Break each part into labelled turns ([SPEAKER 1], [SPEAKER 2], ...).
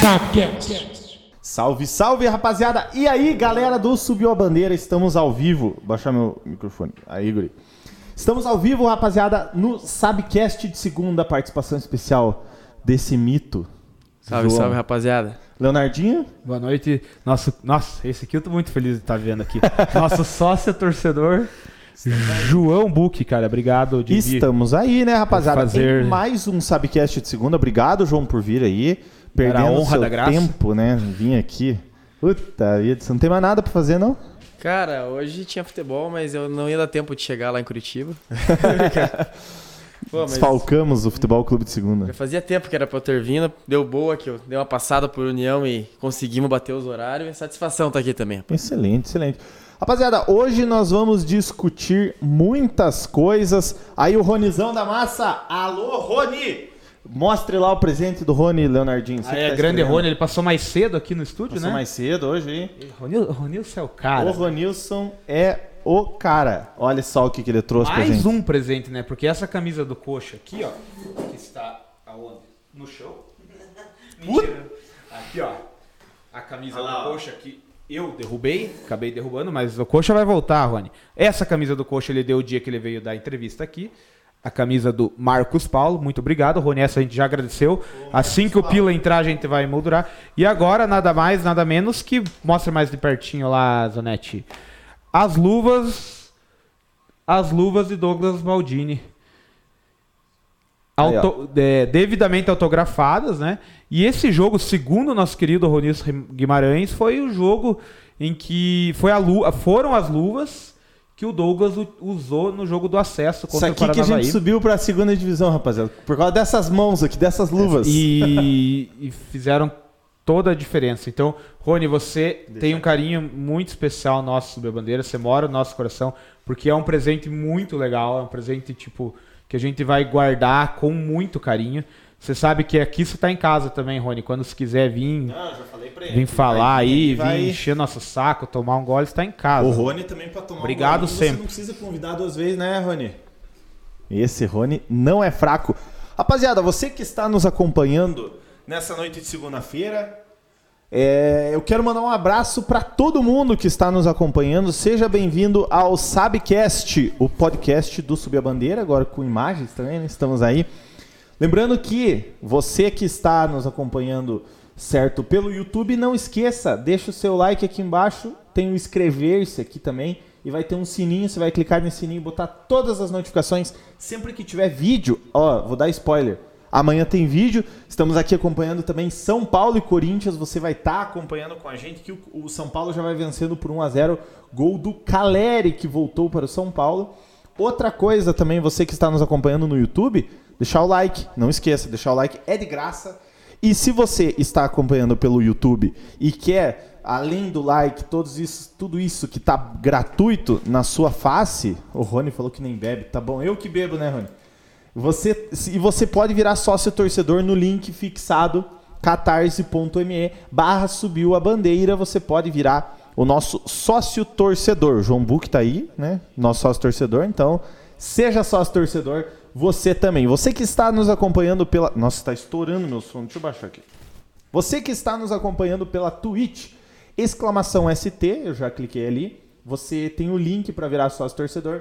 [SPEAKER 1] Sapcast.
[SPEAKER 2] Salve, salve, rapaziada! E aí, galera do Subiu a Bandeira, estamos ao vivo. Baixar meu microfone. Aí, Igor. Estamos ao vivo, rapaziada, no Sabcast de segunda, participação especial desse mito.
[SPEAKER 3] Salve,
[SPEAKER 2] João.
[SPEAKER 3] salve, rapaziada.
[SPEAKER 2] Leonardinho?
[SPEAKER 4] Boa noite. Nosso, nossa, esse aqui eu tô muito feliz de estar vendo aqui. Nosso sócio torcedor, João Buque, cara. Obrigado, de
[SPEAKER 2] Estamos aí, né, rapaziada?
[SPEAKER 4] Fazer-
[SPEAKER 2] Em mais um Sabcast de segunda. Obrigado, João, por vir aí. Perdendo
[SPEAKER 4] a honra
[SPEAKER 2] seu
[SPEAKER 4] da graça.
[SPEAKER 2] tempo, né? Vim aqui. Puta vida, você não tem mais nada pra fazer, não?
[SPEAKER 3] Cara, hoje tinha futebol, mas eu não ia dar tempo de chegar lá em Curitiba. Pô, mas
[SPEAKER 2] Desfalcamos o Futebol Clube de Segunda.
[SPEAKER 3] já fazia tempo que era pra eu ter vindo. Deu boa que eu dei uma passada por União e conseguimos bater os horários. É satisfação tá aqui também.
[SPEAKER 2] Excelente, excelente. Rapaziada, hoje nós vamos discutir muitas coisas. Aí o Ronizão da Massa, alô Rony! Mostre lá o presente do Rony Leonardinho. Você
[SPEAKER 4] Aí
[SPEAKER 2] que
[SPEAKER 4] é
[SPEAKER 2] tá
[SPEAKER 4] grande
[SPEAKER 2] escrevendo.
[SPEAKER 4] Rony, ele passou mais cedo aqui no estúdio,
[SPEAKER 2] Passou
[SPEAKER 4] né?
[SPEAKER 2] mais cedo hoje, hein?
[SPEAKER 4] Rony, Rony, você é o cara.
[SPEAKER 2] O Ronilson é o cara. Olha só o que, que ele trouxe pra
[SPEAKER 4] mais
[SPEAKER 2] gente.
[SPEAKER 4] um presente, né? Porque essa camisa do coxa aqui, ó, que está aonde? No chão? Mentira. Aqui, ó. A camisa do coxa que eu derrubei, acabei derrubando, mas o coxa vai voltar, Rony. Essa camisa do coxa ele deu o dia que ele veio dar entrevista aqui. A camisa do Marcos Paulo, muito obrigado, Rony. Essa a gente já agradeceu. Assim que o Pila entrar, a gente vai moldurar. E agora, nada mais, nada menos que. Mostra mais de pertinho lá, Zanetti. As luvas as luvas de Douglas Maldini.
[SPEAKER 2] Aí, ó.
[SPEAKER 4] Auto- é, devidamente autografadas, né? E esse jogo, segundo o nosso querido Ronilson Rim- Guimarães, foi o jogo em que foi a lu- foram as luvas que o Douglas u- usou no jogo do acesso
[SPEAKER 2] Isso
[SPEAKER 4] contra o
[SPEAKER 2] aqui que a
[SPEAKER 4] Paranavaí.
[SPEAKER 2] gente subiu pra segunda divisão, rapaziada. Por causa dessas mãos aqui, dessas luvas.
[SPEAKER 4] E, e fizeram toda a diferença. Então, Rony, você tem um carinho muito especial nosso sobre a bandeira, você mora no nosso coração, porque é um presente muito legal, é um presente tipo que a gente vai guardar com muito carinho. Você sabe que aqui você tá em casa também, Rony, quando você quiser vir,
[SPEAKER 2] Ah, já falei pra
[SPEAKER 4] vir falar
[SPEAKER 2] Vai vir,
[SPEAKER 4] aí,
[SPEAKER 2] vai-
[SPEAKER 4] vir encher nosso saco, tomar um gole, você tá em
[SPEAKER 2] O
[SPEAKER 4] casa.
[SPEAKER 2] Rony também pra tomar
[SPEAKER 4] Obrigado
[SPEAKER 2] um gole. Você
[SPEAKER 4] sempre.
[SPEAKER 2] não precisa convidar duas vezes, né, Rony? Esse Rony não é fraco. Rapaziada, você que está nos acompanhando nessa noite de segunda-feira, é, eu quero mandar um abraço para todo mundo que está nos acompanhando. Seja bem-vindo ao Sabcast, o podcast do Subir a Bandeira, agora com imagens também, né? estamos aí. Lembrando que você que está nos acompanhando, certo, pelo YouTube, não esqueça, deixa o seu like aqui embaixo, tem o inscrever-se aqui também e vai ter um sininho, você vai clicar nesse sininho e botar todas as notificações sempre que tiver vídeo. Ó, vou dar spoiler. Amanhã tem vídeo, estamos aqui acompanhando também São Paulo e Corinthians, você vai estar acompanhando com a gente que o, o São Paulo já vai vencendo por 1 a 0 gol do Caleri que voltou para o São Paulo. Outra coisa também, você que está nos acompanhando no YouTube, deixar o like. Não esqueça, deixar o like é de graça. E se você está acompanhando pelo YouTube e quer, além do like, todos isso, tudo isso que tá gratuito na sua face, o Rony falou que nem bebe, tá bom? Eu que bebo, né, Rony? Você, e você pode virar sócio torcedor no link fixado catarse.me barra subiu a bandeira, você pode virar o nosso sócio torcedor. João Buck tá aí, né? Nosso sócio torcedor, então seja sócio torcedor você também. Você que está nos acompanhando pela... Nossa, tá estourando meu som, deixa eu baixar aqui. Você que está nos acompanhando pela Twitch, exclamação ST, eu já cliquei ali. Você tem o link para virar sócio torcedor.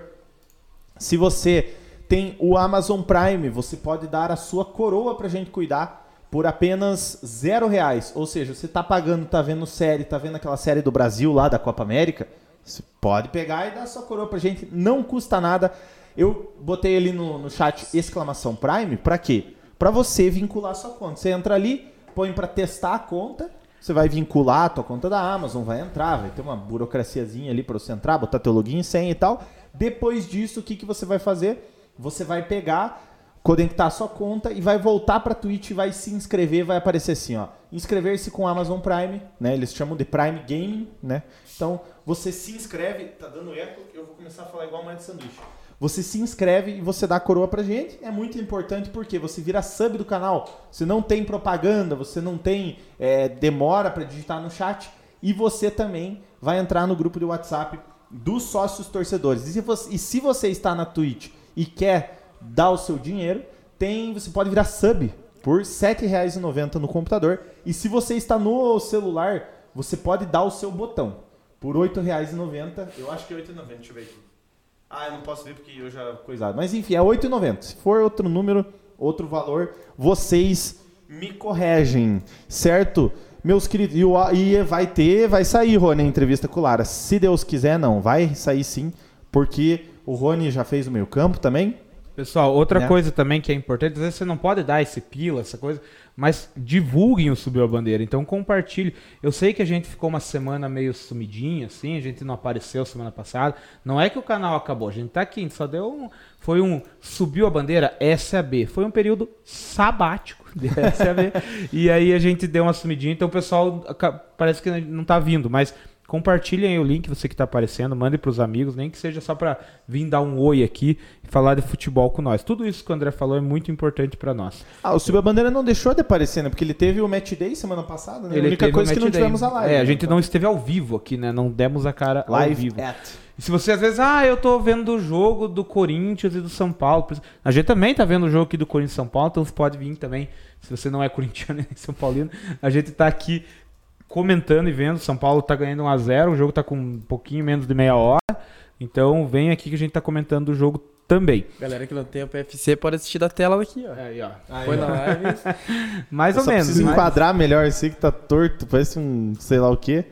[SPEAKER 2] Se você tem o Amazon Prime, você pode dar a sua coroa pra gente cuidar por apenas zero reais. Ou seja, você tá pagando, tá vendo série, tá vendo aquela série do Brasil lá da Copa América, você pode pegar e dar a sua coroa pra gente, não custa nada. Eu botei ali no, no chat exclamação Prime, pra quê? Pra você vincular sua conta. Você entra ali, põe pra testar a conta, você vai vincular a tua conta da Amazon, vai entrar, vai ter uma burocraciazinha ali para você entrar, botar teu login, senha e tal. Depois disso, o que, que você vai fazer? Você vai pegar, conectar a sua conta e vai voltar para Twitch, vai se inscrever, vai aparecer assim, ó. Inscrever-se com Amazon Prime, né? Eles chamam de Prime Gaming, né? Então, você se inscreve, tá dando eco, eu vou começar a falar igual a mãe de sanduíche. Você se inscreve e você dá a coroa pra gente. É muito importante porque você vira sub do canal. Você não tem propaganda, você não tem é, demora pra digitar no chat. E você também vai entrar no grupo de WhatsApp dos sócios torcedores. E se você, e se você está na Twitch e quer dar o seu dinheiro, tem você pode virar sub por R$ 7,90 no computador. E se você está no celular, você pode dar o seu botão por R$ 8,90. Eu acho que é R$ 8,90, deixa eu ver aqui. Ah, eu não posso ver porque eu já coisado. Mas enfim, é R$ 8,90. Se for outro número, outro valor, vocês me corregem, certo? Meus queridos, e, o- e vai ter, vai sair, Rony, a entrevista com o Lara. Se Deus quiser, não, vai sair sim, porque o Rony já fez o meio campo também.
[SPEAKER 4] Pessoal, outra
[SPEAKER 2] Né?
[SPEAKER 4] coisa também que é importante, às vezes você não pode dar esse pila, essa coisa, mas divulguem o Subiu a Bandeira, então compartilhe. Eu sei que a gente ficou uma semana meio sumidinha, assim, a gente não apareceu semana passada. Não é que o canal acabou, a gente tá aqui, só deu um. Foi um Subiu a Bandeira SAB. Foi um período sabático de SAB. e aí a gente deu uma sumidinha, então o pessoal aca- parece que não tá vindo, mas Compartilhem aí o link, você que tá aparecendo, mande pros amigos, nem que seja só pra vir dar um oi aqui e falar de futebol com nós. Tudo isso que o André falou é muito importante pra nós.
[SPEAKER 2] Ah, o Silvio Bandeira não deixou de aparecer, né? Porque ele teve o match day semana passada, né? a única
[SPEAKER 4] teve o
[SPEAKER 2] coisa que
[SPEAKER 4] match
[SPEAKER 2] não
[SPEAKER 4] day.
[SPEAKER 2] tivemos a live.
[SPEAKER 4] É, a gente
[SPEAKER 2] né?
[SPEAKER 4] não esteve ao vivo aqui, né? Não demos a cara ao
[SPEAKER 2] live é
[SPEAKER 4] vivo.
[SPEAKER 2] at.
[SPEAKER 4] E se você às vezes, ah, eu tô vendo o jogo do Corinthians e do São Paulo. A gente também tá vendo o jogo aqui do Corinthians e São Paulo, então você pode vir também. Se você não é corintiano nem São Paulino, a gente tá aqui comentando e vendo. São Paulo tá ganhando 1x0, o jogo tá com um pouquinho menos de meia hora. Então vem aqui que a gente tá comentando o jogo também.
[SPEAKER 3] Galera que não tem o PFC pode assistir da tela daqui, ó.
[SPEAKER 4] Aí, ó.
[SPEAKER 3] Foi na live.
[SPEAKER 4] Mais
[SPEAKER 2] Eu
[SPEAKER 4] ou
[SPEAKER 2] só
[SPEAKER 4] menos. né?
[SPEAKER 2] preciso
[SPEAKER 4] mas-
[SPEAKER 2] enquadrar melhor esse que tá torto, parece um sei lá o quê.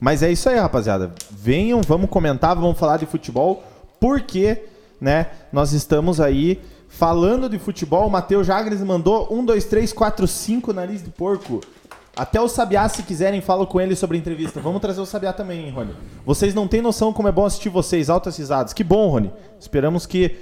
[SPEAKER 2] Mas é isso aí, rapaziada. Venham, vamos comentar, vamos falar de futebol, porque, né, nós estamos aí falando de futebol. O Matheus Jagres mandou 1, 2, 3, 4, 5, nariz de porco. Até o Sabiá, se quiserem, falo com ele sobre a entrevista. Vamos trazer o Sabiá também, hein, Rony. Vocês não têm noção como é bom assistir vocês, altas risadas. Que bom, Rony. Esperamos que,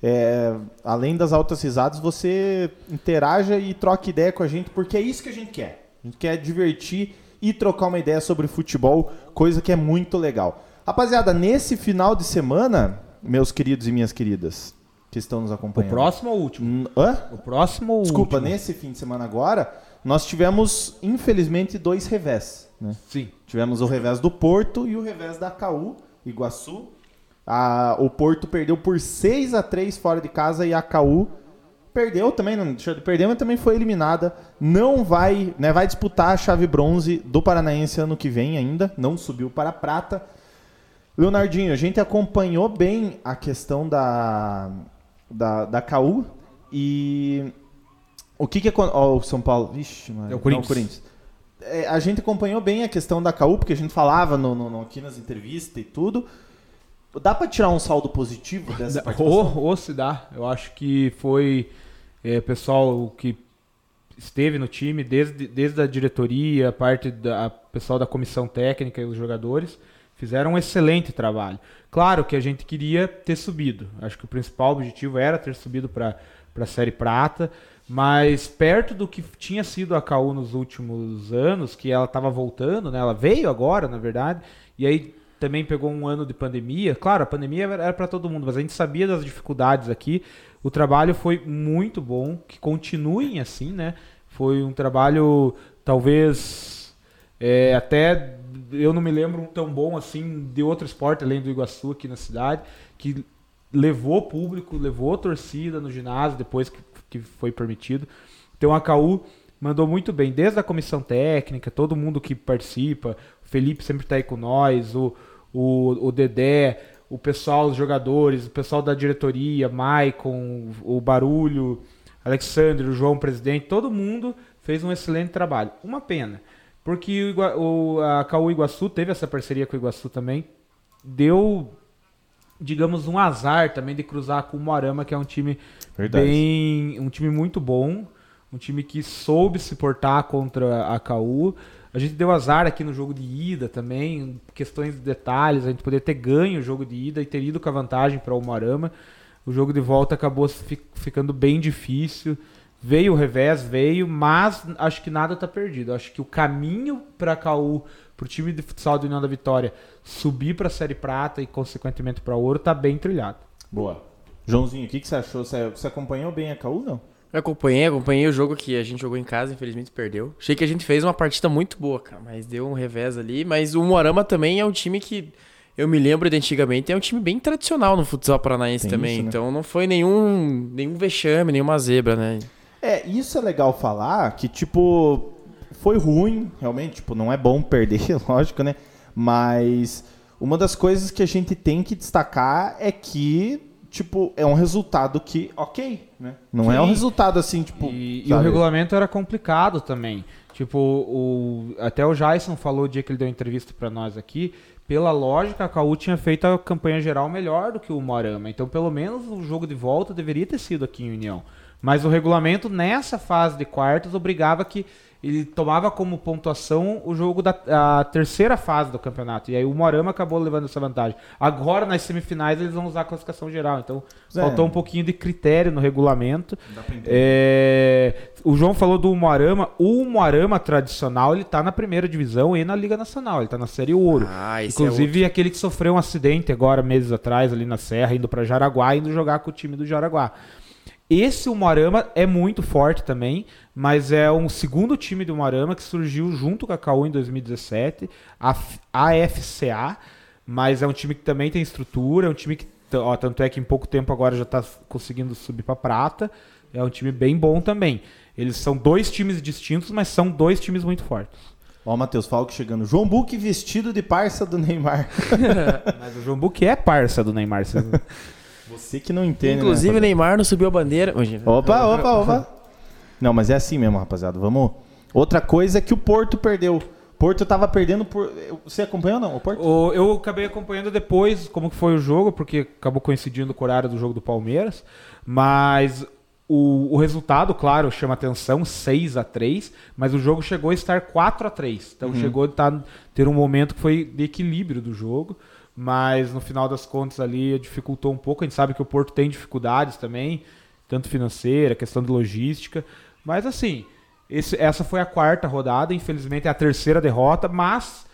[SPEAKER 2] é, além das altas risadas, você interaja e troque ideia com a gente, porque é isso que a gente quer. A gente quer divertir e trocar uma ideia sobre futebol, coisa que é muito legal. Rapaziada, nesse final de semana, meus queridos e minhas queridas que estão nos
[SPEAKER 4] O
[SPEAKER 2] acompanhando.
[SPEAKER 4] próximo ou o último?
[SPEAKER 2] Hum, Hã?
[SPEAKER 4] O próximo ou o
[SPEAKER 2] Desculpa,
[SPEAKER 4] último?
[SPEAKER 2] nesse fim de semana agora, nós tivemos, infelizmente, dois revés. Né?
[SPEAKER 4] Sim.
[SPEAKER 2] Tivemos o revés do Porto e o revés da Caú, Iguaçu. A- o Porto perdeu por 6 a 3 fora de casa e a Caú perdeu também, não deixou de perder, mas também foi eliminada. Não vai, né, vai disputar a chave bronze do Paranaense ano que vem ainda, não subiu para a prata. Leonardinho, a gente acompanhou bem a questão da da, da KU e o que que aconteceu? Ó, o São Paulo. Vixe, mano.
[SPEAKER 4] É o Corinthians.
[SPEAKER 2] Não, É, a gente acompanhou bem a questão da KU, porque a gente falava no, no- no- aqui nas entrevistas e tudo. Dá pra tirar um saldo positivo dessa
[SPEAKER 4] Da-
[SPEAKER 2] participação?
[SPEAKER 4] Ou, ou se dá. Eu acho que foi é, pessoal que esteve no time, desde, desde a diretoria, a parte da a pessoal da comissão técnica e os jogadores, fizeram um excelente trabalho. Claro que a gente queria ter subido. Acho que o principal objetivo era ter subido para a Série Prata, mas perto do que tinha sido a KU nos últimos anos, que ela estava voltando, né? ela veio agora, na verdade, e aí também pegou um ano de pandemia. Claro, a pandemia era para todo mundo, mas a gente sabia das dificuldades aqui. O trabalho foi muito bom, que continuem assim, né? Foi um trabalho talvez é, até eu não me lembro um tão bom assim de outro esporte além do Iguaçu aqui na cidade, que levou público, levou torcida no ginásio depois que, que foi permitido. Então a KU mandou muito bem, desde a comissão técnica, todo mundo que participa, o Felipe sempre está aí com nós, o, o, o Dedé, o pessoal, os jogadores, o pessoal da diretoria, Maicon, o Barulho, Alexandre, o João, o presidente, todo mundo fez um excelente trabalho. Uma pena, porque o, Igua- o- a KU Iguaçu teve essa parceria com o Iguaçu também, deu digamos um azar também de cruzar com o Moarama, que é um time
[SPEAKER 2] Verdade.
[SPEAKER 4] bem, um time muito bom, um time que soube se portar contra a KU. A gente deu azar aqui no jogo de ida também, questões de detalhes, a gente poderia ter ganho o jogo de ida e ter ido com a vantagem para o Moarama. O jogo de volta acabou fi- ficando bem difícil. Veio o revés, veio, mas acho que nada tá perdido. Acho que o caminho para KU, pro time de futsal do União da Vitória subir para a Série Prata e consequentemente para ouro tá bem trilhado.
[SPEAKER 2] Boa. Joãozinho, o que, que você achou? Você, você acompanhou bem a KU, não?
[SPEAKER 3] Eu acompanhei, acompanhei o jogo que a gente jogou em casa, infelizmente perdeu. Achei que a gente fez uma partida muito boa, cara, mas deu um revés ali. Mas o Moarama também é um time que eu me lembro de antigamente, é um time bem tradicional no futsal paranaense
[SPEAKER 2] Tem
[SPEAKER 3] também.
[SPEAKER 2] isso, né?
[SPEAKER 3] Então não foi nenhum, nenhum vexame, nenhuma zebra, né?
[SPEAKER 2] É, isso é legal falar que, tipo, foi ruim, realmente, tipo, não é bom perder, lógico, né? Mas uma das coisas que a gente tem que destacar é que, tipo, é um resultado que, ok, né? Não é um
[SPEAKER 4] Sim.
[SPEAKER 2] resultado assim, tipo.
[SPEAKER 4] E, e o
[SPEAKER 2] sabe?
[SPEAKER 4] regulamento era complicado também. Tipo, o, até o Jason falou o dia que ele deu entrevista pra nós aqui. Pela lógica, a Caú tinha feito a campanha geral melhor do que o Moarama. Então, pelo menos o jogo de volta deveria ter sido aqui em União. Mas o regulamento, nessa fase de quartos, obrigava que ele tomava como pontuação o jogo da a terceira fase do campeonato. E aí o Moarama acabou levando essa vantagem. Agora, nas semifinais, eles vão usar a classificação geral. Então,
[SPEAKER 2] É.
[SPEAKER 4] faltou um pouquinho de critério no regulamento.
[SPEAKER 2] Dá pra entender.
[SPEAKER 4] É, o João falou do Umuarama. O Umuarama tradicional, ele tá na primeira divisão e na Liga Nacional. Ele tá na Série Ouro.
[SPEAKER 3] Ah, esse é
[SPEAKER 4] Inclusive, aquele que sofreu um acidente agora, meses atrás, ali na Serra, indo pra Jaraguá, indo jogar com o time do Jaraguá. Esse Umuarama é muito forte também, mas é um segundo time do Umuarama que surgiu junto com a Caú em 2017, a F- AFCA, mas é um time que também tem estrutura, é um time que, t- ó, tanto é que em pouco tempo agora já tá conseguindo subir pra prata, é um time bem bom também. Eles são dois times distintos, mas são dois times muito fortes.
[SPEAKER 2] Ó, o Matheus Falco chegando. João Buque vestido de parça do Neymar.
[SPEAKER 4] Mas o João Buque é parça do Neymar, vocês
[SPEAKER 2] Você que não entende. né,
[SPEAKER 3] Inclusive, o
[SPEAKER 2] rapaziada?
[SPEAKER 3] Neymar não subiu a bandeira. Hoje,
[SPEAKER 2] Opa, opa, opa. Não, mas é assim mesmo, rapaziada. Vamos. Outra coisa é que o Porto perdeu. O Porto tava perdendo por. Você acompanhou ou não? O Porto?
[SPEAKER 4] O- eu acabei acompanhando depois como que foi o jogo, porque acabou coincidindo com o horário do jogo do Palmeiras. Mas o, o resultado, claro, chama atenção, 6 a 3 mas o jogo chegou a estar 4 a 3 Então chegou a estar- ter um momento que foi de equilíbrio do jogo. Mas no final das contas ali dificultou um pouco. A gente sabe que o Porto tem dificuldades também, tanto financeira, questão de logística. Mas assim, esse- essa foi a quarta rodada, infelizmente é a terceira derrota, mas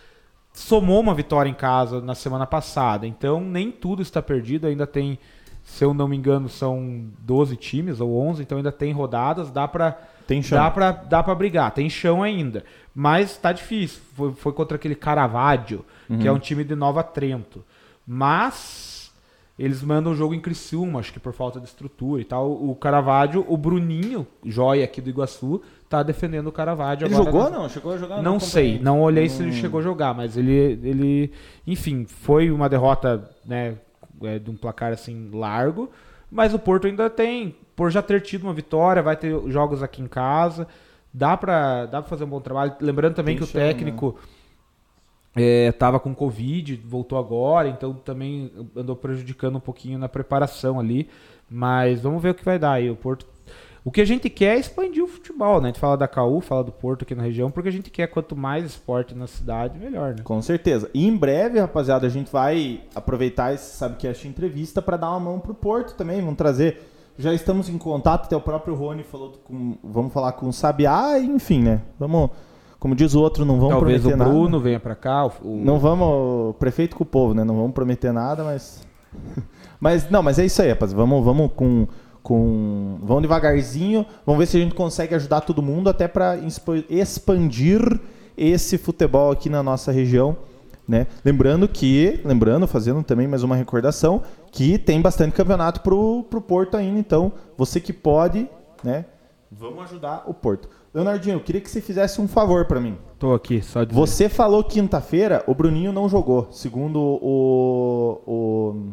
[SPEAKER 4] somou uma vitória em casa na semana passada. Então nem tudo está perdido, ainda tem, se eu não me engano, são 12 times ou 11, então ainda tem rodadas, dá para
[SPEAKER 2] Tem chão.
[SPEAKER 4] dá para dá para brigar, tem chão ainda. Mas tá difícil. Foi, foi contra aquele Caravaggio, que
[SPEAKER 2] Uhum.
[SPEAKER 4] é um time de Nova Trento. Mas eles mandam o jogo em Criciúma, acho que por falta de estrutura e tal. O Caravaggio, o Bruninho, joia aqui do Iguaçu, tá defendendo o Caravaggio
[SPEAKER 2] Ele
[SPEAKER 4] agora
[SPEAKER 2] jogou
[SPEAKER 4] na-
[SPEAKER 2] ou não? Chegou a jogar? ou
[SPEAKER 4] não
[SPEAKER 2] acompanhei.
[SPEAKER 4] sei, não olhei
[SPEAKER 2] Hum.
[SPEAKER 4] se ele chegou a jogar, mas ele, ele enfim, foi uma derrota, né, é, de um placar assim largo, mas o Porto ainda tem, por já ter tido uma vitória, vai ter jogos aqui em casa, dá pra, dá pra fazer um bom trabalho. Lembrando também
[SPEAKER 2] Tem
[SPEAKER 4] que o
[SPEAKER 2] chance, né?
[SPEAKER 4] técnico é, tava com Covid, voltou agora, então também andou prejudicando um pouquinho na preparação ali. Mas vamos ver o que vai dar aí. O Porto. O que a gente quer é expandir o futebol, né? A gente fala da CAU, fala do Porto aqui na região, porque a gente quer quanto mais esporte na cidade, melhor, né?
[SPEAKER 2] Com certeza. E em breve, rapaziada, a gente vai aproveitar esse sabe que esta entrevista para dar uma mão pro Porto também. Vamos trazer. Já estamos em contato, até o próprio Rony falou com. Vamos falar com o Sabiá, enfim, né? Vamos. Como diz o outro, não vamos
[SPEAKER 4] Talvez o
[SPEAKER 2] prometer nada.
[SPEAKER 4] Bruno venha pra cá. O, o-
[SPEAKER 2] Não vamos. Prefeito com o povo, né? Não vamos prometer nada, mas. mas não, mas é isso aí, rapaz. Vamos, vamos com. com vamos devagarzinho. Vamos ver se a gente consegue ajudar todo mundo até para expandir esse futebol aqui na nossa região. Né? Lembrando que, lembrando, fazendo também mais uma recordação, que tem bastante campeonato pro, pro Porto ainda, então você que pode, né? Vamos ajudar o Porto. Leonardinho, eu queria que você fizesse um favor para mim.
[SPEAKER 4] Tô aqui, só dizer.
[SPEAKER 2] Você falou quinta-feira, o Bruninho não jogou, segundo o, o.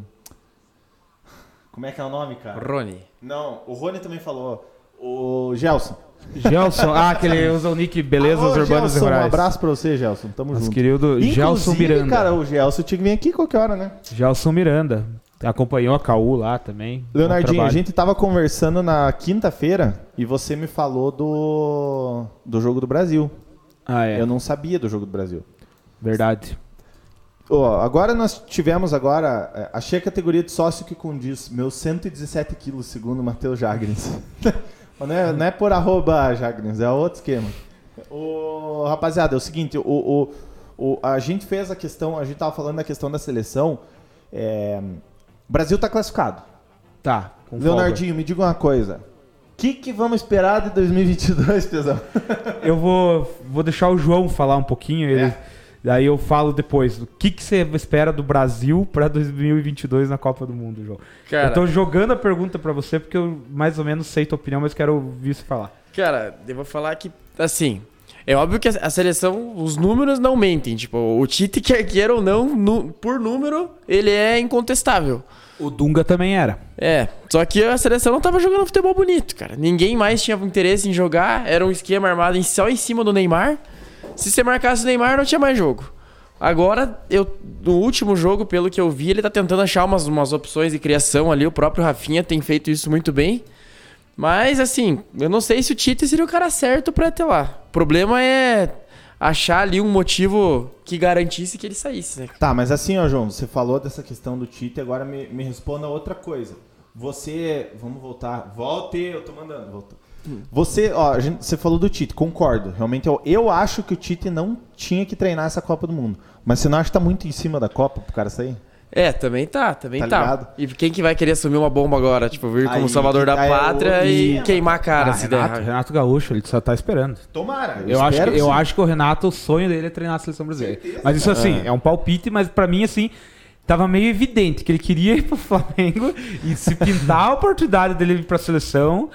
[SPEAKER 2] Como é que é o nome, cara?
[SPEAKER 3] Rony.
[SPEAKER 2] Não, o Rony também falou. O Gelson.
[SPEAKER 4] Gelson, ah, aquele usa o nick Belezas
[SPEAKER 2] Alô,
[SPEAKER 4] Urbanas
[SPEAKER 2] Gelson,
[SPEAKER 4] e Rurais.
[SPEAKER 2] Um abraço pra você, Gelson. Tamo
[SPEAKER 4] Nosso
[SPEAKER 2] junto.
[SPEAKER 4] querido Gelson
[SPEAKER 2] Inclusive,
[SPEAKER 4] Miranda.
[SPEAKER 2] cara, o Gelson tinha que vir aqui qualquer hora, né?
[SPEAKER 4] Gelson Miranda. Acompanhou a CAU lá também. Bom
[SPEAKER 2] Leonardinho, a
[SPEAKER 4] trabalho.
[SPEAKER 2] gente tava conversando na quinta-feira e você me falou do, do Jogo do Brasil.
[SPEAKER 4] Ah, é.
[SPEAKER 2] Eu não sabia do Jogo do Brasil.
[SPEAKER 4] Verdade.
[SPEAKER 2] Ó, agora nós tivemos agora. é, Achei a categoria de sócio que condiz. Meus 117 quilos, segundo o Matheus Jagrins. não, é, não é por arroba Jagrins, é outro esquema. O, rapaziada, é o seguinte, o, o- o- a gente fez a questão, a gente tava falando da questão da seleção. é, o Brasil tá classificado.
[SPEAKER 4] Tá. com folga.
[SPEAKER 2] Leonardinho, me diga uma coisa. O que, que vamos esperar de 2022, pesão?
[SPEAKER 4] Eu vou, vou deixar o João falar um pouquinho. Ele, Daí eu falo depois, o que, que você espera do Brasil pra 2022 na Copa do Mundo, João?
[SPEAKER 3] Cara.
[SPEAKER 4] Eu tô jogando a pergunta pra você porque eu mais ou menos sei tua opinião, mas quero ouvir você falar.
[SPEAKER 3] Cara, eu vou falar que, assim, é óbvio que a- a seleção, os números não mentem. Tipo, o Tite, quer queira ou não, nu- por número, ele é incontestável.
[SPEAKER 4] O Dunga também era.
[SPEAKER 3] É, só que a seleção não tava jogando futebol bonito, cara. Ninguém mais tinha interesse em jogar, era um esquema armado em- só em cima do Neymar. Se você marcasse o Neymar, não tinha mais jogo. Agora, eu, no último jogo, pelo que eu vi, ele tá tentando achar umas, umas opções de criação ali. O próprio Rafinha tem feito isso muito bem. Mas, assim, eu não sei se o Tite seria o cara certo pra ter lá. O problema é achar ali um motivo que garantisse que ele saísse, né?
[SPEAKER 2] Tá, mas assim, ó, João, você falou dessa questão do Tite, agora me, me responda outra coisa. Você. Vamos voltar. Volte, eu tô mandando, voltou. Você, ó, a gente- você falou do Tite, concordo. Realmente, eu, eu acho que o Tite não tinha que treinar essa Copa do Mundo. Mas você não acha que tá muito em cima da Copa pro cara sair?
[SPEAKER 3] É, também tá, também
[SPEAKER 2] Tá
[SPEAKER 3] tá.
[SPEAKER 2] ligado?
[SPEAKER 3] E quem que vai querer assumir uma bomba agora? Tipo, vir como
[SPEAKER 2] Aí,
[SPEAKER 3] salvador da
[SPEAKER 2] aí é
[SPEAKER 3] pátria
[SPEAKER 2] outro
[SPEAKER 3] e
[SPEAKER 2] esquema.
[SPEAKER 3] queimar a cara
[SPEAKER 4] Ah,
[SPEAKER 3] se
[SPEAKER 4] Renato,
[SPEAKER 3] der.
[SPEAKER 4] Renato Gaúcho, ele só tá esperando.
[SPEAKER 2] Tomara.
[SPEAKER 4] Eu, acho,
[SPEAKER 2] espero
[SPEAKER 4] que,
[SPEAKER 2] que
[SPEAKER 4] eu
[SPEAKER 2] sim.
[SPEAKER 4] acho que o Renato, o sonho dele é treinar a seleção brasileira. mas isso, assim, é um palpite, mas pra mim, assim, tava meio evidente que ele queria ir pro Flamengo e se pintar a oportunidade dele ir pra seleção,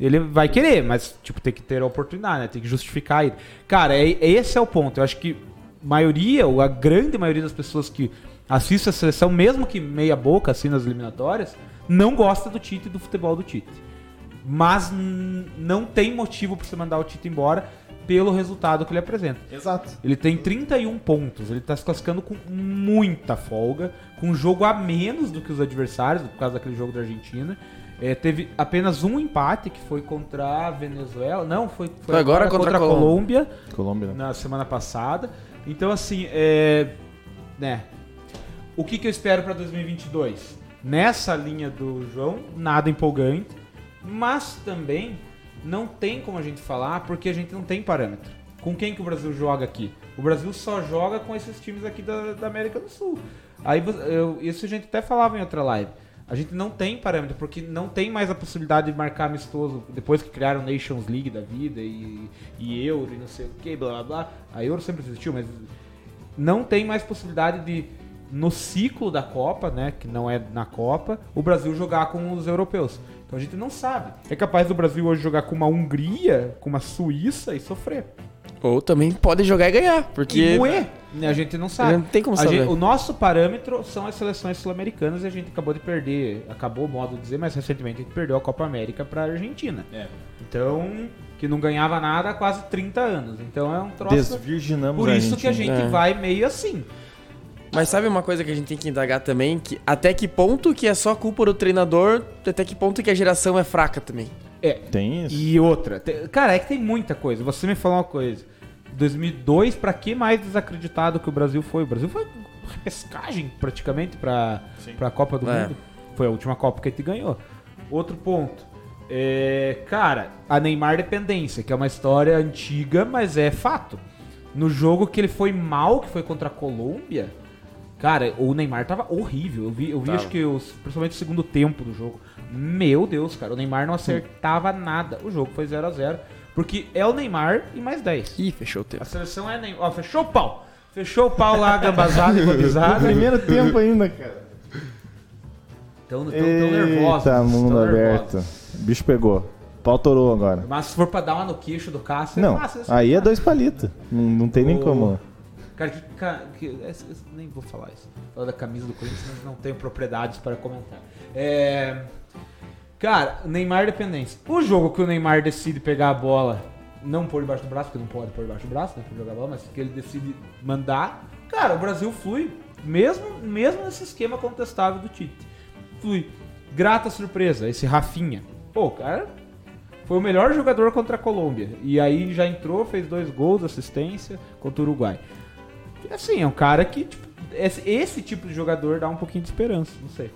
[SPEAKER 4] ele vai querer, mas, tipo, tem que ter a oportunidade, né? Tem que justificar ele. Cara, é, é- esse é o ponto. Eu acho que maioria, ou a grande maioria das pessoas que assistem a seleção, mesmo que meia boca, assim, nas eliminatórias, não gosta do Tite e do futebol do Tite mas n- não tem motivo para você mandar o Tito embora pelo resultado que ele apresenta.
[SPEAKER 2] Exato.
[SPEAKER 4] Ele tem 31 pontos, ele tá se classificando com muita folga, com um jogo a menos do que os adversários, por causa daquele jogo da Argentina. É, teve apenas um empate que foi contra a Venezuela. Não, foi, foi
[SPEAKER 3] Agora contra a
[SPEAKER 4] Colômbia
[SPEAKER 2] Colômbia. né?
[SPEAKER 4] na semana passada. Então, assim, é. Né. O que, que eu espero para 2022? Nessa linha do João, nada empolgante, mas também não tem como a gente falar porque a gente não tem parâmetro. Com quem que o Brasil joga aqui? O Brasil só joga com esses times aqui da, da América do Sul. Aí vo- eu- isso a gente até falava em outra live. A gente não tem parâmetro porque não tem mais a possibilidade de marcar amistoso depois que criaram Nations League da vida e, e Euro e não sei o que, blá blá blá. A Euro sempre existiu, mas não tem mais possibilidade de no ciclo da Copa, né, que não é na Copa, o Brasil jogar com os europeus. Então a gente não sabe. É capaz do Brasil hoje jogar com uma Hungria, com uma Suíça e sofrer.
[SPEAKER 3] Ou também pode jogar e ganhar, porque.
[SPEAKER 4] E moer, né? A gente não sabe.
[SPEAKER 3] Não tem como
[SPEAKER 4] A
[SPEAKER 3] saber.
[SPEAKER 4] gente- o nosso parâmetro são as seleções sul-americanas e a gente acabou de perder, acabou o modo de dizer, mas recentemente a gente perdeu a Copa América para Argentina.
[SPEAKER 2] É.
[SPEAKER 4] Então, que não ganhava nada há quase 30 anos. Então é um troço.
[SPEAKER 2] Desvirginamos
[SPEAKER 4] Por
[SPEAKER 2] a né?
[SPEAKER 4] isso que a gente
[SPEAKER 3] É.
[SPEAKER 4] vai meio assim.
[SPEAKER 3] Mas sabe uma coisa que a gente tem que indagar também? Que até que ponto que é só culpa do treinador, até que ponto que a geração é fraca também.
[SPEAKER 4] É,
[SPEAKER 2] Tem isso.
[SPEAKER 4] E outra, te- cara, é que tem muita coisa. Você me falou uma coisa. 2002, pra que mais desacreditado que o Brasil foi? O Brasil foi repescagem praticamente pra, pra Copa do
[SPEAKER 3] É.
[SPEAKER 4] Mundo. Foi a última Copa que a gente ganhou. Outro ponto. É, cara, a Neymar dependência, que é uma história antiga, mas é fato. No jogo que ele foi mal, que foi contra a Colômbia, Cara, o Neymar tava horrível. Eu vi, eu vi
[SPEAKER 3] Tava.
[SPEAKER 4] acho que os, principalmente o segundo tempo do jogo. Meu Deus, cara, o Neymar não acertava nada. O jogo foi 0 a 0 porque é o Neymar e mais 10.
[SPEAKER 3] Ih, fechou o
[SPEAKER 4] A
[SPEAKER 3] tempo.
[SPEAKER 4] seleção é Neymar. Ó, fechou o pau. Fechou o pau lá, gambazada e gambizada.
[SPEAKER 2] Primeiro tempo ainda, cara.
[SPEAKER 4] Tão, tão, tão nervosos.
[SPEAKER 2] Eita,
[SPEAKER 4] tão
[SPEAKER 2] mundo
[SPEAKER 4] nervosos.
[SPEAKER 2] aberto. O bicho pegou. Pau torou agora.
[SPEAKER 4] Mas se for pra dar uma no queixo do Cássio,
[SPEAKER 2] Não,
[SPEAKER 4] é fácil. assim.
[SPEAKER 2] aí é dois palitos. Não, não tem nem
[SPEAKER 4] O-
[SPEAKER 2] como.
[SPEAKER 4] Cara, que, ca- que- essa- essa- nem vou falar isso. Falar da camisa do Corinthians, mas não tenho propriedades para comentar. É, cara, Neymar dependência. O jogo que o Neymar decide pegar a bola, não pôr debaixo do braço, porque não pode pôr debaixo do braço, não pode jogar a bola, mas que ele decide mandar. Cara, o Brasil flui, mesmo, mesmo nesse esquema contestável do Tite. Flui. Grata surpresa, esse Rafinha. Pô, cara, foi o melhor jogador contra a Colômbia. E aí já entrou, fez dois gols, assistência contra o Uruguai. Assim, é um cara que, tipo, esse, esse tipo de jogador dá um pouquinho de esperança, não sei.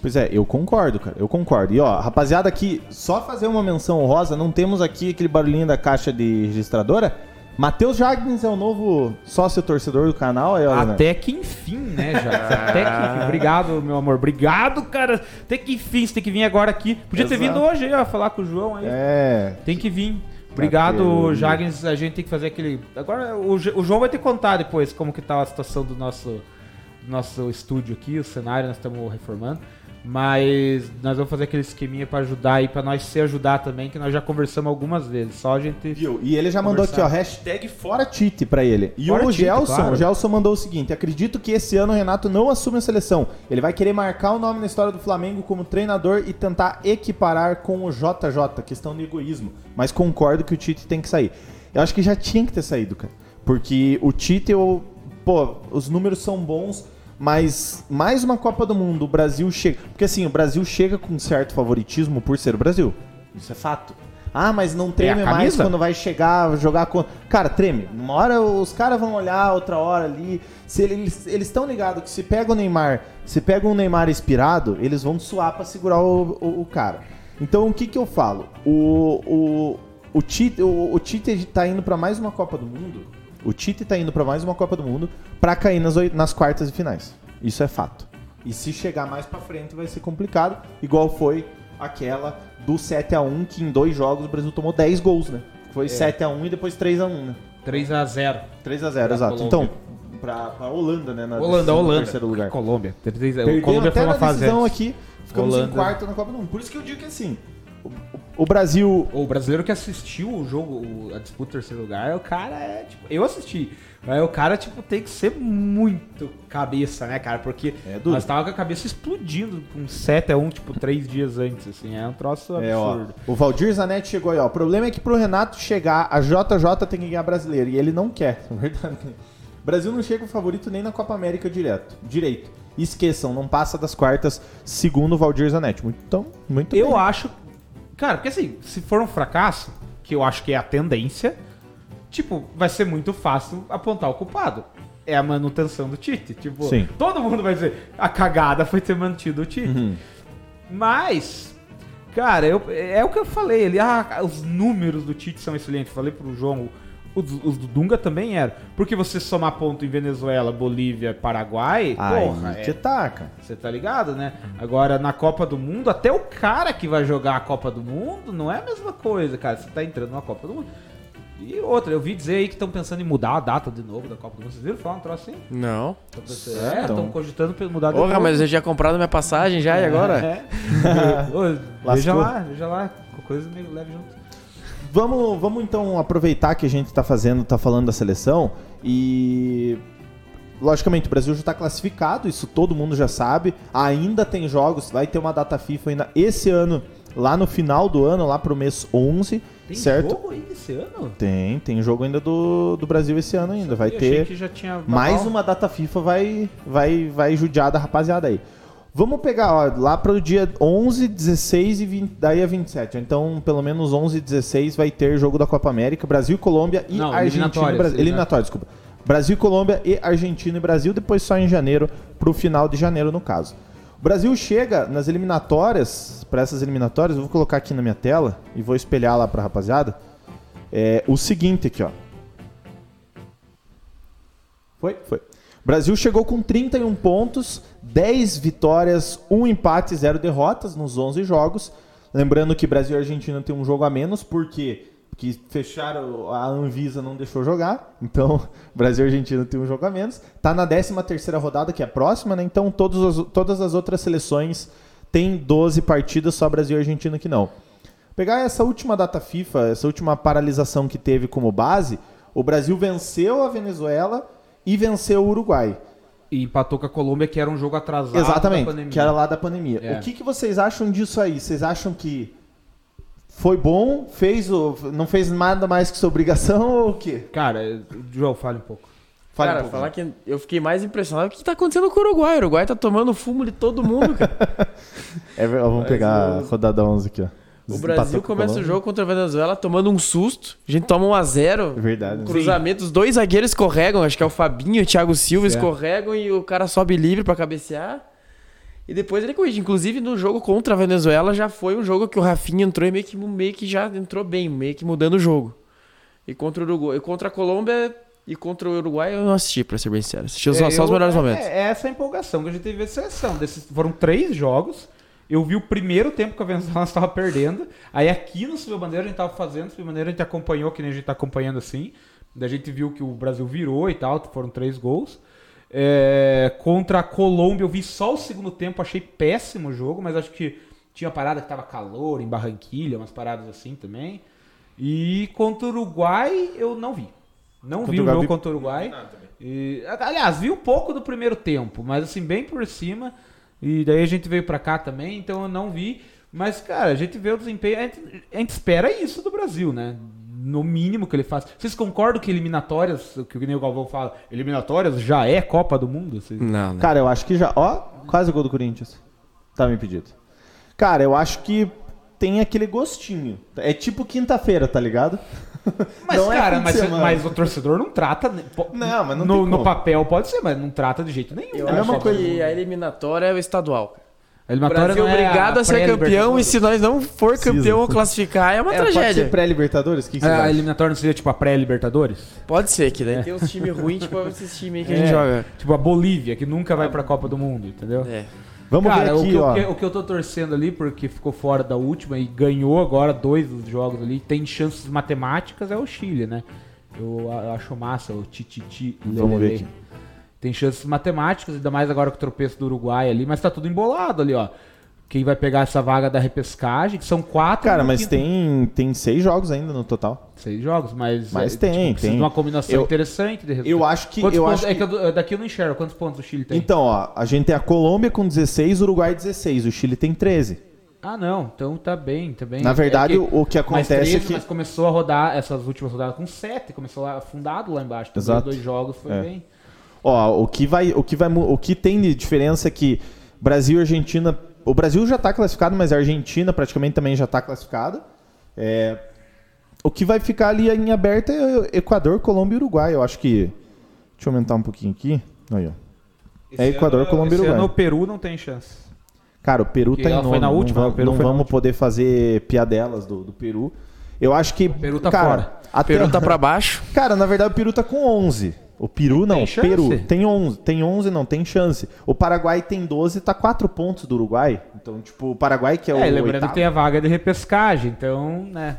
[SPEAKER 2] Pois é, eu concordo, cara. Eu concordo. E ó, rapaziada, aqui, só fazer uma menção honrosa, não temos aqui aquele barulhinho da caixa de registradora. Matheus Jagnes é o novo sócio torcedor do canal. Aí, olha, né?
[SPEAKER 4] Até que enfim, né, já. Até que enfim. Obrigado, meu amor. Obrigado, cara. Até que enfim, você tem que vir agora aqui. Podia ter
[SPEAKER 2] Exato.
[SPEAKER 4] vindo hoje aí, ó, falar com o João aí.
[SPEAKER 2] É.
[SPEAKER 4] Tem que vir. Obrigado,
[SPEAKER 2] Categoria.
[SPEAKER 4] Jagnes. A gente tem que fazer aquele. Agora, o, Jo- o João vai ter que contar depois como que tá a situação do nosso, do nosso estúdio aqui, o cenário, nós estamos reformando. Mas nós vamos fazer aquele esqueminha pra ajudar e pra nós se ajudar também, que nós já conversamos algumas vezes. Só a gente.
[SPEAKER 2] Viu? E ele já mandou aqui,
[SPEAKER 4] Conversar.
[SPEAKER 2] ó, hashtag fora Tite pra ele. E
[SPEAKER 4] Fora
[SPEAKER 2] o
[SPEAKER 4] Tite,
[SPEAKER 2] Gelson,
[SPEAKER 4] claro.
[SPEAKER 2] o Gelson mandou o seguinte: acredito que esse ano o Renato não assume a seleção. Ele vai querer marcar o nome na história do Flamengo como treinador e tentar equiparar com o JJ, questão do egoísmo. Mas concordo que o Tite tem que sair. Eu acho que já tinha que ter saído, cara. Porque o Tite, eu, pô, os números são bons. Mas mais uma Copa do Mundo, o Brasil chega. Porque assim, o Brasil chega com um certo favoritismo por ser o Brasil. Isso é fato. Ah, mas não treme
[SPEAKER 4] É a
[SPEAKER 2] mais
[SPEAKER 4] camisa?
[SPEAKER 2] quando vai chegar, jogar com. Cara, treme. Uma hora os caras vão olhar, outra hora ali. Se ele- eles estão ligados que se pega o Neymar, se pega um Neymar inspirado, eles vão suar pra segurar o, o- o cara. Então o que que eu falo? O, o, o, Tite, o, o Tite tá indo pra mais uma Copa do Mundo. O Tite tá indo pra mais uma Copa do Mundo pra cair nas, oi- nas quartas e finais. Isso é fato. E se chegar mais pra frente vai ser complicado, igual foi aquela do 7x1, que em dois jogos o Brasil tomou 10 gols, né?
[SPEAKER 4] É.
[SPEAKER 2] Foi 7x1 e depois 3x1, né?
[SPEAKER 4] 3x0.
[SPEAKER 2] 3x0, exato.
[SPEAKER 4] Colômbia.
[SPEAKER 2] Então, pra, pra Holanda, né? Na
[SPEAKER 4] Holanda,
[SPEAKER 2] decisão do
[SPEAKER 4] Holanda.
[SPEAKER 2] Terceiro lugar.
[SPEAKER 4] Colômbia. 3 a 0.
[SPEAKER 2] Perdemos
[SPEAKER 4] Colômbia
[SPEAKER 2] até
[SPEAKER 4] foi uma
[SPEAKER 2] na
[SPEAKER 4] fase.
[SPEAKER 2] decisão
[SPEAKER 4] antes.
[SPEAKER 2] aqui, ficamos em
[SPEAKER 4] Holanda.
[SPEAKER 2] quarto na Copa do Mundo. Por isso que eu digo que assim, o, o Brasil...
[SPEAKER 4] O brasileiro que assistiu o jogo, o- a disputa do terceiro lugar, o cara é, tipo, eu assisti. Mas o cara, tipo, tem que ser muito cabeça, né, cara? Porque
[SPEAKER 2] É duro.
[SPEAKER 4] nós tava com a cabeça explodindo com 7 a 1, tipo, três dias antes, assim. É um troço
[SPEAKER 2] É, ó,
[SPEAKER 4] absurdo.
[SPEAKER 2] o Valdir Zanetti chegou aí, ó. O problema é que pro Renato chegar, a JJ tem que ganhar brasileiro. E ele não quer, na verdade. O Brasil não chega o favorito nem na Copa América direto, direito. Esqueçam, não passa das quartas, segundo o Valdir Zanetti. Muito- Então, muito
[SPEAKER 4] eu
[SPEAKER 2] bem.
[SPEAKER 4] acho. Cara, porque assim, se for um fracasso, que eu acho que é a tendência, tipo, vai ser muito fácil apontar o culpado. É a manutenção do Tite. Tipo,
[SPEAKER 2] Sim.
[SPEAKER 4] todo mundo vai dizer, a cagada foi ter mantido o Tite.
[SPEAKER 2] Uhum.
[SPEAKER 4] Mas, cara, eu- é o que eu falei. Ele, ah, os números do Tite são excelentes. Falei pro João, os, os do Dunga também eram. Porque você somar ponto em Venezuela, Bolívia, Paraguai,
[SPEAKER 2] Aí
[SPEAKER 4] porra, é-
[SPEAKER 2] que taca.
[SPEAKER 4] você tá ligado, né? Agora, na Copa do Mundo, até o cara que vai jogar a Copa do Mundo não é a mesma coisa, cara. Você tá entrando na Copa do Mundo. E outra, eu vi dizer aí que estão pensando em mudar a data de novo da Copa do Mundo. Vocês viram falar um troço assim?
[SPEAKER 3] Não.
[SPEAKER 4] Tão pensando- É, estão
[SPEAKER 2] Então.
[SPEAKER 4] cogitando pra mudar de
[SPEAKER 3] Porra, mas eu já comprado minha passagem já e agora?
[SPEAKER 4] É. Ô, veja
[SPEAKER 2] Lascou.
[SPEAKER 4] lá, veja lá. Qualquer coisa me leve junto.
[SPEAKER 2] Vamos, vamos então aproveitar que a gente tá fazendo, tá falando da seleção e logicamente o Brasil já tá classificado, isso todo mundo já sabe. Ainda tem jogos, vai ter uma data FIFA ainda esse ano, lá no final do ano, lá pro mês 11,
[SPEAKER 4] Tem
[SPEAKER 2] certo?
[SPEAKER 4] jogo ainda esse ano?
[SPEAKER 2] Tem, tem jogo ainda do, do Brasil esse ano ainda, vai
[SPEAKER 4] Eu
[SPEAKER 2] ter
[SPEAKER 4] achei que já tinha
[SPEAKER 2] mais
[SPEAKER 4] babau.
[SPEAKER 2] uma data FIFA vai, vai, vai judiar da rapaziada aí. Vamos pegar ó, lá para o dia 11, 16 e 20, daí a 27. Então, pelo menos 11 e 16 vai ter jogo da Copa América, Brasil, Colômbia e
[SPEAKER 4] Não,
[SPEAKER 2] Argentina. e
[SPEAKER 4] eliminatórias,
[SPEAKER 2] Brasil. Eliminatória, desculpa. Brasil, Colômbia e Argentina e Brasil, depois só em janeiro, pro final de janeiro, no caso. O Brasil chega nas eliminatórias, para essas eliminatórias, eu vou colocar aqui na minha tela e vou espelhar lá pra rapaziada. É, o seguinte aqui, ó. Foi, foi. O Brasil chegou com 31 pontos, 10 vitórias, 1 empate, 0 derrotas nos 11 jogos. Lembrando que Brasil e Argentina tem um jogo a menos, porque que fecharam, a Anvisa não deixou jogar. Então, Brasil e Argentina tem um jogo a menos. Tá na 13ª rodada, que é a próxima, né? Então, todos os- todas as outras seleções têm 12 partidas, só Brasil e Argentina que não. Pegar essa última data FIFA, essa última paralisação que teve como base, o Brasil venceu a Venezuela e venceu o Uruguai.
[SPEAKER 4] E empatou com a Colômbia, que era um jogo atrasado. da
[SPEAKER 2] Exatamente,
[SPEAKER 4] pandemia.
[SPEAKER 2] que era lá da pandemia.
[SPEAKER 4] É.
[SPEAKER 2] O que, que vocês acham disso aí? Vocês acham que foi bom, fez o, não fez nada mais que sua obrigação ou o quê?
[SPEAKER 4] Cara, João, fale um pouco.
[SPEAKER 2] Fale
[SPEAKER 3] cara,
[SPEAKER 2] um pouco.
[SPEAKER 3] falar que eu fiquei mais impressionado. O que tá acontecendo com o Uruguai? O Uruguai tá tomando fumo de todo mundo, cara.
[SPEAKER 2] É, ver- ó, vamos pegar a rodada 11 aqui, ó.
[SPEAKER 3] O
[SPEAKER 2] Empatou
[SPEAKER 3] Brasil
[SPEAKER 2] com a
[SPEAKER 3] começa o
[SPEAKER 2] Colômbia.
[SPEAKER 3] jogo contra a Venezuela tomando um susto. A gente toma 1 a 0
[SPEAKER 2] Verdade. né?
[SPEAKER 3] Cruzamento, os dois zagueiros escorregam, acho que é o Fabinho e o Thiago Silva
[SPEAKER 4] Certo.
[SPEAKER 3] escorregam e o cara sobe livre pra cabecear. E depois ele corrige. Inclusive, no jogo contra a Venezuela já foi um jogo que o Rafinha entrou e meio que, meio que já entrou bem, meio que mudando o jogo. E contra o Uruguai. E contra a Colômbia e contra o Uruguai eu não assisti, pra ser bem sincero. Assisti só,
[SPEAKER 4] É,
[SPEAKER 3] só os
[SPEAKER 4] eu-
[SPEAKER 3] melhores
[SPEAKER 4] é-
[SPEAKER 3] momentos.
[SPEAKER 4] É, essa é a empolgação que a gente teve a seleção. Desses, foram três jogos Eu vi o primeiro tempo que a Venezuela estava perdendo. Aí aqui no Subiu Bandeira a gente estava fazendo, Subiu Bandeira a gente acompanhou, que nem a gente está acompanhando assim. Daí a gente viu que o Brasil virou e tal, foram três gols. É, contra a Colômbia, eu vi só o segundo tempo, achei péssimo o jogo, mas acho que tinha parada que tava calor em Barranquilha, umas paradas assim também. E contra o Uruguai, eu não vi. Não
[SPEAKER 2] Contra
[SPEAKER 4] vi
[SPEAKER 2] o
[SPEAKER 4] o jogo
[SPEAKER 2] Gabi-
[SPEAKER 4] contra o Uruguai. E, aliás, vi um pouco do primeiro tempo, mas assim, bem por cima. E daí a gente veio pra cá também, então eu não vi. Mas, cara, a gente vê o desempenho. A gente, a gente espera isso do Brasil, né? No mínimo que ele faz. Vocês concordam que eliminatórias, o que o Neo Galvão fala, eliminatórias já é Copa do Mundo? Vocês-
[SPEAKER 3] Não, não.
[SPEAKER 2] Né? Cara, eu acho que já. Ó, quase o gol do Corinthians. Tava impedido. Cara, eu acho que tem aquele gostinho. É tipo quinta-feira, tá ligado?
[SPEAKER 4] Mas,
[SPEAKER 2] Não é
[SPEAKER 4] cara,
[SPEAKER 2] fim de
[SPEAKER 4] mas,
[SPEAKER 2] semana.
[SPEAKER 4] mas o torcedor não trata. né? Po-
[SPEAKER 2] Não, mas não
[SPEAKER 4] no,
[SPEAKER 2] tem
[SPEAKER 4] no
[SPEAKER 2] como.
[SPEAKER 4] papel pode ser, mas não trata de jeito nenhum.
[SPEAKER 3] Eu
[SPEAKER 4] né?
[SPEAKER 2] a mesma
[SPEAKER 3] acho
[SPEAKER 2] coisa.
[SPEAKER 3] que a eliminatória é o estadual. cara.
[SPEAKER 4] A
[SPEAKER 3] O
[SPEAKER 4] eliminatória
[SPEAKER 3] Brasil
[SPEAKER 4] não é
[SPEAKER 3] obrigado a ser campeão e
[SPEAKER 4] pré-Libertadores.
[SPEAKER 3] se nós não for
[SPEAKER 2] Precisa.
[SPEAKER 3] campeão ou classificar é uma
[SPEAKER 2] É, Pode
[SPEAKER 3] tragédia.
[SPEAKER 2] ser pré-Libertadores? O que, que você
[SPEAKER 4] É, A
[SPEAKER 2] acha?
[SPEAKER 4] eliminatória não seria tipo a pré-Libertadores?
[SPEAKER 3] Pode ser, que daí
[SPEAKER 2] É.
[SPEAKER 3] tem uns times ruins, tipo esses times aí que a gente
[SPEAKER 4] É,
[SPEAKER 3] joga.
[SPEAKER 4] Tipo a Bolívia, que nunca vai pra Copa do Mundo, entendeu?
[SPEAKER 3] É.
[SPEAKER 2] Vamos
[SPEAKER 4] Cara,
[SPEAKER 2] ver
[SPEAKER 4] o,
[SPEAKER 2] aqui,
[SPEAKER 4] que, eu-
[SPEAKER 2] ó.
[SPEAKER 4] o que- o que eu tô torcendo ali, porque ficou fora da última e ganhou agora dois dos jogos ali, tem chances matemáticas, é o Chile, né? Eu a- acho massa, o Tititi.
[SPEAKER 2] Vamos ver aqui.
[SPEAKER 4] Tem chances matemáticas, ainda mais agora com o tropeço do Uruguai ali, mas tá tudo embolado ali, ó. Quem vai pegar essa vaga da repescagem, que são quatro.
[SPEAKER 2] Cara,
[SPEAKER 4] no
[SPEAKER 2] mas
[SPEAKER 4] quinto-
[SPEAKER 2] tem, tem seis jogos ainda no total.
[SPEAKER 4] Seis jogos, mas.
[SPEAKER 2] Mas
[SPEAKER 4] é,
[SPEAKER 2] tem,
[SPEAKER 4] precisa
[SPEAKER 2] tem.
[SPEAKER 4] de uma combinação
[SPEAKER 2] Eu-
[SPEAKER 4] interessante de resultado.
[SPEAKER 2] eu acho que-
[SPEAKER 4] Quantos
[SPEAKER 2] eu
[SPEAKER 4] pontos-
[SPEAKER 2] acho
[SPEAKER 4] é
[SPEAKER 2] que-
[SPEAKER 4] que eu do- daqui eu não enxergo quantos pontos o Chile tem.
[SPEAKER 2] Então, ó, a gente tem a Colômbia com 16, Uruguai 16, o Chile tem 13.
[SPEAKER 4] Ah, não. Então tá bem, tá bem.
[SPEAKER 2] Na verdade,
[SPEAKER 4] É
[SPEAKER 2] o que
[SPEAKER 4] mais
[SPEAKER 2] acontece é que-
[SPEAKER 4] Mas começou a rodar essas últimas rodadas com 7. Começou lá, afundado lá embaixo. Então,
[SPEAKER 2] Exato.
[SPEAKER 4] Dois jogos foi
[SPEAKER 2] É.
[SPEAKER 4] bem.
[SPEAKER 2] Ó, o que vai, o que vai, mu- o que tem de diferença é que Brasil e Argentina, o Brasil já tá classificado, mas a Argentina praticamente também já tá classificada. É, o que vai ficar ali em aberto é Equador, Colômbia e Uruguai. Eu acho que deixa eu aumentar um pouquinho aqui. Aí, ó. É Equador, Colômbia e
[SPEAKER 4] esse
[SPEAKER 2] Uruguai.
[SPEAKER 4] ano o Peru não tem chance.
[SPEAKER 2] Cara, o Peru
[SPEAKER 4] Que
[SPEAKER 2] tá em
[SPEAKER 4] ela
[SPEAKER 2] nono.
[SPEAKER 4] foi na última, né?
[SPEAKER 2] não
[SPEAKER 4] o
[SPEAKER 2] vamos,
[SPEAKER 4] Peru
[SPEAKER 2] não
[SPEAKER 4] foi na
[SPEAKER 2] vamos poder fazer piadelas do, do Peru. Eu acho que
[SPEAKER 4] Peru tá
[SPEAKER 2] cara,
[SPEAKER 4] fora.
[SPEAKER 2] Até,
[SPEAKER 3] Peru tá pra baixo.
[SPEAKER 2] Cara, na verdade o Peru tá com 11. O Peru não,
[SPEAKER 4] Tem chance?
[SPEAKER 2] Peru tem 11, tem 11 não tem chance. O Paraguai tem 12, tá 4 pontos do Uruguai. Então, tipo, o Paraguai que é,
[SPEAKER 4] É,
[SPEAKER 2] o
[SPEAKER 4] lembrando
[SPEAKER 2] oitavo.
[SPEAKER 4] que tem a vaga de repescagem. Então, né.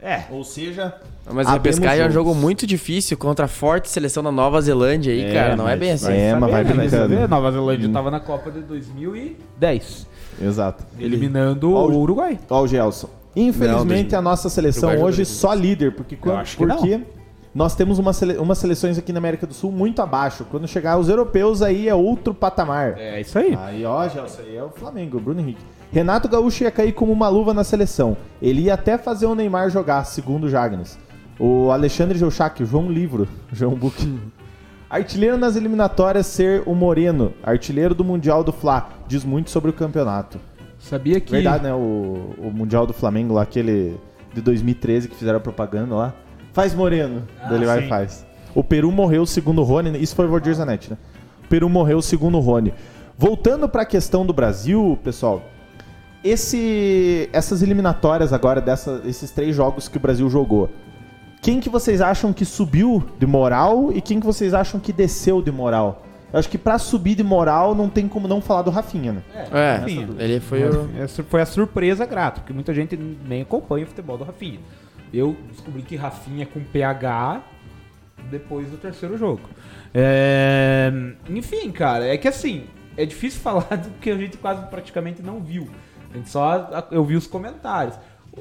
[SPEAKER 4] É.
[SPEAKER 2] Ou seja,
[SPEAKER 3] Mas
[SPEAKER 2] Abemos
[SPEAKER 3] repescar é um
[SPEAKER 2] jogos.
[SPEAKER 3] jogo muito difícil contra a forte seleção da Nova Zelândia aí,
[SPEAKER 2] É,
[SPEAKER 3] cara. Não é
[SPEAKER 2] mas
[SPEAKER 3] bem assim.
[SPEAKER 2] É, mas vai
[SPEAKER 4] Sabia, né?
[SPEAKER 2] brincando.
[SPEAKER 4] Você vê, Nova Zelândia tava na Copa de 2010.
[SPEAKER 2] exato.
[SPEAKER 4] Eliminando
[SPEAKER 2] Ó,
[SPEAKER 4] o Uruguai.
[SPEAKER 2] Ó o Gelson. Infelizmente
[SPEAKER 3] Não,
[SPEAKER 2] a nossa seleção
[SPEAKER 3] Uruguai
[SPEAKER 2] hoje
[SPEAKER 3] jogou
[SPEAKER 2] só líder, porque quando,
[SPEAKER 4] acho que
[SPEAKER 2] porque nós temos uma sele- umas seleções aqui na América do Sul muito abaixo. Quando chegar os europeus aí é outro patamar.
[SPEAKER 4] É isso aí.
[SPEAKER 2] Aí, ó, Gelson, aí é o Flamengo, o Bruno Henrique. Renato Gaúcho ia cair como uma luva na seleção. Ele ia até fazer o Neymar jogar, segundo o Jagnes. O Alexandre Jouchac, o João Livro, João Buque. Artilheiro nas eliminatórias ser o Moreno, artilheiro do Mundial do Fla. Diz muito sobre o campeonato.
[SPEAKER 4] Sabia que.
[SPEAKER 2] Verdade, né? O, o Mundial do Flamengo lá, aquele de 2013 que fizeram a propaganda lá. Faz Moreno. Daí ele vai e
[SPEAKER 4] Ah, sim.
[SPEAKER 2] faz. O Peru morreu segundo o Rony. né? Isso foi o Valdir Zanetti, né? O Peru morreu segundo o Rony. Voltando pra questão do Brasil, pessoal. Esse, essas eliminatórias agora, dessa, esses três jogos que o Brasil jogou. Quem que vocês acham que subiu de moral e quem que vocês acham que desceu de moral? Eu acho que pra subir de moral não tem como não falar do Rafinha, né?
[SPEAKER 3] É,
[SPEAKER 4] Sim.
[SPEAKER 3] ele foi o...
[SPEAKER 4] Essa É, foi a surpresa grata, porque muita gente nem acompanha o futebol do Rafinha. Eu descobri que Rafinha é com PH depois do terceiro jogo. É, Enfim, cara, é que assim, é difícil falar do que a gente quase praticamente não viu. A gente só eu vi os comentários.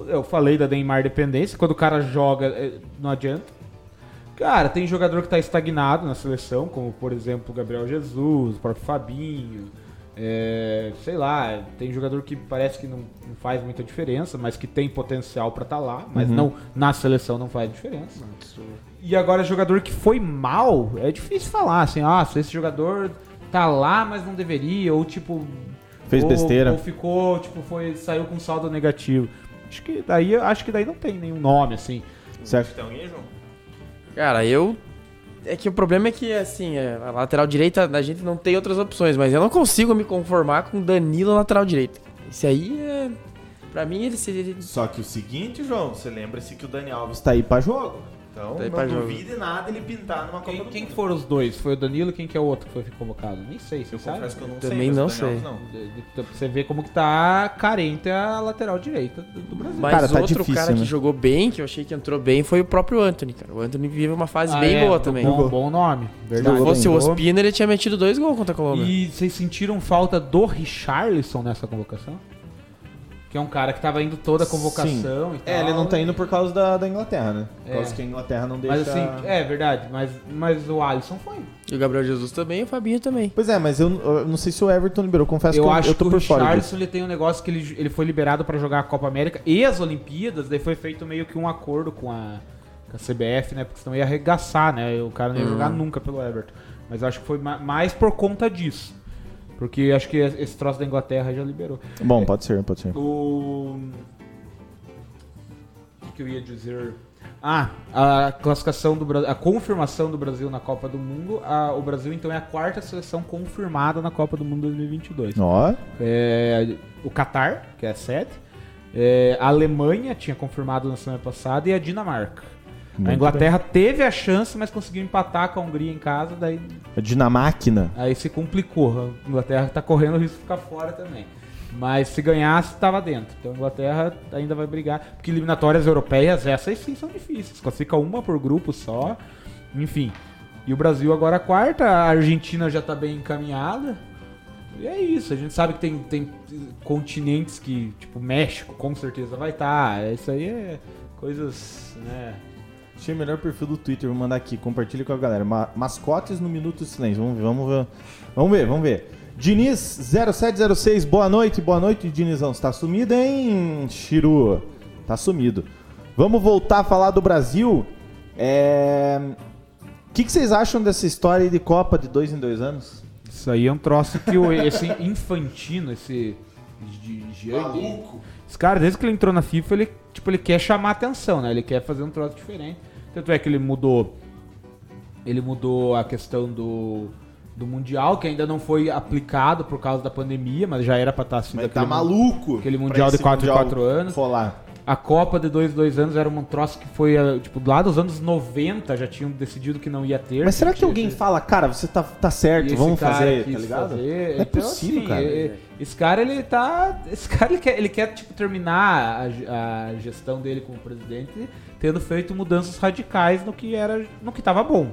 [SPEAKER 4] Eu falei da Neymar dependência, quando o cara joga, é, não adianta. Cara, tem jogador que tá estagnado na seleção, como por exemplo o Gabriel Jesus, o próprio Fabinho. é, sei lá, tem jogador que parece que não, não faz muita diferença, mas que tem potencial pra estar lá, mas
[SPEAKER 2] Uhum.
[SPEAKER 4] não na seleção não faz diferença. E agora jogador que foi mal, é difícil falar assim, ah, se esse jogador tá lá, mas não deveria, ou tipo.
[SPEAKER 2] Fez
[SPEAKER 4] ou-
[SPEAKER 2] besteira.
[SPEAKER 4] Ou ficou, tipo, foi, saiu com saldo negativo. Acho que daí, acho que daí não tem nenhum nome, assim.
[SPEAKER 2] Certo?
[SPEAKER 3] Cara, eu... É que o problema é que, assim, é, a lateral direita da gente não tem outras opções, mas eu não consigo me conformar com Danilo na lateral direita. Esse aí é... Pra mim, ele seria...
[SPEAKER 2] Só que o seguinte, João, você lembra-se que o Dani Alves tá aí pra jogo. Então,
[SPEAKER 3] Daí pra
[SPEAKER 2] não
[SPEAKER 3] jogo.
[SPEAKER 2] duvide nada ele pintar numa Copa
[SPEAKER 4] Quem,
[SPEAKER 2] do
[SPEAKER 4] quem que
[SPEAKER 2] Mundo.
[SPEAKER 4] foram os dois? Foi o Danilo e quem que é o outro que foi convocado? Nem sei, você
[SPEAKER 2] Eu
[SPEAKER 4] sabe?
[SPEAKER 2] confesso que eu não
[SPEAKER 3] Também
[SPEAKER 2] sei.
[SPEAKER 3] não
[SPEAKER 2] mas o Daniel
[SPEAKER 3] sei.
[SPEAKER 2] Alves
[SPEAKER 4] De- de- de- Você vê como que tá carente a lateral direita do do Brasil.
[SPEAKER 3] Mas
[SPEAKER 2] Cara, tá
[SPEAKER 3] outro
[SPEAKER 2] difícil,
[SPEAKER 3] cara
[SPEAKER 2] né?
[SPEAKER 3] que jogou bem, que eu achei que entrou bem, foi o próprio Anthony, cara. O Anthony vive uma fase
[SPEAKER 4] Ah,
[SPEAKER 3] bem
[SPEAKER 4] é,
[SPEAKER 3] boa também.
[SPEAKER 4] Bom, bom nome,
[SPEAKER 3] Se não
[SPEAKER 4] verdade.
[SPEAKER 3] fosse o
[SPEAKER 2] Jogou.
[SPEAKER 3] Ospina, ele tinha metido dois gols contra a Colômbia.
[SPEAKER 4] E vocês sentiram falta do Richarlison nessa convocação? Que é um cara que tava indo toda a convocação e
[SPEAKER 2] Sim.
[SPEAKER 4] tal.
[SPEAKER 2] É, ele não tá indo por causa da, da Inglaterra, né? Por
[SPEAKER 4] É.
[SPEAKER 2] causa que a Inglaterra não deixa...
[SPEAKER 4] Mas assim, é verdade, mas, mas o Alisson foi.
[SPEAKER 3] E o Gabriel Jesus também e o Fabinho também.
[SPEAKER 2] Pois é, mas eu, eu não sei se o Everton liberou. Confesso
[SPEAKER 4] eu
[SPEAKER 2] que eu,
[SPEAKER 4] acho
[SPEAKER 2] eu tô
[SPEAKER 4] que o
[SPEAKER 2] por fora disso.
[SPEAKER 4] Richarlison ele tem um negócio que ele, ele foi liberado pra jogar a Copa América e as Olimpíadas, daí foi feito meio que um acordo com a, com a CBF, né? Porque senão ia arregaçar, né? O cara não ia jogar nunca pelo Everton. Mas eu acho que foi ma- mais por conta disso. Porque eu acho que esse troço da Inglaterra já liberou.
[SPEAKER 2] Bom, pode ser, pode ser.
[SPEAKER 4] O. O que, que eu ia dizer? Ah, a classificação do Brasil, a confirmação do Brasil na Copa do Mundo. a- o Brasil então é a quarta seleção confirmada na Copa do Mundo 2022.
[SPEAKER 2] Ó,
[SPEAKER 4] É, o Qatar, que é a sede. é, a Alemanha tinha confirmado na semana passada e a Dinamarca.
[SPEAKER 2] Muito
[SPEAKER 4] a Inglaterra teve a chance, mas conseguiu empatar com a Hungria em casa, daí
[SPEAKER 2] a é Dinamáquina.
[SPEAKER 4] aí se complicou. A Inglaterra tá correndo o risco de ficar fora também. Mas se ganhasse, tava dentro. Então a Inglaterra ainda vai brigar. Porque eliminatórias europeias, essas sim são difíceis. Classifica uma por grupo só. Enfim. E o Brasil agora a quarta. A Argentina já tá bem encaminhada. E é isso. A gente sabe que tem, tem continentes que, tipo, México com certeza vai estar. Isso aí é coisas, né?
[SPEAKER 2] Achei o melhor perfil do Twitter, vou mandar aqui, compartilha com a galera. Ma- mascotes no Minuto de Silêncio, vamos ver, vamos ver. Vamos ver, vamos ver. Diniz0706, boa noite, boa noite, Dinizão. Você tá sumido, hein, Chiru? Tá sumido. Vamos voltar a falar do Brasil. É... O que, que vocês acham dessa história aí de Copa de dois em dois anos?
[SPEAKER 4] Isso aí é um troço que o, esse infantino, esse Gi- Gianni, Esse cara, desde que ele entrou na FIFA, ele, tipo, ele quer chamar atenção, né? Ele quer fazer um troço diferente. Tanto é que ele mudou. Ele mudou a questão do, do Mundial, que ainda não foi aplicado por causa da pandemia, mas já era pra estar assim.
[SPEAKER 2] Mas
[SPEAKER 4] daquele
[SPEAKER 2] tá maluco.
[SPEAKER 4] aquele Mundial
[SPEAKER 2] pra
[SPEAKER 4] de
[SPEAKER 2] esse
[SPEAKER 4] quatro em
[SPEAKER 2] Mundial
[SPEAKER 4] quatro anos.
[SPEAKER 2] Rolar.
[SPEAKER 4] A Copa de dois, dois anos era um troço que foi, eh, tipo, lá dos anos 90 já tinham decidido que não ia ter.
[SPEAKER 2] Mas será que
[SPEAKER 4] Tinha-
[SPEAKER 2] alguém fala, cara, você tá, tá
[SPEAKER 4] E
[SPEAKER 2] certo,
[SPEAKER 4] esse
[SPEAKER 2] vamos
[SPEAKER 4] cara
[SPEAKER 2] fazer,
[SPEAKER 4] quis
[SPEAKER 2] tá ligado?
[SPEAKER 4] fazer.
[SPEAKER 2] Não é
[SPEAKER 4] Então,
[SPEAKER 2] possível,
[SPEAKER 4] assim,
[SPEAKER 2] cara.
[SPEAKER 4] é- esse cara, ele tá. Esse cara, ele quer, ele quer tipo, terminar a, a gestão dele como presidente tendo feito mudanças radicais no que era. no que tava bom.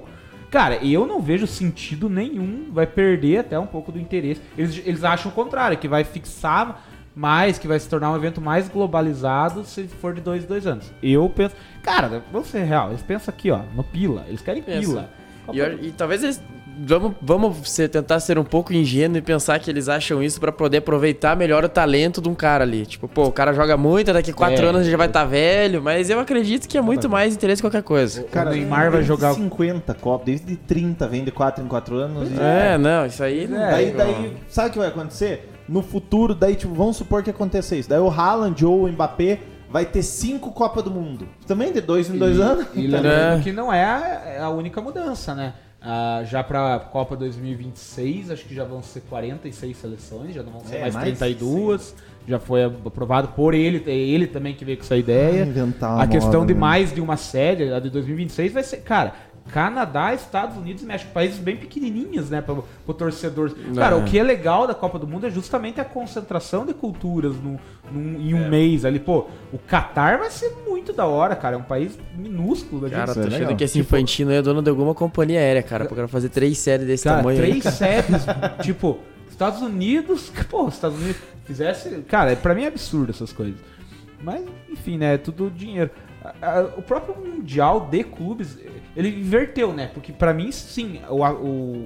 [SPEAKER 4] Cara, eu não vejo sentido nenhum, vai perder até um pouco do interesse. Eles, eles acham o contrário, que vai fixar mais, que vai se tornar um evento mais globalizado se for de dois em dois anos. Eu penso. Cara, vamos ser real, eles pensam aqui, ó, no pila. Eles querem
[SPEAKER 3] Pensa.
[SPEAKER 4] pila.
[SPEAKER 3] E, eu- e talvez eles. Vamos, vamos ser- tentar ser um pouco ingênuo e pensar que eles acham isso pra poder aproveitar melhor o talento de um cara ali. Tipo, pô, o cara joga muito, daqui quatro
[SPEAKER 4] É.
[SPEAKER 3] anos ele já vai estar velho, mas eu acredito que é muito mais interesse que qualquer coisa.
[SPEAKER 4] Cara, o Neymar vai
[SPEAKER 2] desde
[SPEAKER 4] jogar-
[SPEAKER 2] 50 Copa, desde 30 vem de 4 em 4 anos. e-
[SPEAKER 3] É, não, isso aí. não
[SPEAKER 2] Daí,
[SPEAKER 3] tem como.
[SPEAKER 2] daí, sabe o que vai acontecer? No futuro, daí, tipo, vamos supor que aconteça isso. Daí o Haaland ou o Mbappé vai ter 5 Copa do Mundo. Também de 2 em 2
[SPEAKER 4] E-
[SPEAKER 2] anos.
[SPEAKER 4] E
[SPEAKER 2] Tá
[SPEAKER 4] lembrando
[SPEAKER 3] É.
[SPEAKER 4] que não é a- é a única mudança, né? Ah, já pra Copa 2026, acho que já vão ser 46 seleções, já não vão ser
[SPEAKER 2] É,
[SPEAKER 4] mais,
[SPEAKER 2] mais
[SPEAKER 4] 32. Já foi aprovado por ele, é ele também que veio com essa ideia.
[SPEAKER 2] Ah, inventar uma
[SPEAKER 4] a questão
[SPEAKER 2] moda,
[SPEAKER 4] de
[SPEAKER 2] né?
[SPEAKER 4] mais de uma sede, a de 2026 vai ser, cara, Canadá, Estados Unidos e México, países bem pequenininhos, né, pro, pro torcedor. Cara,
[SPEAKER 3] É.
[SPEAKER 4] o que é legal da Copa do Mundo é justamente a concentração de culturas num, num- em
[SPEAKER 3] É.
[SPEAKER 4] um mês ali. Pô, o Catar vai ser muito da hora, cara, é um país minúsculo. A gente
[SPEAKER 3] Cara,
[SPEAKER 2] Isso
[SPEAKER 3] tô
[SPEAKER 2] é
[SPEAKER 3] achando
[SPEAKER 2] legal.
[SPEAKER 3] que esse infantino aí é dono de alguma companhia aérea, cara. Pra cara fazer três séries desse
[SPEAKER 4] Cara,
[SPEAKER 3] tamanho aí.
[SPEAKER 4] três
[SPEAKER 3] cara.
[SPEAKER 4] séries, tipo, Estados Unidos, pô, Estados Unidos fizesse, cara, pra mim é absurdo essas coisas. Mas, enfim, né, é tudo dinheiro. A- a- O próprio Mundial de clubes, ele inverteu, né? Porque pra mim, sim, o, a- o-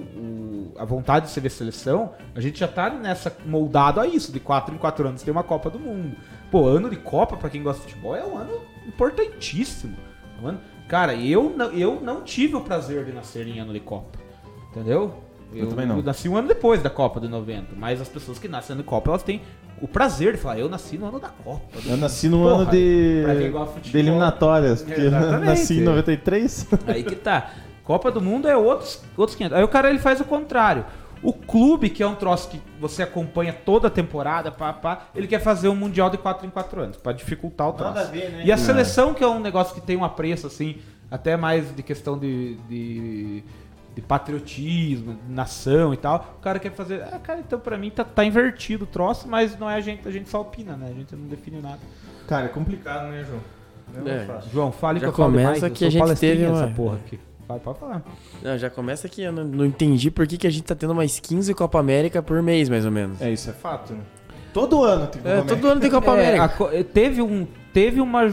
[SPEAKER 4] o- a vontade de você ver seleção, a gente já tá nessa moldado a isso, de 4 em 4 anos tem uma Copa do Mundo. Pô, ano de Copa, pra quem gosta de futebol, é um ano importantíssimo. É um ano- Cara, eu não, eu não tive o prazer de nascer em ano de Copa. Entendeu?
[SPEAKER 2] Eu também não.
[SPEAKER 4] nasci um ano depois da Copa de 90. Mas as pessoas que nascem no ano de Copa, elas têm o prazer de falar, eu nasci no ano da Copa. né?
[SPEAKER 2] Eu nasci no
[SPEAKER 4] Porra,
[SPEAKER 2] ano de,
[SPEAKER 4] pra quem gosta de futebol.
[SPEAKER 2] de eliminatórias, porque eu
[SPEAKER 4] Exatamente.
[SPEAKER 2] nasci em 93.
[SPEAKER 4] Aí que tá. Copa do Mundo é outros, outros 500. Aí o cara ele faz o contrário. O clube, que é um troço que você acompanha toda a temporada, pá, pá, ele quer fazer um Mundial de 4 em 4 anos, pra dificultar o troço.
[SPEAKER 2] Nada a ver, né?
[SPEAKER 4] E a é
[SPEAKER 2] Não.
[SPEAKER 4] seleção, que é um negócio que tem um apreço, assim, até mais de questão de, de, de patriotismo, de nação e tal. O cara quer fazer. Ah, cara, então pra mim tá, tá invertido o troço, mas não é a gente, a gente só opina, né? A gente não define nada.
[SPEAKER 2] Cara, é complicado, né, João? Não
[SPEAKER 3] É.
[SPEAKER 2] fácil.
[SPEAKER 4] João, fale
[SPEAKER 3] Já
[SPEAKER 4] que eu falo
[SPEAKER 3] começa
[SPEAKER 4] demais, eu
[SPEAKER 3] que
[SPEAKER 4] sou
[SPEAKER 3] a gente
[SPEAKER 4] palestrinha
[SPEAKER 3] teve uma-
[SPEAKER 4] essa porra aqui. Vai, pode falar.
[SPEAKER 3] Não, já começa aqui, eu não, não entendi por que, que a gente tá tendo mais 15 Copa América por mês, mais ou menos.
[SPEAKER 2] É, isso é fato, né? Todo ano tem
[SPEAKER 3] É,
[SPEAKER 2] Copa
[SPEAKER 3] todo ano tem Copa
[SPEAKER 4] É,
[SPEAKER 3] América.
[SPEAKER 4] a co- eh, teve, um, teve uma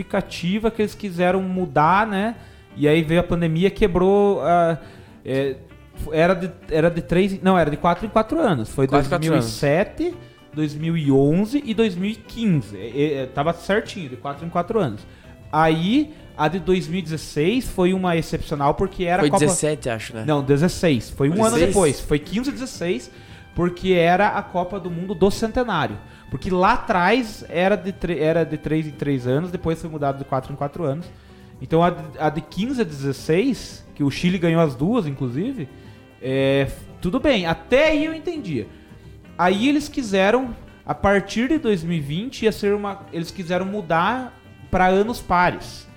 [SPEAKER 4] justificativa que eles quiseram mudar, né? E aí veio a pandemia, quebrou. ah, eh, f- era, de, era de três. Não, era de quatro em quatro anos. Foi
[SPEAKER 3] Quatro em quatro
[SPEAKER 4] 2007, 2011 e 2015. Eh, eh, tava certinho, de quatro em quatro anos. Aí, a de 2016 foi uma excepcional, porque era
[SPEAKER 3] Foi
[SPEAKER 4] Copa.
[SPEAKER 3] 17, acho, né?
[SPEAKER 4] Não, 16. Foi um ano
[SPEAKER 3] 16?
[SPEAKER 4] depois. Foi 15 e 16, porque era a Copa do Mundo do Centenário. Porque lá atrás era de, tre- era de 3 em 3 anos, depois foi mudado de 4 em 4 anos. Então a, de- a de 15 a 16, que o Chile ganhou as duas, inclusive, é, f- tudo bem. Até aí eu entendia. Aí eles quiseram, a partir de 2020, ia ser uma. Eles quiseram mudar para anos pares.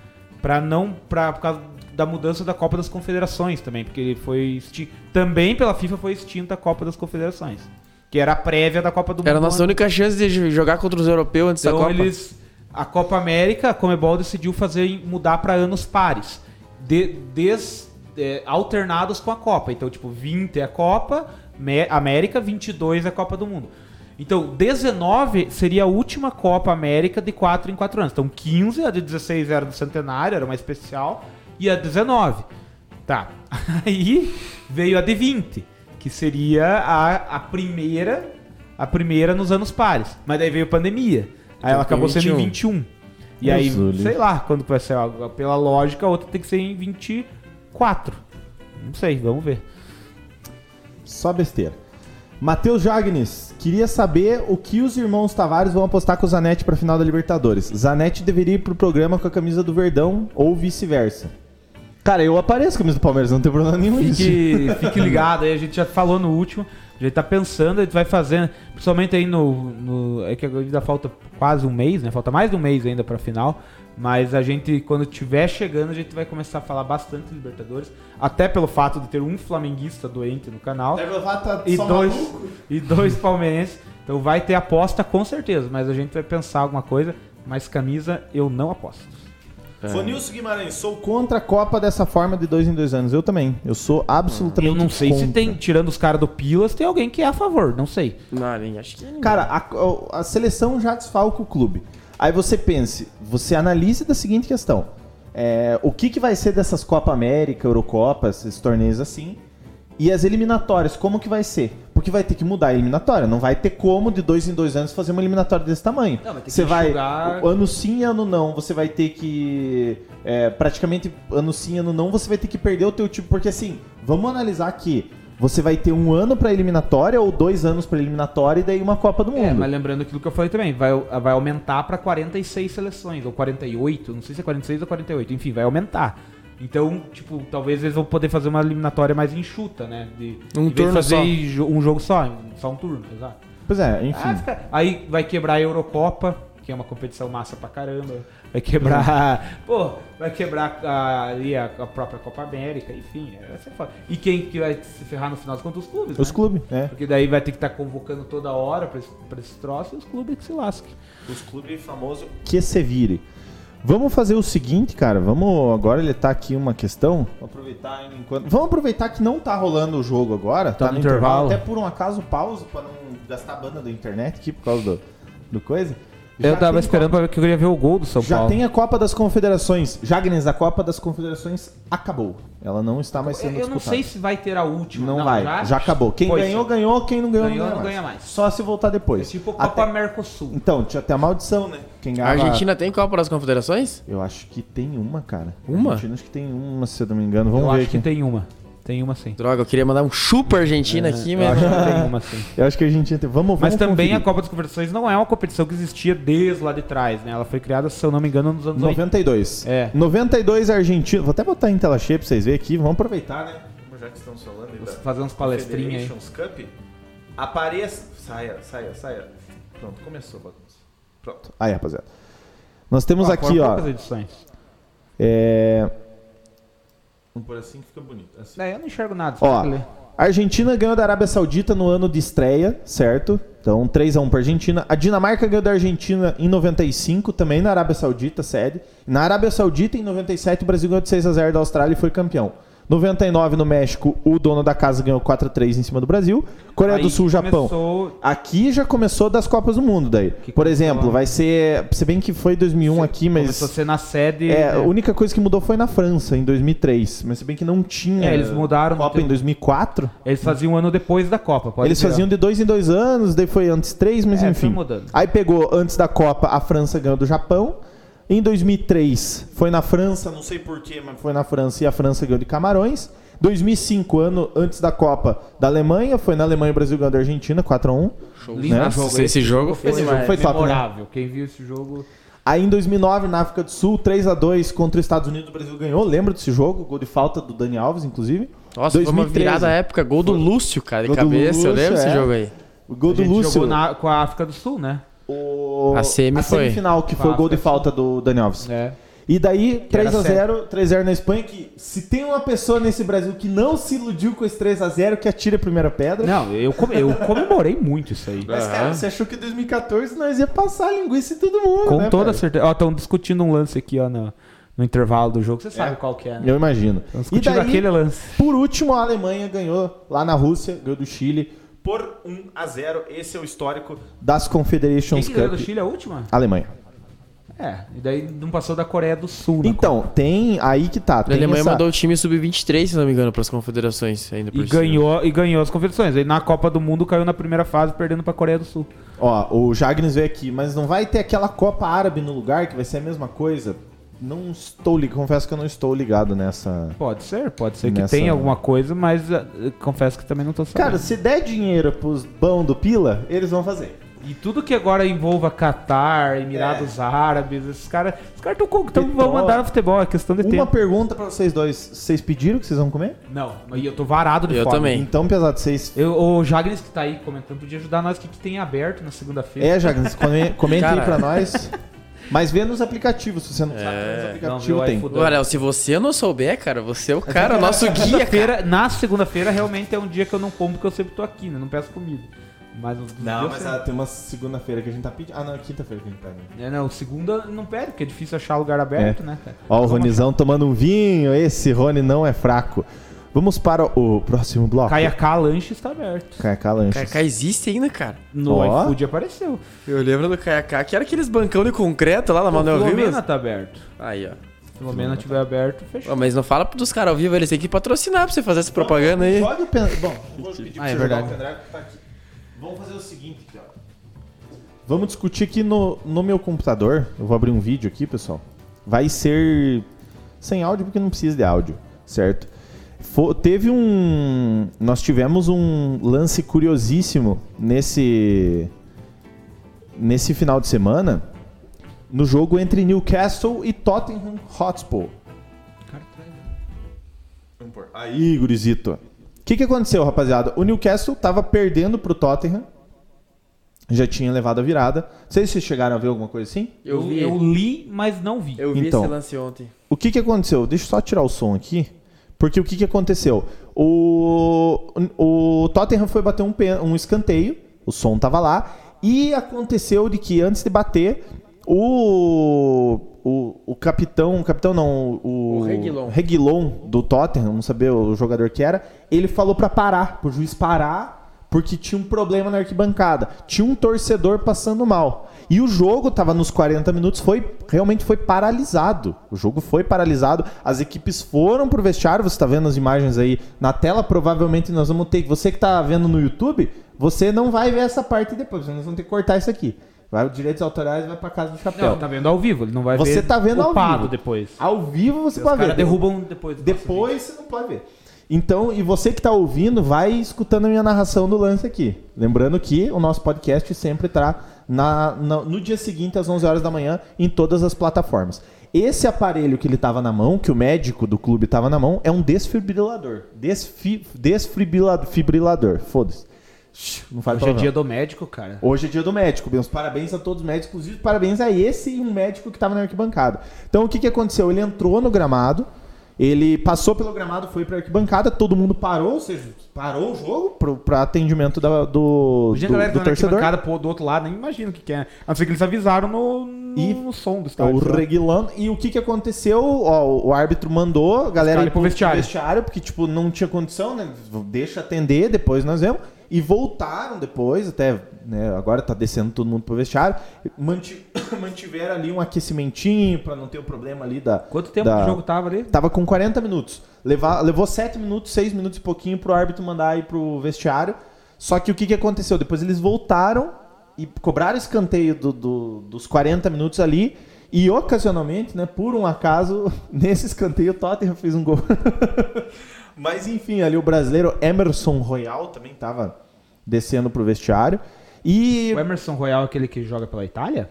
[SPEAKER 4] Pra não. Pra, por causa da mudança da Copa das Confederações também, porque ele foi. extin- Também pela FIFA foi extinta a Copa das Confederações. Que era a prévia da Copa do
[SPEAKER 3] Era a
[SPEAKER 4] Mundo.
[SPEAKER 3] nossa única chance de jogar contra os europeus antes da
[SPEAKER 4] Então
[SPEAKER 3] Copa.
[SPEAKER 4] eles. A Copa América, a Comebol decidiu fazer em- mudar para anos pares. De, des, é, alternados com a Copa. Então, tipo, 20 é a Copa, Mé- América, 22 é a Copa do Mundo. Então, 19 seria a última Copa América de 4 em 4 anos. Então, 15, a de 16 era do centenário, era uma especial, e a 19. Tá. Aí veio a de 20, que seria a, a primeira a primeira nos anos pares. Mas daí veio a pandemia. Aí ela
[SPEAKER 3] Então
[SPEAKER 4] acabou
[SPEAKER 3] foi
[SPEAKER 4] sendo em 21. E
[SPEAKER 2] Deus
[SPEAKER 4] aí,
[SPEAKER 2] do livro.
[SPEAKER 4] sei lá, quando vai ser algo. Pela lógica, a outra tem que ser em 24. Não sei, vamos ver.
[SPEAKER 2] Só besteira. Matheus Jagnes, queria saber o que os irmãos Tavares vão apostar com o Zanetti pra final da Libertadores. Zanetti deveria ir pro programa com a camisa do Verdão ou vice-versa. Cara, eu apareço com a camisa do Palmeiras, não tem problema nenhum nisso.
[SPEAKER 4] Fique, fique ligado aí, a gente já falou no último. A gente tá pensando, a gente vai fazendo. Principalmente aí no. no- é que ainda falta quase um mês, né? Falta mais de um mês ainda pra final. Mas a gente, quando tiver chegando, a gente vai começar a falar bastante de Libertadores. Até pelo fato de ter um flamenguista doente no
[SPEAKER 2] É
[SPEAKER 4] canal.
[SPEAKER 2] tá
[SPEAKER 4] E dois, e dois palmeirenses. Então vai ter aposta com certeza, mas a gente vai pensar alguma coisa. Mas camisa eu não aposto. É.
[SPEAKER 2] Fonilson Guimarães, sou contra a Copa dessa forma de dois em dois anos. Eu também. Eu sou absolutamente
[SPEAKER 4] Eu não sei se
[SPEAKER 2] contra.
[SPEAKER 4] tem, tirando os caras do Pilas, tem alguém que é a favor, não sei.
[SPEAKER 3] Não, nem- acho que.
[SPEAKER 2] Cara, a, a seleção já desfalca o clube. Aí você pense, você analise da seguinte questão: É, o que, que vai ser dessas Copa América, Eurocopa, esses torneios assim, e as eliminatórias, como que vai ser? Porque vai ter que mudar a eliminatória, não vai ter como de dois em dois anos fazer uma eliminatória desse tamanho.
[SPEAKER 4] Não, vai ter que
[SPEAKER 2] você vai
[SPEAKER 4] enxugar.
[SPEAKER 2] ano sim, ano não, você vai ter que é, praticamente ano sim, ano não, você vai ter que perder o teu time, porque assim, vamos analisar que você vai ter um ano pra eliminatória ou dois anos pra eliminatória e daí uma Copa do Mundo.
[SPEAKER 4] É, mas lembrando aquilo que eu falei também, vai, vai aumentar pra 46 seleções, ou 48, não sei se é 46 ou 48, enfim, vai aumentar. Então, tipo, talvez eles vão poder fazer uma eliminatória mais enxuta, né? De,
[SPEAKER 3] Um
[SPEAKER 4] em vez de
[SPEAKER 3] turno
[SPEAKER 4] fazer
[SPEAKER 3] só.
[SPEAKER 4] jo- um jogo só, só um turno, exato.
[SPEAKER 2] Pois é, enfim.
[SPEAKER 4] Ah, fica- Aí vai quebrar a Eurocopa, que é uma competição massa pra caramba. Vai quebrar. Pô, vai quebrar a, ali a, a própria Copa América, enfim. é, vai ser foda. E quem que vai se ferrar no final contra os clubes?
[SPEAKER 2] Os
[SPEAKER 4] né?
[SPEAKER 2] clubes, né?
[SPEAKER 4] Porque daí vai ter que estar convocando toda hora pra esse, pra esse troço e os clubes que se lasquem.
[SPEAKER 2] Os clubes famosos que se vire. Vamos fazer o seguinte, cara. Vamos agora ele tá aqui uma questão. Vou aproveitar ainda enquanto. Vamos aproveitar que não tá rolando o jogo agora. Tá, no intervalo. Até por um acaso pausa pra não gastar a banda da internet aqui por causa do, do coisa. Já tem
[SPEAKER 4] pra ver que eu queria ver o gol do São
[SPEAKER 2] Já tem a Copa das Confederações. Jagnes, a Copa das Confederações acabou. Ela não está mais
[SPEAKER 4] Eu
[SPEAKER 2] sendo
[SPEAKER 4] não
[SPEAKER 2] disputada.
[SPEAKER 4] sei se vai ter a última.
[SPEAKER 2] Não, vai. Já, acabou. Quem
[SPEAKER 4] Pois
[SPEAKER 2] ganhou,
[SPEAKER 4] é.
[SPEAKER 2] ganhou. Quem não ganhou,
[SPEAKER 4] Ganhou,
[SPEAKER 2] não ganha,
[SPEAKER 4] não
[SPEAKER 2] mais.
[SPEAKER 4] ganha mais.
[SPEAKER 2] Só se voltar depois.
[SPEAKER 4] É tipo Copa
[SPEAKER 2] Até-
[SPEAKER 4] Mercosul.
[SPEAKER 2] Então, tinha até a maldição, né? Quem
[SPEAKER 3] A
[SPEAKER 2] ganhava...
[SPEAKER 3] Argentina tem Copa das Confederações?
[SPEAKER 2] Eu acho que tem uma, cara.
[SPEAKER 3] Uma?
[SPEAKER 2] Argentina, acho que tem uma, se eu não me engano. Vamos
[SPEAKER 4] eu
[SPEAKER 2] ver
[SPEAKER 4] acho
[SPEAKER 2] aqui.
[SPEAKER 4] que tem uma. Tem uma sim.
[SPEAKER 3] Droga, eu queria mandar um chupa Argentina aqui,
[SPEAKER 4] É, Eu
[SPEAKER 3] mas.
[SPEAKER 4] acho que tem uma sim.
[SPEAKER 2] Eu acho que a Argentina tem. Vamos,
[SPEAKER 4] Mas
[SPEAKER 2] vamos
[SPEAKER 4] também
[SPEAKER 2] conferir.
[SPEAKER 4] a Copa das Confederações não é uma competição que existia desde lá de trás, né? Ela foi criada, se eu não me engano, nos anos 90.
[SPEAKER 2] 92.
[SPEAKER 4] É.
[SPEAKER 2] 92 Argentina. Vou até botar em tela cheia pra vocês verem aqui. Vamos aproveitar, né? Como já que estamos falando aí
[SPEAKER 4] 80.
[SPEAKER 2] da-
[SPEAKER 4] Vou Fazer uns palestrinhas aí.
[SPEAKER 2] Confederations Cup. Apareça. Saia, saia, saia. Pronto, começou a bagunça. Pronto. Aí, rapaziada. Nós temos
[SPEAKER 4] Ah,
[SPEAKER 2] aqui,
[SPEAKER 4] foram
[SPEAKER 2] ó.
[SPEAKER 4] poucas edições.
[SPEAKER 2] É, Por assim que fica bonito. Assim.
[SPEAKER 4] É, eu não enxergo nada.
[SPEAKER 2] Ó,
[SPEAKER 4] sabe, Ale?
[SPEAKER 2] a Argentina ganhou da Arábia Saudita no ano de estreia, certo? Então, 3x1 pra Argentina. A Dinamarca ganhou da Argentina em 95, também na Arábia Saudita, sede. Na Arábia Saudita, em 97, o Brasil ganhou de 6x0 da Austrália e foi campeão. 99 no México, o dono da casa ganhou 4x3 em cima do Brasil. Coreia do
[SPEAKER 4] Aí
[SPEAKER 2] Sul, Japão.
[SPEAKER 4] começou-
[SPEAKER 2] Aqui já começou das Copas do Mundo daí. Por
[SPEAKER 4] começou-
[SPEAKER 2] exemplo, vai ser. Se bem que foi 2001 aqui, mas.
[SPEAKER 4] Começou a ser na sede.
[SPEAKER 2] É, a única coisa que mudou foi na França, em 2003. Mas se bem que não tinha.
[SPEAKER 4] É, eles mudaram,
[SPEAKER 2] Copa em 2004.
[SPEAKER 4] Eles faziam um ano depois da Copa. Pode
[SPEAKER 2] eles
[SPEAKER 4] virar.
[SPEAKER 2] faziam de dois em dois anos, daí foi antes três, mas
[SPEAKER 4] É, foi
[SPEAKER 2] enfim.
[SPEAKER 4] mudando.
[SPEAKER 2] Aí pegou antes da Copa, a França ganhou do Japão. Em 2003 foi na França, não sei porquê, mas foi na França e a França ganhou de Camarões. 2005, ano antes da Copa da Alemanha, foi na Alemanha e o Brasil ganhou da Argentina, 4x1.
[SPEAKER 4] Lindo
[SPEAKER 2] né?
[SPEAKER 4] jogo.
[SPEAKER 3] Esse, esse jogo foi
[SPEAKER 2] Esse jogo
[SPEAKER 3] demais.
[SPEAKER 2] foi top, né?
[SPEAKER 4] memorável. Quem viu esse jogo.
[SPEAKER 2] Aí em 2009, na África do Sul, 3 a 2 contra os Estados Unidos, o Brasil ganhou. Lembra desse jogo? Gol de falta do Dani Alves, inclusive.
[SPEAKER 3] Nossa, foi uma virada época. Gol do Lúcio, cara, de
[SPEAKER 2] Gol do
[SPEAKER 3] cabeça. eu
[SPEAKER 2] Lúcio,
[SPEAKER 3] lembro desse
[SPEAKER 2] é.
[SPEAKER 3] jogo aí.
[SPEAKER 2] O gol
[SPEAKER 4] a
[SPEAKER 2] do
[SPEAKER 4] gente
[SPEAKER 2] Lúcio.
[SPEAKER 4] jogou na- com a África do Sul, né?
[SPEAKER 2] o-
[SPEAKER 3] A semi foi.
[SPEAKER 2] semifinal, que foi o gol de falta do Dani Alves.
[SPEAKER 4] É.
[SPEAKER 2] E daí,
[SPEAKER 4] era
[SPEAKER 2] 3x0, 3x0 na Espanha, que se tem uma pessoa nesse Brasil que não se iludiu com esse 3x0, que atira a primeira pedra.
[SPEAKER 4] Não, eu, come- eu comemorei muito isso aí.
[SPEAKER 2] Mas, cara, você achou que em 2014 nós ia passar a linguiça em todo mundo,
[SPEAKER 4] Com
[SPEAKER 2] né,
[SPEAKER 4] toda
[SPEAKER 2] cara?
[SPEAKER 4] certeza. Ó, estão discutindo um lance aqui, ó, no, no intervalo do jogo. Você sabe qual que é, né?
[SPEAKER 2] Eu imagino. E
[SPEAKER 4] Estão discutindo
[SPEAKER 2] daí,
[SPEAKER 4] aquele lance.
[SPEAKER 2] por último, a Alemanha ganhou lá na Rússia, ganhou do Chile. Por 1 a 0 esse é o histórico das
[SPEAKER 4] Quem
[SPEAKER 2] Confederations
[SPEAKER 4] que ganhou do
[SPEAKER 2] Cup.
[SPEAKER 4] Chile a última?
[SPEAKER 2] Alemanha.
[SPEAKER 4] Então, É, e daí não passou da Coreia do Sul. né? na
[SPEAKER 2] Então, tem aí que tá.
[SPEAKER 3] A
[SPEAKER 2] Tem
[SPEAKER 3] Alemanha
[SPEAKER 2] essa-
[SPEAKER 3] mandou o time sub-23, se não me engano, pras confederações ainda por
[SPEAKER 4] E
[SPEAKER 3] cima.
[SPEAKER 4] ganhou, e ganhou as competições. Aí na Copa do Mundo caiu na primeira fase, perdendo pra Coreia do Sul.
[SPEAKER 2] Ó, o Jagnes veio aqui, mas não vai ter aquela Copa Árabe no lugar que vai ser a mesma coisa? Não estou ligado, confesso que eu não estou ligado nessa.
[SPEAKER 4] Pode ser, pode ser
[SPEAKER 2] Nessa-
[SPEAKER 4] que tenha alguma coisa, mas ah, confesso que também não tô sabendo.
[SPEAKER 2] Cara, se der dinheiro pros bão do Pila, eles vão fazer.
[SPEAKER 4] e tudo que agora envolva Catar, Emirados Árabes, esses caras. Os caras tão com- tão- vão
[SPEAKER 2] Vitória.
[SPEAKER 4] mandar no É. futebol, é questão de
[SPEAKER 2] Uma
[SPEAKER 4] tempo.
[SPEAKER 2] pergunta pra vocês dois: vocês pediram o que vocês vão comer?
[SPEAKER 4] Não, mas eu tô varado de
[SPEAKER 3] Eu
[SPEAKER 4] fome.
[SPEAKER 3] também. Sim.
[SPEAKER 2] Então, pesado, vocês.
[SPEAKER 4] Eu, o Jagnes que tá aí comentando, podia ajudar nós o que, que tem aberto na segunda-feira.
[SPEAKER 2] É, Jagnes, come- comenta aí
[SPEAKER 3] Cara.
[SPEAKER 2] pra nós. Mas vê nos aplicativos, se você não sabe, nos
[SPEAKER 4] Não, viu,
[SPEAKER 2] aplicativos tem.
[SPEAKER 4] iFood.
[SPEAKER 3] Agora, se você não souber, cara, você é o cara, o nosso guia, cara.
[SPEAKER 4] Feira- na segunda-feira realmente é um dia que eu não como porque eu sempre tô aqui, né? Não peço comida. Mas os
[SPEAKER 2] Não,
[SPEAKER 4] dias
[SPEAKER 2] mas
[SPEAKER 4] eu-
[SPEAKER 2] ah, tem uma segunda-feira que a gente tá pedindo. Ah, não, é quinta-feira que a gente tá pedindo.
[SPEAKER 4] É, não, segunda não pede, porque é difícil achar lugar aberto,
[SPEAKER 2] É.
[SPEAKER 4] né? cara?
[SPEAKER 2] Ó, o Ronizão tomando um vinho. Esse Rony não é fraco. Vamos para o próximo bloco.
[SPEAKER 4] Caiacá Lanches tá aberto.
[SPEAKER 2] Caiacá Lanches.
[SPEAKER 3] Kaká existe ainda, cara.
[SPEAKER 4] No
[SPEAKER 2] Ó.
[SPEAKER 4] iFood apareceu.
[SPEAKER 3] Eu lembro do Kaká, que era aqueles bancão de concreto lá na Manuel Rivas.
[SPEAKER 4] Filomena tá aberto.
[SPEAKER 3] Aí, ó.
[SPEAKER 4] Se Filomena tiver aberto,
[SPEAKER 3] Ó,
[SPEAKER 4] fechou.
[SPEAKER 3] Mas não fala dos caras ao vivo, eles têm que patrocinar pra você fazer essa propaganda aí.
[SPEAKER 2] Joga o pen... Bom, vou pedir pra
[SPEAKER 4] Ah,
[SPEAKER 2] você
[SPEAKER 4] é
[SPEAKER 2] jogar
[SPEAKER 4] verdade.
[SPEAKER 2] o pendrive que tá aqui. Vamos fazer o seguinte então. aqui, ó. Vamos discutir aqui no, no meu computador. Eu vou abrir um vídeo aqui, pessoal. Vai ser sem áudio porque não precisa de áudio, certo? Fo- teve um. Nós tivemos um lance curiosíssimo nesse. Nesse final de semana. No jogo entre Newcastle e Tottenham Hotspur. Vamos pôr. Aí, gurizito. O que, que aconteceu, rapaziada? O Newcastle tava perdendo pro Tottenham. Já tinha levado a virada. Não sei se vocês chegaram a ver alguma coisa assim.
[SPEAKER 3] Eu vi,
[SPEAKER 4] eu
[SPEAKER 3] eu,
[SPEAKER 4] li, mas não vi.
[SPEAKER 3] vi
[SPEAKER 2] Então.
[SPEAKER 3] esse lance ontem.
[SPEAKER 2] O que, que aconteceu? Deixa eu só tirar o som aqui. Porque o que, que aconteceu? O, o Tottenham foi bater um, pen- um escanteio, o som tava lá, e aconteceu de que antes de bater, o, o, o capitão, o capitão não, o,
[SPEAKER 3] O Reguilon.
[SPEAKER 2] Reguilon do Tottenham, não sabia o jogador que era, ele falou pra parar, pro juiz parar, porque tinha um problema na arquibancada. Tinha um torcedor passando mal. E o jogo tava nos 40 minutos, foi realmente foi paralisado. O jogo foi paralisado, as equipes foram pro vestiário, você tá vendo as imagens aí na tela, provavelmente nós vamos ter, você que tá vendo no YouTube, você não vai ver essa parte depois, nós vamos ter que cortar isso aqui. Vai os direitos autorais, vai pra casa do chapéu.
[SPEAKER 4] Não, tá vendo ao vivo, ele não vai
[SPEAKER 2] Você
[SPEAKER 4] ver
[SPEAKER 2] tá vendo ao
[SPEAKER 4] upado
[SPEAKER 2] vivo.
[SPEAKER 4] depois.
[SPEAKER 2] Ao vivo você
[SPEAKER 4] Os
[SPEAKER 2] pode ver.
[SPEAKER 4] caras derrubam depois. do nosso
[SPEAKER 2] Depois você não pode ver. Então, e você que tá ouvindo, vai escutando a minha narração do lance aqui. Lembrando que o nosso podcast sempre tá na- na- no dia seguinte, às 11 horas da manhã, em todas as plataformas. Esse aparelho que ele tava na mão, que o médico do clube tava na mão, é um desfibrilador. Desfi, desfibrilador. Fibrilador. Foda-se. Shhh, Não faz
[SPEAKER 4] vídeo. Hoje é dia do médico, cara.
[SPEAKER 2] Hoje é dia do médico, meus parabéns a todos os médicos, inclusive parabéns a esse e um médico que estava na arquibancada. Então o que, que aconteceu? Ele entrou no gramado Ele passou pelo gramado, foi pra arquibancada, todo mundo parou, ou seja, parou o jogo pro, pra atendimento da- do,
[SPEAKER 4] Imagina
[SPEAKER 2] do-
[SPEAKER 4] a
[SPEAKER 2] do
[SPEAKER 4] galera que tá na
[SPEAKER 2] torcedor.
[SPEAKER 4] arquibancada, pô, do outro lado, nem imagino o que, que é. A não ser que eles avisaram no, no,
[SPEAKER 2] E-
[SPEAKER 4] no som do
[SPEAKER 2] É o
[SPEAKER 4] estádio. sei lá.
[SPEAKER 2] Reguilano. E o que que aconteceu? Ó, o árbitro mandou a galera
[SPEAKER 4] Os caras ir pro vestiário.
[SPEAKER 2] porque, tipo, não tinha condição, né? Deixa atender, depois nós vemos. E voltaram depois, até, né? Agora tá descendo todo mundo pro vestiário. Manti- Mantiveram ali um aquecimentinho pra não ter o problema ali da.
[SPEAKER 4] Quanto tempo
[SPEAKER 2] da-
[SPEAKER 4] que o jogo tava ali?
[SPEAKER 2] Tava com 40 minutos. Leva- levou 7 minutos, 6 minutos e pouquinho pro árbitro mandar ir pro vestiário. Só que o que, que aconteceu? Depois eles voltaram e cobraram escanteio do- do- dos 40 minutos ali. E ocasionalmente, né, por um acaso, nesse escanteio o Tottenham fez um gol. Mas enfim, ali o brasileiro Emerson Royal também tava descendo pro vestiário. E
[SPEAKER 4] O Emerson Royal é aquele que joga pela Itália?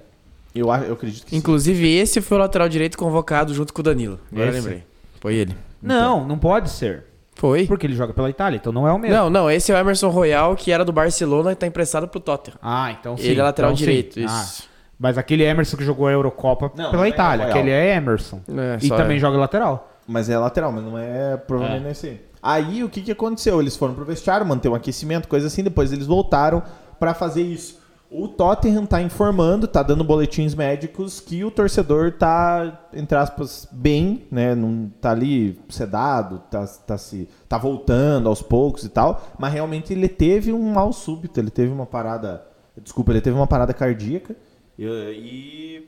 [SPEAKER 2] eu, a- eu acredito que sim.
[SPEAKER 3] Inclusive, esse foi o lateral direito convocado junto com o Danilo. Agora eu
[SPEAKER 4] Esse?
[SPEAKER 3] lembrei. Foi ele.
[SPEAKER 4] Não, não pode ser.
[SPEAKER 3] Foi.
[SPEAKER 4] Porque ele joga pela Itália, então não é o mesmo.
[SPEAKER 3] Não, não, esse é o Emerson Royal, que era do Barcelona e tá emprestado pro Tottenham.
[SPEAKER 4] Ah, então sim.
[SPEAKER 3] ele é lateral
[SPEAKER 4] então sim.
[SPEAKER 3] direito,
[SPEAKER 4] Ah,
[SPEAKER 3] isso.
[SPEAKER 4] Mas aquele Emerson que jogou a Eurocopa
[SPEAKER 2] Não, não
[SPEAKER 4] pela
[SPEAKER 2] é
[SPEAKER 4] Itália,
[SPEAKER 2] Royal.
[SPEAKER 4] aquele é Emerson.
[SPEAKER 3] É,
[SPEAKER 4] e
[SPEAKER 3] só
[SPEAKER 4] também
[SPEAKER 3] é.
[SPEAKER 4] joga lateral.
[SPEAKER 2] Mas é lateral, mas não é provavelmente não é esse. aí. Aí o que, que aconteceu? Eles foram pro vestiário, manter um aquecimento, coisa assim, depois eles voltaram pra fazer isso. O Tottenham tá informando, tá dando boletins médicos que o torcedor tá, entre aspas, bem, né? Não tá ali sedado, tá, tá se tá voltando aos poucos e tal, mas realmente ele teve um mal súbito, ele teve uma parada, desculpa, ele teve uma parada cardíaca e,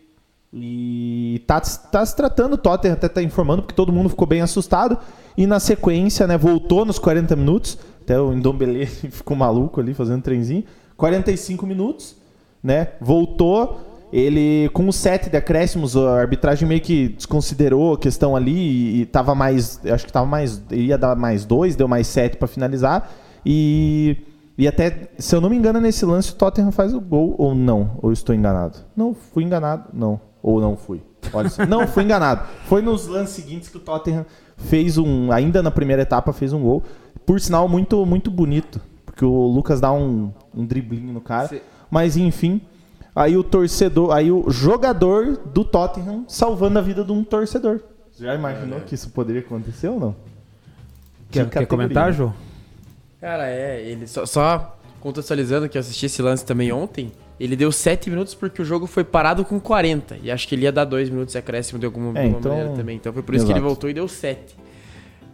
[SPEAKER 2] e e tá, tá se tratando, o Tottenham até tá informando, porque todo mundo ficou bem assustado. E na sequência, né, voltou nos 40 minutos. Até o Ndombele ficou maluco ali fazendo trenzinho. 45 minutos, né? Voltou. Ele, com os 7 de acréscimos, a arbitragem meio que desconsiderou a questão ali e, e tava mais. Acho que tava mais. Ia dar mais dois, deu mais 7 pra finalizar. E. E até, se eu não me engano, nesse lance o Tottenham faz o gol ou não? Ou eu estou enganado? Não, fui enganado. Não. Ou não fui. Olha só. não, fui enganado. Foi nos lances seguintes que o Tottenham fez um. Ainda na primeira etapa fez um gol. Por sinal, muito, muito bonito. Porque o Lucas dá um, um driblinho no cara.
[SPEAKER 4] Cê-
[SPEAKER 2] Mas enfim. Aí o torcedor. Aí o jogador do Tottenham salvando a vida de um torcedor. Já imaginou que isso poderia acontecer ou não?
[SPEAKER 4] Quer,
[SPEAKER 2] Que
[SPEAKER 4] quer
[SPEAKER 2] categoria.
[SPEAKER 4] comentar, Ju?
[SPEAKER 3] Cara, é, ele só, só contextualizando que eu assisti esse lance também ontem, ele deu 7 minutos porque o jogo foi parado com 40. E acho que ele ia dar 2 minutos de acréscimo de alguma,
[SPEAKER 2] É,
[SPEAKER 3] alguma
[SPEAKER 2] então-
[SPEAKER 3] maneira também. Então foi por isso que ele
[SPEAKER 2] Exato.
[SPEAKER 3] voltou e deu 7.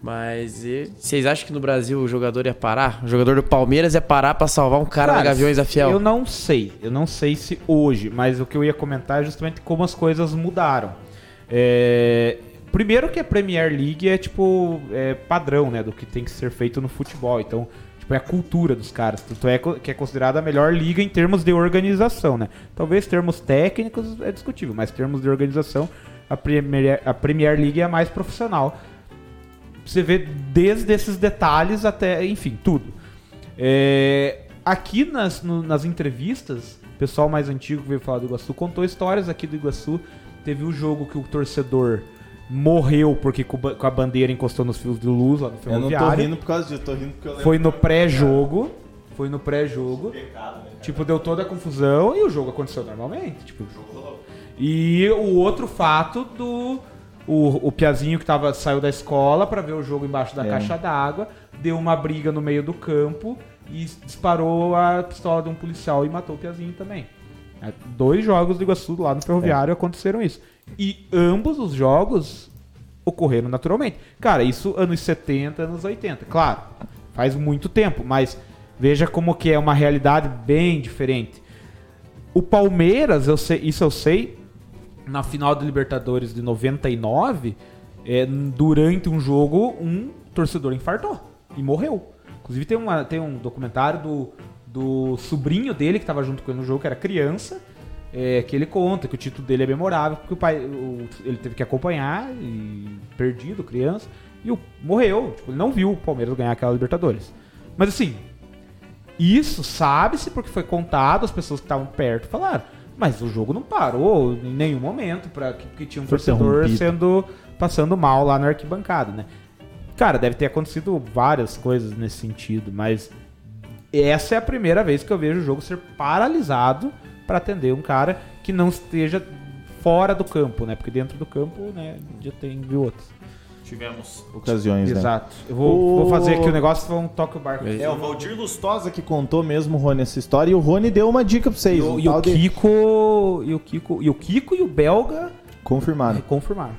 [SPEAKER 3] Mas e- vocês acham que no Brasil o jogador ia parar? O jogador do Palmeiras ia parar pra salvar um cara, da Gaviões da Fiel?
[SPEAKER 4] Eu não sei. Eu não sei se hoje, mas o que eu ia comentar é justamente como as coisas mudaram. É, Primeiro que a Premier League é tipo é padrão, né, do que tem que ser feito no futebol. Então, tipo, é a cultura dos caras. Tanto é co- que é considerada a melhor liga em termos de organização, né? Talvez termos técnicos é discutível, mas termos de organização, a Premier, a Premier League é a mais profissional. Você vê desde esses detalhes até, enfim, tudo. É, aqui nas, no- nas entrevistas, o pessoal mais antigo que veio falar do Iguaçu contou histórias aqui do Iguaçu. Teve o jogo que o torcedor morreu porque com ba- com a bandeira encostou nos fios de luz lá
[SPEAKER 2] Eu
[SPEAKER 4] no
[SPEAKER 2] não tô
[SPEAKER 4] ferroviário.
[SPEAKER 2] rindo por causa disso, eu tô rindo porque eu lembro.
[SPEAKER 4] Então, Foi no pré-jogo. Foi no pré-jogo.
[SPEAKER 2] né,
[SPEAKER 4] Tipo, deu toda a confusão e o jogo aconteceu normalmente. Tipo, o jogo rolou. E o outro fato do. O, o Piazinho que tava, saiu da escola pra ver o jogo embaixo da
[SPEAKER 2] É.
[SPEAKER 4] caixa d'água, deu uma briga no meio do campo e disparou a pistola de um policial e matou o Piazinho também. É, Dois jogos do Iguaçu lá no Ferroviário aconteceram isso. E ambos os jogos ocorreram naturalmente. Cara, isso anos 70, anos 80. Claro, faz muito tempo, mas veja como que é uma realidade bem diferente. O Palmeiras, eu sei- isso eu sei, na final da Libertadores de 99, é, durante um jogo, um torcedor infartou e morreu. Inclusive tem, uma- tem um documentário do, do sobrinho dele que estava junto com ele no jogo, que era criança, é, que ele conta que o título dele é memorável, porque o pai o- ele teve que acompanhar, e perdido, criança, e o, morreu. Tipo, ele não viu o Palmeiras ganhar aquela Libertadores. Mas assim, isso sabe-se porque foi contado, as pessoas que estavam perto falaram. Mas o jogo não parou em nenhum momento para que, que tinha um
[SPEAKER 2] Foi
[SPEAKER 4] torcedor
[SPEAKER 2] interrompido.
[SPEAKER 4] sendo passando mal lá na arquibancada, né? Cara, deve ter acontecido várias coisas nesse sentido, mas essa é a primeira vez que eu vejo o jogo ser paralisado para atender um cara um que não esteja fora do campo, né? Porque dentro do campo, né, já tem de outros.
[SPEAKER 2] Tivemos ocasiões, né?
[SPEAKER 4] Exato. Eu vou,
[SPEAKER 2] O-
[SPEAKER 4] vou fazer aqui o negócio, foi um toque o barco.
[SPEAKER 3] É,
[SPEAKER 2] É o Valdir Lustosa que contou mesmo, Rony, essa história. E o Rony deu uma dica pra vocês.
[SPEAKER 4] E
[SPEAKER 2] um
[SPEAKER 4] o, e o
[SPEAKER 2] tal de-
[SPEAKER 4] Kiko, e o Kiko, e o Kiko e o belga
[SPEAKER 2] Confirmado.
[SPEAKER 4] confirmaram.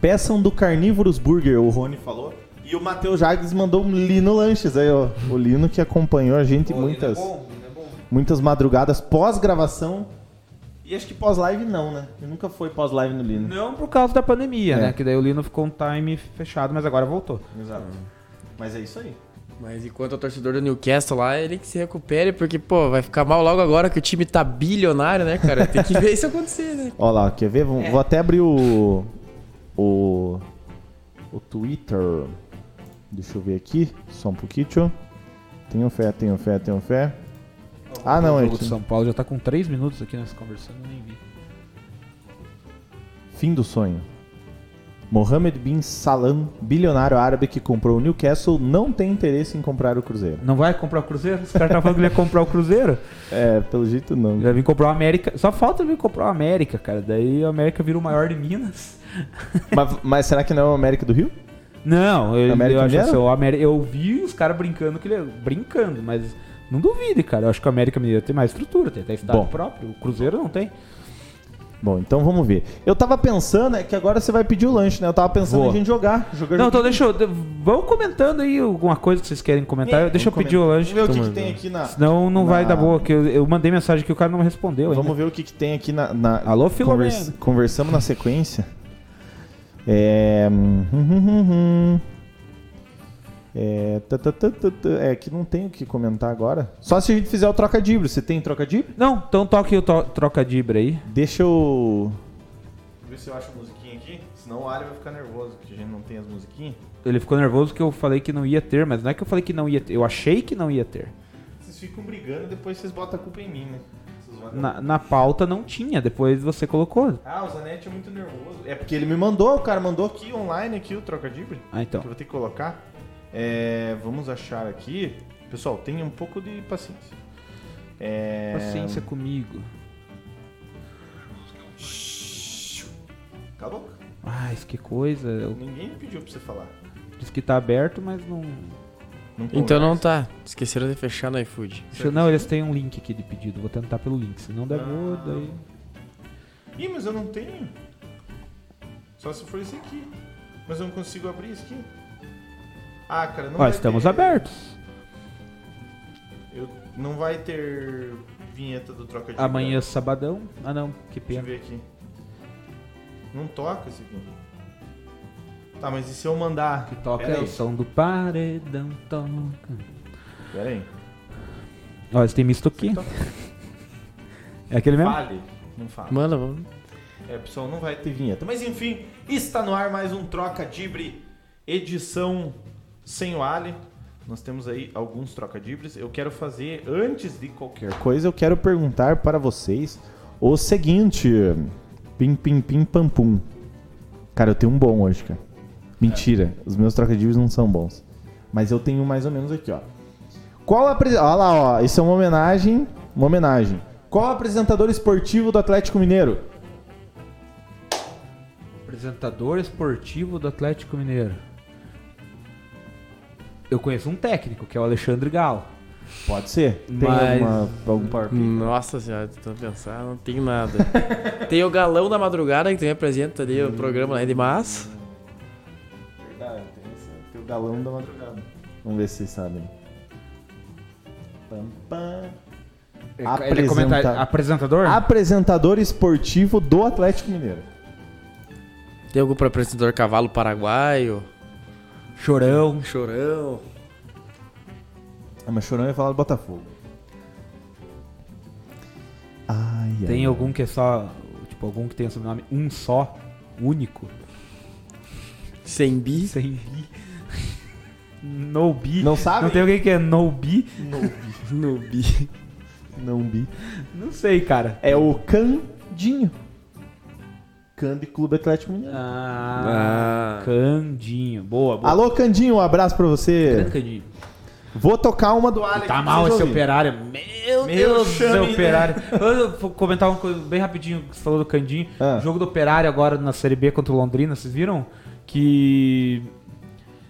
[SPEAKER 2] Peçam do Carnívoros Burger, o Rony falou. E o Matheus Jagres mandou um Lino Lanches aí, ó. O Lino que acompanhou a gente
[SPEAKER 4] é
[SPEAKER 2] muitas, muitas madrugadas pós-gravação. E acho que pós-live não, né? Eu nunca foi pós-live no Lino.
[SPEAKER 4] Não por causa da pandemia,
[SPEAKER 2] Hum. É.
[SPEAKER 4] né? Que daí o Lino ficou um time fechado, mas agora voltou.
[SPEAKER 2] Exato. Mas é isso aí.
[SPEAKER 3] Mas enquanto o torcedor do Newcastle lá, ele que se recupere, porque, pô, vai ficar mal logo agora que o time tá bilionário, né, cara? Tem que ver isso acontecer, né?
[SPEAKER 2] Ó lá, quer ver? Vou,
[SPEAKER 4] É.
[SPEAKER 2] vou até abrir o. O. O Twitter. Deixa eu ver aqui. Só um pouquinho. Tenho fé, tenho fé, tenho fé. Ah, não,
[SPEAKER 4] o
[SPEAKER 2] é
[SPEAKER 4] jogo do
[SPEAKER 2] aqui.
[SPEAKER 4] São Paulo já tá com 3 minutos aqui nessa conversando, eu nem vi.
[SPEAKER 2] Fim do sonho. Mohammed bin Salam, bilionário árabe que comprou o Newcastle, não tem interesse em comprar o Cruzeiro.
[SPEAKER 4] Não vai comprar o Cruzeiro? Os caras estavam falando que ele ia comprar o Cruzeiro.
[SPEAKER 2] É, pelo jeito não.
[SPEAKER 4] Já vim comprar o América. Só falta vir comprar o América, cara. Daí o América vira o maior de Minas.
[SPEAKER 2] mas, mas será que não é o América do Rio?
[SPEAKER 4] Não, eu,
[SPEAKER 2] América
[SPEAKER 4] eu acho
[SPEAKER 2] Mineiro?
[SPEAKER 4] assim, o América, eu vi os caras brincando que ele brincando, mas não duvide, cara. Eu acho que o América Mineiro tem mais estrutura, tem até estado
[SPEAKER 2] Bom.
[SPEAKER 4] próprio. O Cruzeiro não tem.
[SPEAKER 2] Bom, então vamos ver. Eu tava pensando, é que agora você vai pedir o lanche, né? Eu tava pensando
[SPEAKER 4] Vou.
[SPEAKER 2] em a gente jogar. jogar
[SPEAKER 4] Não, então deixa eu. de- Vão comentando aí alguma coisa que vocês querem comentar. Eu- deixa eu pedir o lanche.
[SPEAKER 2] Vamos ver o que, que tem aqui na.
[SPEAKER 4] Senão não vai
[SPEAKER 2] na-
[SPEAKER 4] dar boa, que eu, eu mandei mensagem que o cara não respondeu. ainda.
[SPEAKER 2] Vamos ver o que, que tem aqui na. na-
[SPEAKER 4] Alô, Filomena.
[SPEAKER 2] Conversamos na sequência. É. hum, hum, hum, hum. É, tã, tã, tã, tã, tã. é que não tem o que comentar agora. Só se a gente fizer o trocadilho. Você tem trocadilho?
[SPEAKER 4] Não, então toque o to trocadibra aí.
[SPEAKER 2] Deixa eu. Ver se eu acho a musiquinha aqui. Senão o Ari vai ficar nervoso, porque a gente não tem as musiquinhas.
[SPEAKER 4] Ele ficou nervoso que eu falei que não ia ter, mas não é que eu falei que não ia ter. Eu achei que não ia ter.
[SPEAKER 2] Vocês ficam brigando depois vocês botam a culpa em mim, né?
[SPEAKER 4] Na, na pauta não tinha, depois você colocou.
[SPEAKER 2] Ah, o Zanetti é muito nervoso. É porque ele me mandou, o cara mandou aqui online aqui o trocadilho.
[SPEAKER 4] Ah, então.
[SPEAKER 2] que eu vou ter que colocar. É, vamos achar aqui. Pessoal, tenha um pouco de paciência. É,
[SPEAKER 4] Paciência comigo.
[SPEAKER 2] Cala a boca.
[SPEAKER 4] Ah, isso que coisa. Eu-
[SPEAKER 2] Ninguém pediu pra você falar.
[SPEAKER 4] Diz que tá aberto, mas não.
[SPEAKER 2] Não
[SPEAKER 3] Então não
[SPEAKER 2] conversa.
[SPEAKER 3] tá. Esqueceram de fechar no iFood.
[SPEAKER 4] Deixa eu- não, eles têm um link aqui de pedido. Vou tentar pelo link. Se não der
[SPEAKER 2] Ah,
[SPEAKER 4] boa, daí.
[SPEAKER 2] Ih, mas eu não tenho. Só se for esse aqui. Mas eu não consigo abrir isso aqui. Ah, cara, não
[SPEAKER 4] Ó,
[SPEAKER 2] vai
[SPEAKER 4] estamos
[SPEAKER 2] ter-
[SPEAKER 4] abertos.
[SPEAKER 2] Eu... Não vai ter vinheta do troca de
[SPEAKER 4] Amanhã é sabadão. Ah não, que
[SPEAKER 2] Deixa eu
[SPEAKER 4] pena.
[SPEAKER 2] ver aqui. Não toca esse aqui. Tá, mas e se eu mandar?
[SPEAKER 4] Que toca
[SPEAKER 2] Pera
[SPEAKER 4] é o som do paredão toca.
[SPEAKER 2] Pera aí.
[SPEAKER 4] É Ó, eles têm misto aqui. É aquele mesmo?
[SPEAKER 2] Fale. Não fala.
[SPEAKER 3] Manda, vamos.
[SPEAKER 2] É, pessoal, não vai ter vinheta. Mas enfim, está no ar mais um Troca Dibre, edição sem o Ali. Nós temos aí alguns Troca Dibres. Eu quero fazer, antes de qualquer coisa, eu quero perguntar para vocês o seguinte: Pim, pim, pim, pam, pum. Cara, eu tenho um bom hoje, cara. Mentira, os meus Troca Dibres não são bons. Mas eu tenho mais ou menos aqui, ó. Qual apre- Olha lá, ó. Isso é uma homenagem. Uma homenagem. Qual apresentador esportivo do Atlético Mineiro?
[SPEAKER 4] Apresentador esportivo do Atlético Mineiro. Eu conheço um técnico, que é o Alexandre Galo.
[SPEAKER 2] Pode ser. Tem
[SPEAKER 3] Mas-
[SPEAKER 2] alguma, algum PowerPoint?
[SPEAKER 3] Nossa senhora, tô tentando pensar, não tem nada. tem o Galão da Madrugada, que também apresenta ali o programa né, na Rede Massa.
[SPEAKER 2] Verdade, tem, essa- tem o galão da madrugada. Vamos ver se vocês sabem. Pam, pam.
[SPEAKER 4] Ele
[SPEAKER 2] Apresenta-
[SPEAKER 4] é comentar- apresentador?
[SPEAKER 2] Apresentador esportivo do Atlético Mineiro.
[SPEAKER 3] Tem algum pro apresentador Cavalo Paraguaio,
[SPEAKER 4] Chorão.
[SPEAKER 3] Chorão.
[SPEAKER 2] Ah, mas Chorão ia falar do Botafogo. Ai, ai.
[SPEAKER 4] Tem algum que é só. Tipo, algum que tem o sobrenome um só, único,
[SPEAKER 3] Sem bi.
[SPEAKER 4] sem bi. No bi.
[SPEAKER 2] Não sabe?
[SPEAKER 4] Não tem alguém que é no bi?
[SPEAKER 3] No bi.
[SPEAKER 2] Não bi.
[SPEAKER 4] Não sei, cara.
[SPEAKER 2] É o Candinho. Cande Clube Atlético Mineiro.
[SPEAKER 4] Ah,
[SPEAKER 3] Ah.
[SPEAKER 4] Candinho. Boa, boa.
[SPEAKER 2] Alô, Candinho, um abraço pra você.
[SPEAKER 4] Grande Candinho.
[SPEAKER 2] Vou tocar uma do Alex.
[SPEAKER 4] Tá
[SPEAKER 2] pra
[SPEAKER 4] mal
[SPEAKER 2] vocês
[SPEAKER 4] esse
[SPEAKER 2] ouvirem.
[SPEAKER 4] operário. Meu,
[SPEAKER 2] Meu
[SPEAKER 4] Deus,
[SPEAKER 2] chame, né?
[SPEAKER 4] do operário. Eu vou comentar uma coisa bem rapidinho que você falou do Candinho.
[SPEAKER 2] Ah.
[SPEAKER 4] O jogo do operário agora na Série B contra o Londrina, vocês viram? que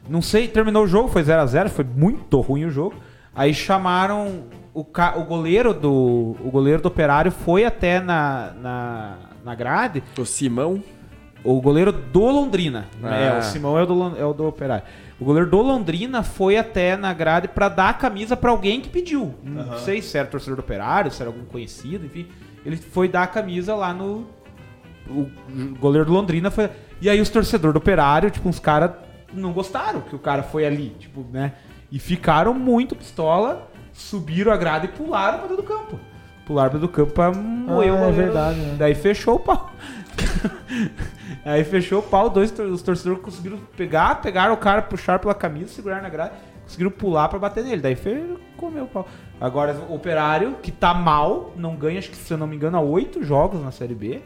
[SPEAKER 4] não sei, terminou o jogo, foi 0 a 0, foi muito ruim o jogo. Aí chamaram o, ca- o goleiro do o goleiro do Operário foi até na, na, na grade,
[SPEAKER 3] O Simão.
[SPEAKER 4] o goleiro do Londrina.
[SPEAKER 3] Ah.
[SPEAKER 4] É, o Simão é o, do, Lon- é o do Operário. O goleiro do Londrina foi até na grade pra dar a camisa pra alguém que pediu. Não sei se era torcedor do Operário, se era algum conhecido, enfim. Ele foi dar a camisa lá no. O goleiro do Londrina foi. E aí os torcedores do Operário, tipo, uns caras não gostaram que o cara foi ali, tipo, né? E ficaram muito pistola, subiram a grade e pularam pra dentro do campo. Pularam pra dentro do campo pra moer
[SPEAKER 1] Ah,
[SPEAKER 4] o
[SPEAKER 1] é
[SPEAKER 4] goleiro.
[SPEAKER 1] verdade, né?
[SPEAKER 4] Daí fechou o pau. Aí fechou o pau, dois tor- os torcedores conseguiram pegar, pegaram o cara, puxaram pela camisa, seguraram na grade, conseguiram pular pra bater nele. Daí fe- comeu o pau. Agora o Operário, que tá mal, não ganha, acho que se eu não me engano, há oito jogos na Série B,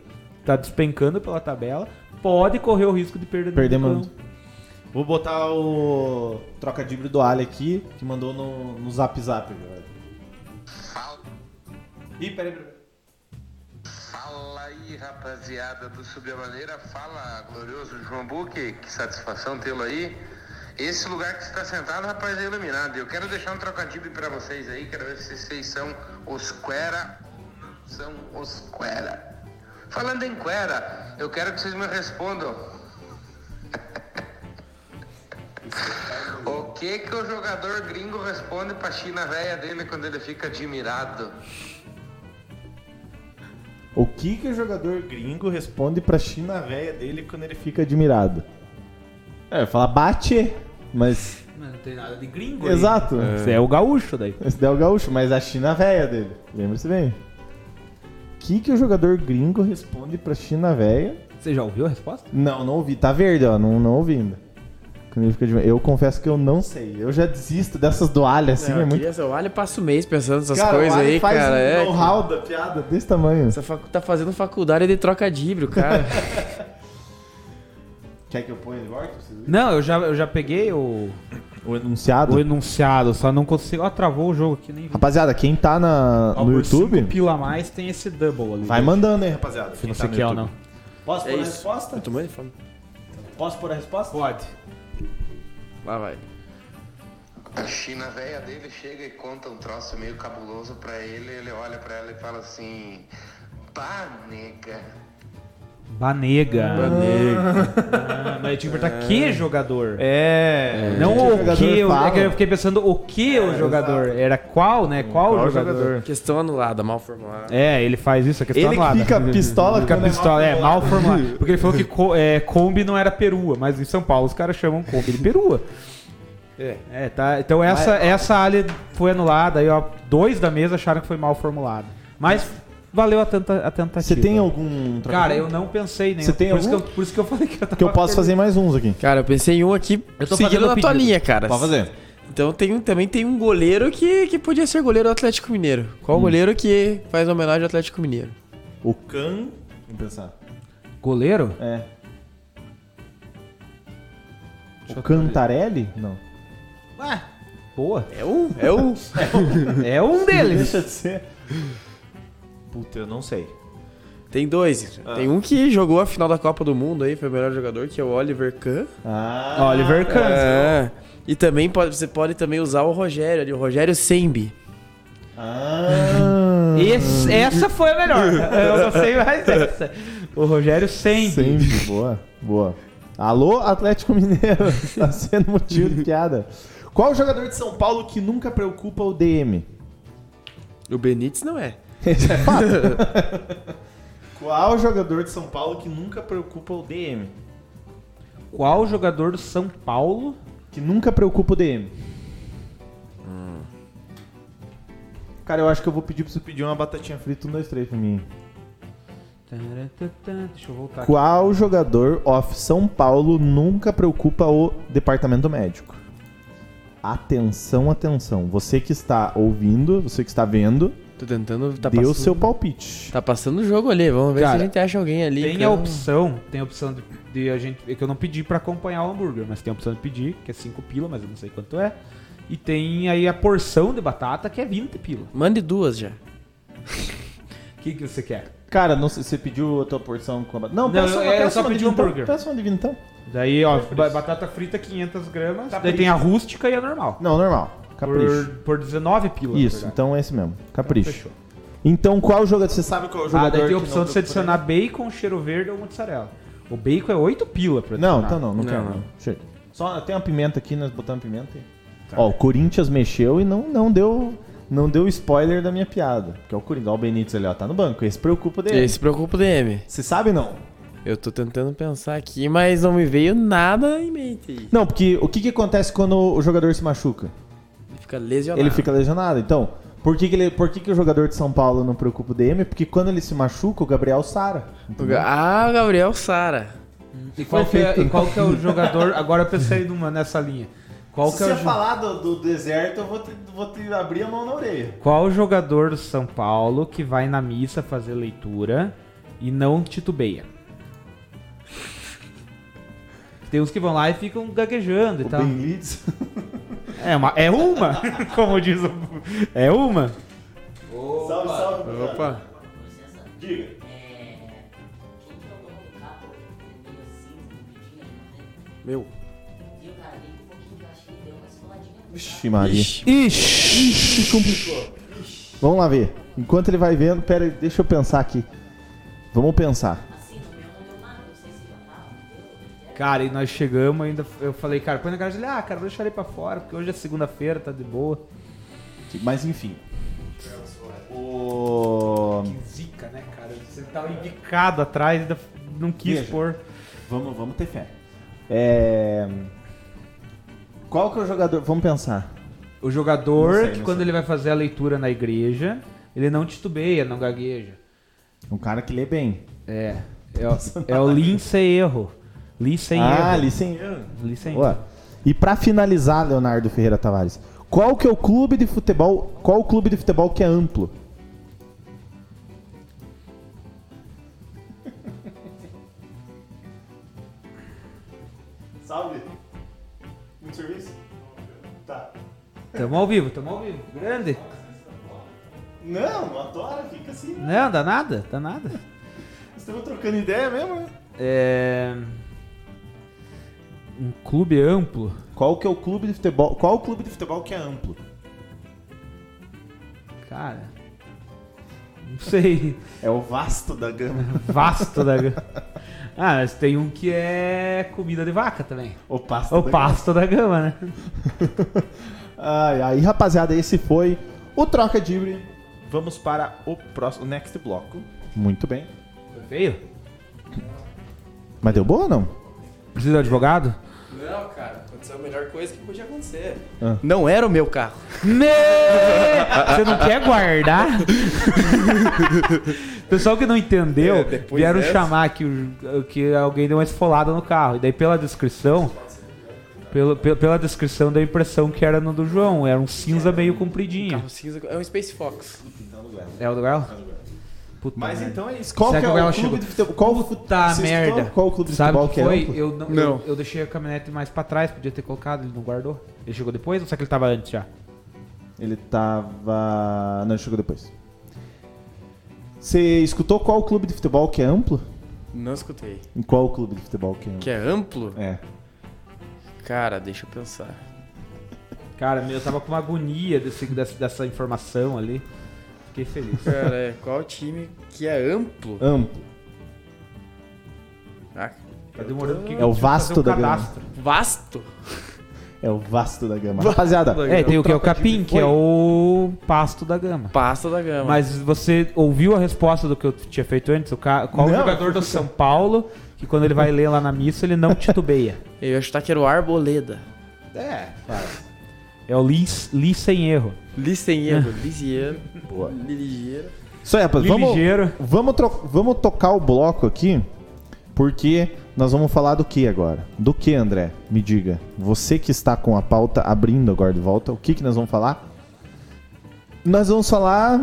[SPEAKER 4] tá despencando pela tabela, pode correr o risco de perder.
[SPEAKER 2] Perder
[SPEAKER 4] no-
[SPEAKER 2] muito. Então, Vou botar o troca de do Ali aqui, que mandou no, no zap zap. velho. Ih, peraí, peraí.
[SPEAKER 5] Fala aí, rapaziada do Subir a Bandeira. Fala, glorioso João Buque. Que satisfação tê-lo aí. Esse lugar que você está sentado, rapaz, é iluminado. Eu quero deixar um trocadilho para vocês aí. Quero ver se vocês são os Quera ou não são os Quera. Falando em Quera, eu quero que vocês me respondam. O que que o jogador gringo responde pra China velha dele quando ele fica admirado?
[SPEAKER 2] O que, que o jogador gringo responde pra China velha dele quando ele fica admirado? É, fala bate, mas.
[SPEAKER 4] Mas não tem nada de gringo. aí.
[SPEAKER 2] Exato.
[SPEAKER 4] Você é o gaúcho daí.
[SPEAKER 2] Esse daí é o gaúcho, mas a China velha dele. Lembra-se bem. O que, que o jogador gringo responde pra China velha?
[SPEAKER 4] Você já ouviu a resposta?
[SPEAKER 2] Não, não ouvi. Tá verde, ó. Não, não ouvi ainda. Quando ele fica admirado. Eu confesso que eu não sei. Eu já desisto dessas toalhas, assim,
[SPEAKER 3] Não,
[SPEAKER 2] é
[SPEAKER 3] eu
[SPEAKER 2] muito.
[SPEAKER 3] queria ser- o Ali passa o mês pensando nessas
[SPEAKER 2] Cara, o
[SPEAKER 3] coisas
[SPEAKER 2] Ali
[SPEAKER 3] aí,
[SPEAKER 2] faz
[SPEAKER 3] cara.
[SPEAKER 2] um
[SPEAKER 3] é,
[SPEAKER 2] know-how da piada desse tamanho.
[SPEAKER 3] essa facu- tá fazendo faculdade de trocadilho, cara.
[SPEAKER 2] Quer que eu ponha de volta? pra vocês verem?
[SPEAKER 4] Não, eu já, eu já peguei o,
[SPEAKER 2] O enunciado.
[SPEAKER 4] o enunciado, só não consigo. Ó, travou o jogo aqui, nem vi.
[SPEAKER 2] Rapaziada, quem tá na,
[SPEAKER 4] Ó,
[SPEAKER 2] no
[SPEAKER 4] por cinco
[SPEAKER 2] YouTube,
[SPEAKER 4] pila a mais tem esse double ali. tá
[SPEAKER 2] vai é mandando, hein, rapaziada.
[SPEAKER 4] Se você quer ou não.
[SPEAKER 2] Posso
[SPEAKER 3] É
[SPEAKER 2] pôr a
[SPEAKER 3] isso.
[SPEAKER 2] resposta?
[SPEAKER 3] Eu tô morrendo de fome.
[SPEAKER 2] Posso pôr a resposta?
[SPEAKER 4] Pode.
[SPEAKER 3] Lá vai.
[SPEAKER 5] A China velha dele chega e conta um troço meio cabuloso pra ele, ele olha pra ela e fala assim: "Pá, nega".
[SPEAKER 4] Banega.
[SPEAKER 3] Banega.
[SPEAKER 4] Ah, mas tinha que perguntar que jogador.
[SPEAKER 2] É.
[SPEAKER 4] Não
[SPEAKER 2] Que
[SPEAKER 4] o
[SPEAKER 2] jogador
[SPEAKER 4] que, eu,
[SPEAKER 2] fala. É,
[SPEAKER 4] é que eu fiquei pensando o que o jogador. Era qual, né? Qual,
[SPEAKER 2] Qual
[SPEAKER 4] o jogador?
[SPEAKER 2] jogador?
[SPEAKER 3] Questão anulada, mal formulada.
[SPEAKER 4] É, ele faz isso, a questão
[SPEAKER 2] Ele que
[SPEAKER 4] anulada.
[SPEAKER 2] fica pistola
[SPEAKER 4] Fica
[SPEAKER 2] quando é
[SPEAKER 4] pistola, é, mal
[SPEAKER 2] mal formulado.
[SPEAKER 4] formulado. Porque ele falou que co- é, Kombi não era perua, mas em São Paulo os caras chamam Kombi de perua.
[SPEAKER 3] É.
[SPEAKER 4] É, tá. Então essa, essa área foi anulada, aí ó, dois da mesa acharam que foi mal formulado. Mas valeu a, tenta, a tentativa.
[SPEAKER 2] Você tem algum
[SPEAKER 4] Cara, eu não pensei nem.
[SPEAKER 2] Você tem
[SPEAKER 4] por, isso que
[SPEAKER 2] algum?
[SPEAKER 4] eu, por isso que eu falei que eu tava
[SPEAKER 2] Que eu posso fazer mais uns aqui.
[SPEAKER 3] Cara, eu pensei em um aqui,
[SPEAKER 4] Eu tô
[SPEAKER 3] seguindo
[SPEAKER 4] fazendo
[SPEAKER 3] na
[SPEAKER 4] o
[SPEAKER 3] tua
[SPEAKER 4] pedido.
[SPEAKER 3] linha, cara.
[SPEAKER 2] Pode fazer.
[SPEAKER 3] Então tem, um- também tem um goleiro que, que podia ser goleiro do Atlético Mineiro. Qual goleiro que faz homenagem ao Atlético Mineiro?
[SPEAKER 2] O Can. Vamos pensar.
[SPEAKER 4] Goleiro?
[SPEAKER 2] É. O Cantarelli? Não.
[SPEAKER 4] Ué, boa.
[SPEAKER 3] É um, é um.
[SPEAKER 4] É um deles.
[SPEAKER 2] Deixa de ser. Puta, eu não sei.
[SPEAKER 3] tem dois. Tem um que jogou a final da Copa do Mundo aí, foi o melhor jogador, que é o Oliver Kahn.
[SPEAKER 2] Ah.
[SPEAKER 4] Oliver Kahn.
[SPEAKER 3] É. E também pode, você pode também usar o Rogério ali, o Rogério Sembi.
[SPEAKER 2] Ah.
[SPEAKER 4] Esse- essa foi a melhor. Eu não sei mais essa. O Rogério Sem.
[SPEAKER 2] Sempre, boa, boa. Alô, Atlético Mineiro, tá sendo motivo de piada. Qual jogador de São Paulo que nunca preocupa o DM?
[SPEAKER 3] O Benítez não é.
[SPEAKER 2] Esse é fato. Qual jogador de São Paulo que nunca preocupa o DM?
[SPEAKER 4] Qual jogador do São Paulo?
[SPEAKER 2] Que nunca preocupa o DM? Hum. Cara, eu acho que eu vou pedir pra você pedir uma batatinha frita, um, dois, três pra mim.
[SPEAKER 4] Taratatá, Deixa eu voltar. aqui.
[SPEAKER 2] Qual jogador off São Paulo nunca preocupa o departamento médico? Atenção, atenção. Você que está ouvindo, você que está vendo,
[SPEAKER 3] Tô tentando. Tá
[SPEAKER 2] dê o
[SPEAKER 3] passando,
[SPEAKER 2] seu palpite.
[SPEAKER 3] Tá passando o jogo ali, vamos ver
[SPEAKER 4] Cara,
[SPEAKER 3] se a gente acha alguém ali. é um
[SPEAKER 4] Tem
[SPEAKER 3] que-
[SPEAKER 4] a opção, tem a opção de, de a gente. é que eu não pedi pra acompanhar o hambúrguer, mas tem a opção de pedir, que é 5 pila, mas eu não sei quanto é. E tem aí a porção de batata, que é 20 pila.
[SPEAKER 3] Mande duas já.
[SPEAKER 4] O que, que você quer?
[SPEAKER 2] Cara, não sei, você pediu a tua porção com a Não,
[SPEAKER 4] Não,
[SPEAKER 2] peça
[SPEAKER 4] eu-
[SPEAKER 2] uma,
[SPEAKER 4] eu
[SPEAKER 2] peça
[SPEAKER 4] só
[SPEAKER 2] uma
[SPEAKER 4] pedi
[SPEAKER 2] de
[SPEAKER 4] um
[SPEAKER 2] vintão,
[SPEAKER 4] burger.
[SPEAKER 2] Peça uma então. de vintão.
[SPEAKER 4] Daí,
[SPEAKER 2] Tá
[SPEAKER 4] ó, ba- batata frita 500 gramas. daí tem a rústica e a normal.
[SPEAKER 2] Não, normal. Capricho.
[SPEAKER 4] Por, por 19 pila.
[SPEAKER 2] Isso,
[SPEAKER 4] na verdade.
[SPEAKER 2] então é esse mesmo. Capricho.
[SPEAKER 4] Fechou.
[SPEAKER 2] Então qual jogador? Você sabe qual
[SPEAKER 4] Ah,
[SPEAKER 2] jogador?
[SPEAKER 4] daí tem a
[SPEAKER 2] que
[SPEAKER 4] opção
[SPEAKER 2] não
[SPEAKER 4] de você
[SPEAKER 2] trocou
[SPEAKER 4] adicionar bacon, cheiro verde ou mozzarella. O bacon é 8 pila pra
[SPEAKER 2] por ele? Não,
[SPEAKER 4] adicionar.
[SPEAKER 2] então não, não,
[SPEAKER 3] Não,
[SPEAKER 2] quero
[SPEAKER 3] não.
[SPEAKER 2] não. Chega. Só tem uma pimenta aqui, nós botamos pimenta aí. Ó, o Corinthians mexeu e não, não deu não deu spoiler da minha piada. Porque é o Corinthians, ó, o Benítez ali, ó, tá no banco. Esse preocupa dele.
[SPEAKER 3] Esse preocupa o DM.
[SPEAKER 2] Você sabe não?
[SPEAKER 3] Eu tô tentando pensar aqui, mas não me veio nada em mente aí.
[SPEAKER 2] Não, porque o que, que acontece quando o jogador se machuca?
[SPEAKER 3] Ele fica lesionado.
[SPEAKER 2] Ele fica lesionado. Então, por que, que, ele, por que, que o jogador de São Paulo não preocupa o DM? Porque quando ele se machuca, o Gabriel Sara.
[SPEAKER 3] O Ga- Ah, o Gabriel Sara.
[SPEAKER 4] E qual, que é, e qual que é o jogador... Agora eu pensei numa, nessa linha. Qual que é o jo-
[SPEAKER 2] do, deserto, eu vou te, vou te abrir a mão na orelha.
[SPEAKER 4] Qual o jogador do São Paulo que vai na missa fazer leitura e não titubeia? Tem uns que vão lá e ficam gaguejando e
[SPEAKER 2] O
[SPEAKER 3] tá-
[SPEAKER 4] tal.
[SPEAKER 2] Ben Leeds.
[SPEAKER 4] É uma, é uma, como diz o... É uma.
[SPEAKER 2] salve, salve.
[SPEAKER 3] Opa.
[SPEAKER 2] Diga.
[SPEAKER 1] É, Quem que é o dono do carro? Ele veio assim, compridinho ali na frente.
[SPEAKER 3] Meu.
[SPEAKER 1] E o cara ali um pouquinho que eu acho que ele deu uma esfoladinha.
[SPEAKER 2] Vixe, Maria.
[SPEAKER 3] Ixi.
[SPEAKER 2] Ixi, complicou. Vamos lá ver. Enquanto ele vai vendo, pera aí, deixa eu pensar aqui. Vamos pensar.
[SPEAKER 1] Assim, no meu não deu nada, não sei se já tava, não deu.
[SPEAKER 4] Cara, e nós chegamos ainda. Eu falei, cara, põe na garagem. Ele, ah, cara, vou deixar ele pra fora, porque hoje é segunda-feira, tá de boa.
[SPEAKER 2] Mas enfim. O...
[SPEAKER 4] Zica, né, cara? Você tava indicado atrás, ainda não quis
[SPEAKER 2] Veja.
[SPEAKER 4] pôr.
[SPEAKER 2] Vamos, vamos ter fé. É... Qual que é o jogador? Vamos pensar.
[SPEAKER 4] O jogador,
[SPEAKER 2] Não sei,
[SPEAKER 4] que
[SPEAKER 2] não
[SPEAKER 4] quando
[SPEAKER 2] sei.
[SPEAKER 4] ele vai fazer a leitura na igreja, ele não titubeia, não gagueja.
[SPEAKER 2] Um cara que lê bem.
[SPEAKER 4] É. É, o- é o Lindsay Erro. Lindsay
[SPEAKER 2] ah,
[SPEAKER 4] Erro.
[SPEAKER 2] ali sem.
[SPEAKER 4] Lindsay
[SPEAKER 2] Ó, E pra finalizar, Leonardo Ferreira Tavares, qual que é o clube de futebol? Qual o clube de futebol que é amplo? Salve. Muito serviço? Tá.
[SPEAKER 4] Tamo ao vivo, tamo ao vivo. Grande.
[SPEAKER 2] Não, adora, fica assim.
[SPEAKER 4] Não, dá nada, dá nada.
[SPEAKER 2] Vocês estão trocando ideia mesmo, né?
[SPEAKER 4] É. Um clube amplo.
[SPEAKER 2] Qual que é o clube de futebol? Qual o clube de futebol que é amplo?
[SPEAKER 4] Cara. Não sei.
[SPEAKER 2] É o vasto da gama.
[SPEAKER 4] Vasto da. Ah, mas tem um que é comida de vaca também. É
[SPEAKER 2] O pasto.
[SPEAKER 4] O
[SPEAKER 2] da
[SPEAKER 4] pasto da gama, né?
[SPEAKER 2] Ai, ai, rapaziada, esse foi o Troca Dibre. Vamos para o próximo, o next bloco. Muito bem.
[SPEAKER 4] Foi feio?
[SPEAKER 2] Mas deu boa ou não?
[SPEAKER 4] Precisa de advogado?
[SPEAKER 3] Não, cara. Aconteceu a melhor coisa que podia acontecer.
[SPEAKER 2] Ah.
[SPEAKER 3] Não era o meu carro.
[SPEAKER 4] Né? Você não quer guardar? Pessoal que não entendeu,
[SPEAKER 3] É, depois
[SPEAKER 4] vieram
[SPEAKER 3] dessa-
[SPEAKER 4] chamar que, o- que alguém deu uma esfolada no carro. E daí pela descrição. Pelo, pe- pela descrição deu a impressão que era no do João, era um cinza meio compridinho.
[SPEAKER 3] Carro cinza. É um Space Fox.
[SPEAKER 4] É o do Galo? Puta
[SPEAKER 2] Mas
[SPEAKER 4] merda.
[SPEAKER 2] então é isso. Qual
[SPEAKER 4] Será
[SPEAKER 2] que é
[SPEAKER 4] que o Galo
[SPEAKER 2] o clube
[SPEAKER 4] chegou?
[SPEAKER 2] de futebol? Qual o fut-
[SPEAKER 4] Puta
[SPEAKER 2] Vocês
[SPEAKER 4] merda.
[SPEAKER 2] estão- Qual o clube de
[SPEAKER 4] Sabe
[SPEAKER 2] futebol
[SPEAKER 4] o
[SPEAKER 2] que
[SPEAKER 4] que
[SPEAKER 2] é
[SPEAKER 4] foi?
[SPEAKER 2] amplo?
[SPEAKER 4] Eu, não,
[SPEAKER 3] Não.
[SPEAKER 4] Eu, eu deixei a caminhonete mais pra trás, podia ter colocado, ele não guardou. Ele chegou depois ou será que ele tava antes já?
[SPEAKER 2] Ele tava. Não, chegou depois. Você escutou qual o clube de futebol que é amplo?
[SPEAKER 3] Não escutei.
[SPEAKER 2] Em qual o clube de futebol que é amplo?
[SPEAKER 3] Que é amplo?
[SPEAKER 2] É.
[SPEAKER 3] Cara, deixa eu pensar.
[SPEAKER 4] Cara, meu, eu tava com uma agonia desse, dessa, dessa informação ali. Fiquei feliz.
[SPEAKER 3] Cara, é, qual time que é amplo?
[SPEAKER 2] Amplo.
[SPEAKER 3] Ah,
[SPEAKER 4] Tá demorando que
[SPEAKER 2] É o vasto
[SPEAKER 4] um
[SPEAKER 2] da grama.
[SPEAKER 3] vasto?
[SPEAKER 2] É o vasto da gama. Rapaziada,
[SPEAKER 4] É, tem o que é o capim, que é o pasto da gama.
[SPEAKER 3] Pasta da gama.
[SPEAKER 4] Mas você ouviu a resposta do que eu tinha feito antes? O ca... Qual o
[SPEAKER 2] Não.
[SPEAKER 4] jogador do São Paulo que quando ele vai ler lá na missa ele não titubeia?
[SPEAKER 3] Eu ia chutar que era o Arboleda.
[SPEAKER 4] É, É o Liz, Liz sem erro.
[SPEAKER 3] Licenheiro, Lisieiro,
[SPEAKER 2] Boa.
[SPEAKER 3] Liligeiro.
[SPEAKER 2] Isso aí, rapaz.
[SPEAKER 4] Li
[SPEAKER 2] Vamos,
[SPEAKER 4] ligeiro.
[SPEAKER 2] vamos, tro- vamos tocar o bloco aqui, porque nós vamos falar do que agora? Do que, André? Me diga. Você que está com a pauta abrindo agora de volta, o que, que nós vamos falar? Nós vamos falar.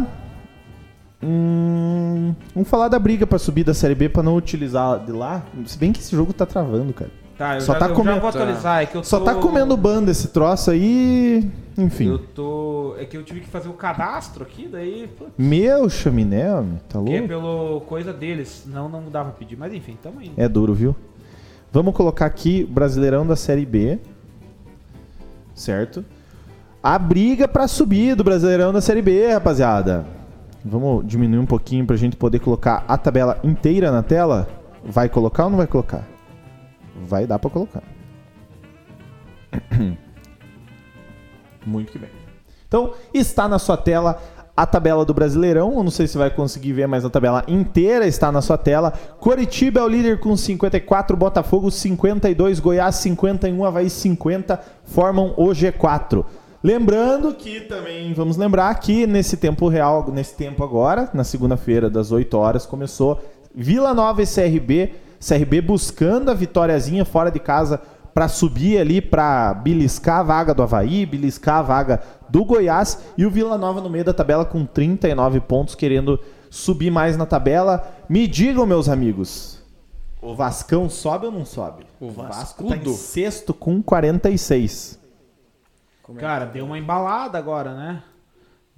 [SPEAKER 2] Hum, vamos falar da briga pra subir da Série B pra não utilizar de lá. Se bem que esse jogo tá travando, cara.
[SPEAKER 4] Tá, eu,
[SPEAKER 2] Só
[SPEAKER 4] já,
[SPEAKER 2] tá
[SPEAKER 4] eu já
[SPEAKER 2] comendo-
[SPEAKER 4] vou atualizar, é que eu
[SPEAKER 2] Só
[SPEAKER 4] tô-
[SPEAKER 2] tá comendo banda esse troço aí. Enfim.
[SPEAKER 4] Eu tô. o- é que eu tive que fazer o cadastro aqui, daí. pô,
[SPEAKER 2] Meu chaminé, homem, tá
[SPEAKER 4] Que é
[SPEAKER 2] louco?
[SPEAKER 4] pelo coisa deles. Não, não dava pra pedir. Mas enfim, tamo indo.
[SPEAKER 2] É duro, viu? Vamos colocar aqui Brasileirão da Série B. Certo? A briga pra subir do Brasileirão da Série B, rapaziada. Vamos diminuir um pouquinho pra gente poder colocar a tabela inteira na tela? Vai colocar ou não vai colocar? Vai dar pra colocar. Muito que bem. Então, está na sua tela a tabela do Brasileirão. Eu não sei se vai conseguir ver, mas a tabela inteira está na sua tela. Coritiba é o líder com 54, Botafogo 52, Goiás 51, Havaí 50, formam o G4. Lembrando que também vamos lembrar que nesse tempo real, nesse tempo agora, na segunda-feira das 8 horas, começou Vila Nova e CRB. CRB buscando a vitóriazinha fora de casa para subir ali, para beliscar a vaga do Havaí, beliscar a vaga do Goiás e o Vila Nova no meio da tabela com 39 pontos, querendo subir mais na tabela. Me digam, meus amigos, o Vascão sobe ou não sobe?
[SPEAKER 3] O
[SPEAKER 2] Vasco tá em
[SPEAKER 3] Vascudo.
[SPEAKER 2] sexto com 46.
[SPEAKER 4] é Cara, deu uma embalada agora, né?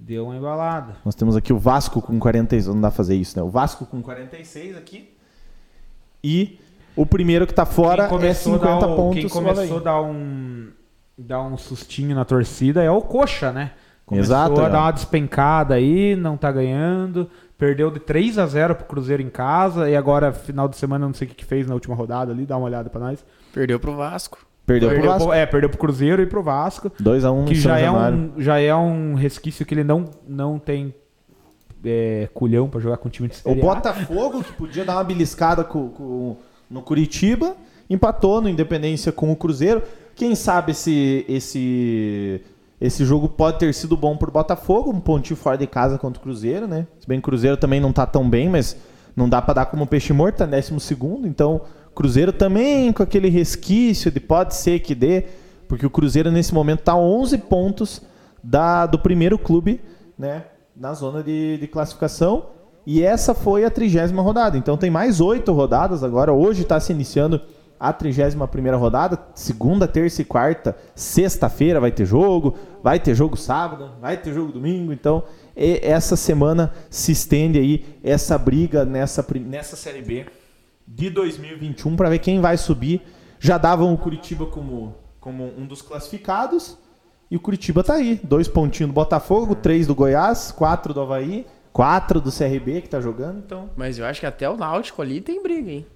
[SPEAKER 4] Deu uma embalada.
[SPEAKER 2] Nós temos aqui o Vasco com 46, não dá pra fazer isso, né? O Vasco com 46 aqui e o primeiro que tá fora é 50
[SPEAKER 4] a dar, o-
[SPEAKER 2] pontos.
[SPEAKER 4] Quem
[SPEAKER 2] olha aí.
[SPEAKER 4] começou a dar um, dar um sustinho na torcida é o Coxa, né? Começou
[SPEAKER 2] Exato,
[SPEAKER 4] a
[SPEAKER 2] é.
[SPEAKER 4] dar uma despencada aí, não tá ganhando. Perdeu de 3 a 0 pro Cruzeiro em casa. E agora, final de semana, não sei o que, que fez na última rodada ali, dá uma olhada pra nós.
[SPEAKER 3] Perdeu pro Vasco.
[SPEAKER 2] Perdeu, pro Vasco.
[SPEAKER 4] é, perdeu pro Cruzeiro e pro Vasco.
[SPEAKER 2] 2x1 um
[SPEAKER 4] que
[SPEAKER 2] em São
[SPEAKER 4] já é,
[SPEAKER 2] Januário.
[SPEAKER 4] um, já é um resquício que ele não, não tem é, culhão pra jogar com o time de
[SPEAKER 2] O
[SPEAKER 4] Série A.
[SPEAKER 2] Botafogo, que podia dar uma beliscada com- com- no Curitiba, empatou no Independência com o Cruzeiro. Quem sabe esse, esse, esse jogo pode ter sido bom pro Botafogo, um pontinho fora de casa contra o Cruzeiro, né? Se bem que o Cruzeiro também não tá tão bem, mas não dá pra dar como peixe morto, tá em 12 então Cruzeiro também com aquele resquício de pode ser que dê, porque o Cruzeiro nesse momento tá 11 pontos da, do primeiro clube, né, na zona de, de classificação. E essa foi a trigésima rodada. Então tem mais oito rodadas agora. Hoje está se iniciando a trigésima primeira rodada. Segunda, terça e quarta, sexta-feira vai ter jogo. Vai ter jogo sábado, vai ter jogo domingo. Então e- essa semana se estende aí essa briga nessa, pri- nessa Série B de 2021 para um ver quem vai subir. Já davam o Curitiba como, como um dos classificados. E o Curitiba tá aí. Dois pontinhos do Botafogo, três do Goiás, quatro do Havaí, quatro do CRB que tá jogando. Então,
[SPEAKER 3] Mas eu acho que até o Náutico ali tem briga, hein?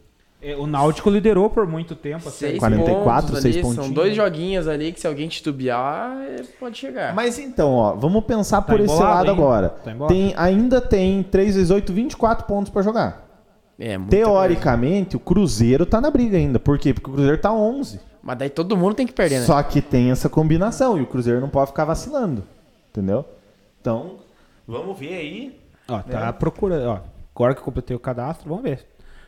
[SPEAKER 4] É, O Náutico liderou por muito tempo. assim. a Série
[SPEAKER 3] Seis
[SPEAKER 2] 44,
[SPEAKER 3] pontos
[SPEAKER 2] seis
[SPEAKER 3] ali, São
[SPEAKER 2] pontinhos.
[SPEAKER 3] dois joguinhos ali que se alguém titubear, eh, pode chegar.
[SPEAKER 2] mas então, ó, vamos pensar
[SPEAKER 4] É. Tá
[SPEAKER 2] por esse
[SPEAKER 4] embolado,
[SPEAKER 2] lado
[SPEAKER 4] hein?
[SPEAKER 2] agora.
[SPEAKER 4] Tá embolado.
[SPEAKER 2] tem, ainda tem 3 vezes 8, 24 pontos pra jogar.
[SPEAKER 3] É, muita coisa.
[SPEAKER 2] Teoricamente, o Cruzeiro tá na briga ainda. Por quê? Porque o Cruzeiro tá 11.
[SPEAKER 3] Mas daí todo mundo tem que perder, né?
[SPEAKER 2] Só que tem essa combinação e o Cruzeiro não pode ficar vacilando. Entendeu? Então, vamos ver aí.
[SPEAKER 4] Ó, tá
[SPEAKER 2] É.
[SPEAKER 4] procurando, ó. Agora que eu completei o cadastro, vamos ver.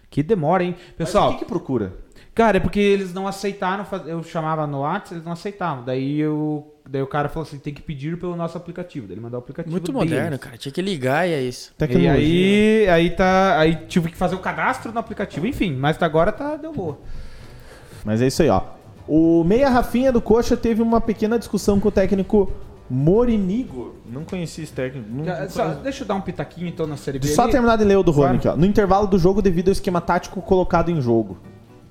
[SPEAKER 4] Que demora, hein?
[SPEAKER 2] Pessoal,
[SPEAKER 4] Pessoal,
[SPEAKER 2] o que, que procura?
[SPEAKER 4] cara, é porque eles não aceitaram, faz- eu chamava no WhatsApp, eles não aceitavam. Daí eu, daí o cara falou assim, tem que pedir pelo nosso aplicativo. Daí ele mandou o aplicativo
[SPEAKER 3] Muito
[SPEAKER 4] deles.
[SPEAKER 3] moderno, cara. Tinha que ligar e é isso.
[SPEAKER 4] E aí, aí tá, aí tive que fazer o cadastro no aplicativo, enfim, mas agora tá deu boa.
[SPEAKER 2] Mas é isso aí, ó. O Meia Rafinha do Coxa teve uma pequena discussão com o técnico Morinigo. Não conheci esse técnico. Não, não
[SPEAKER 4] Só-
[SPEAKER 2] conheço.
[SPEAKER 4] deixa eu dar um pitaquinho então na série B.
[SPEAKER 2] Só
[SPEAKER 4] ali.
[SPEAKER 2] terminar de ler o do Rony
[SPEAKER 4] Claro.
[SPEAKER 2] aqui, ó. No intervalo do jogo, devido ao esquema tático colocado em jogo.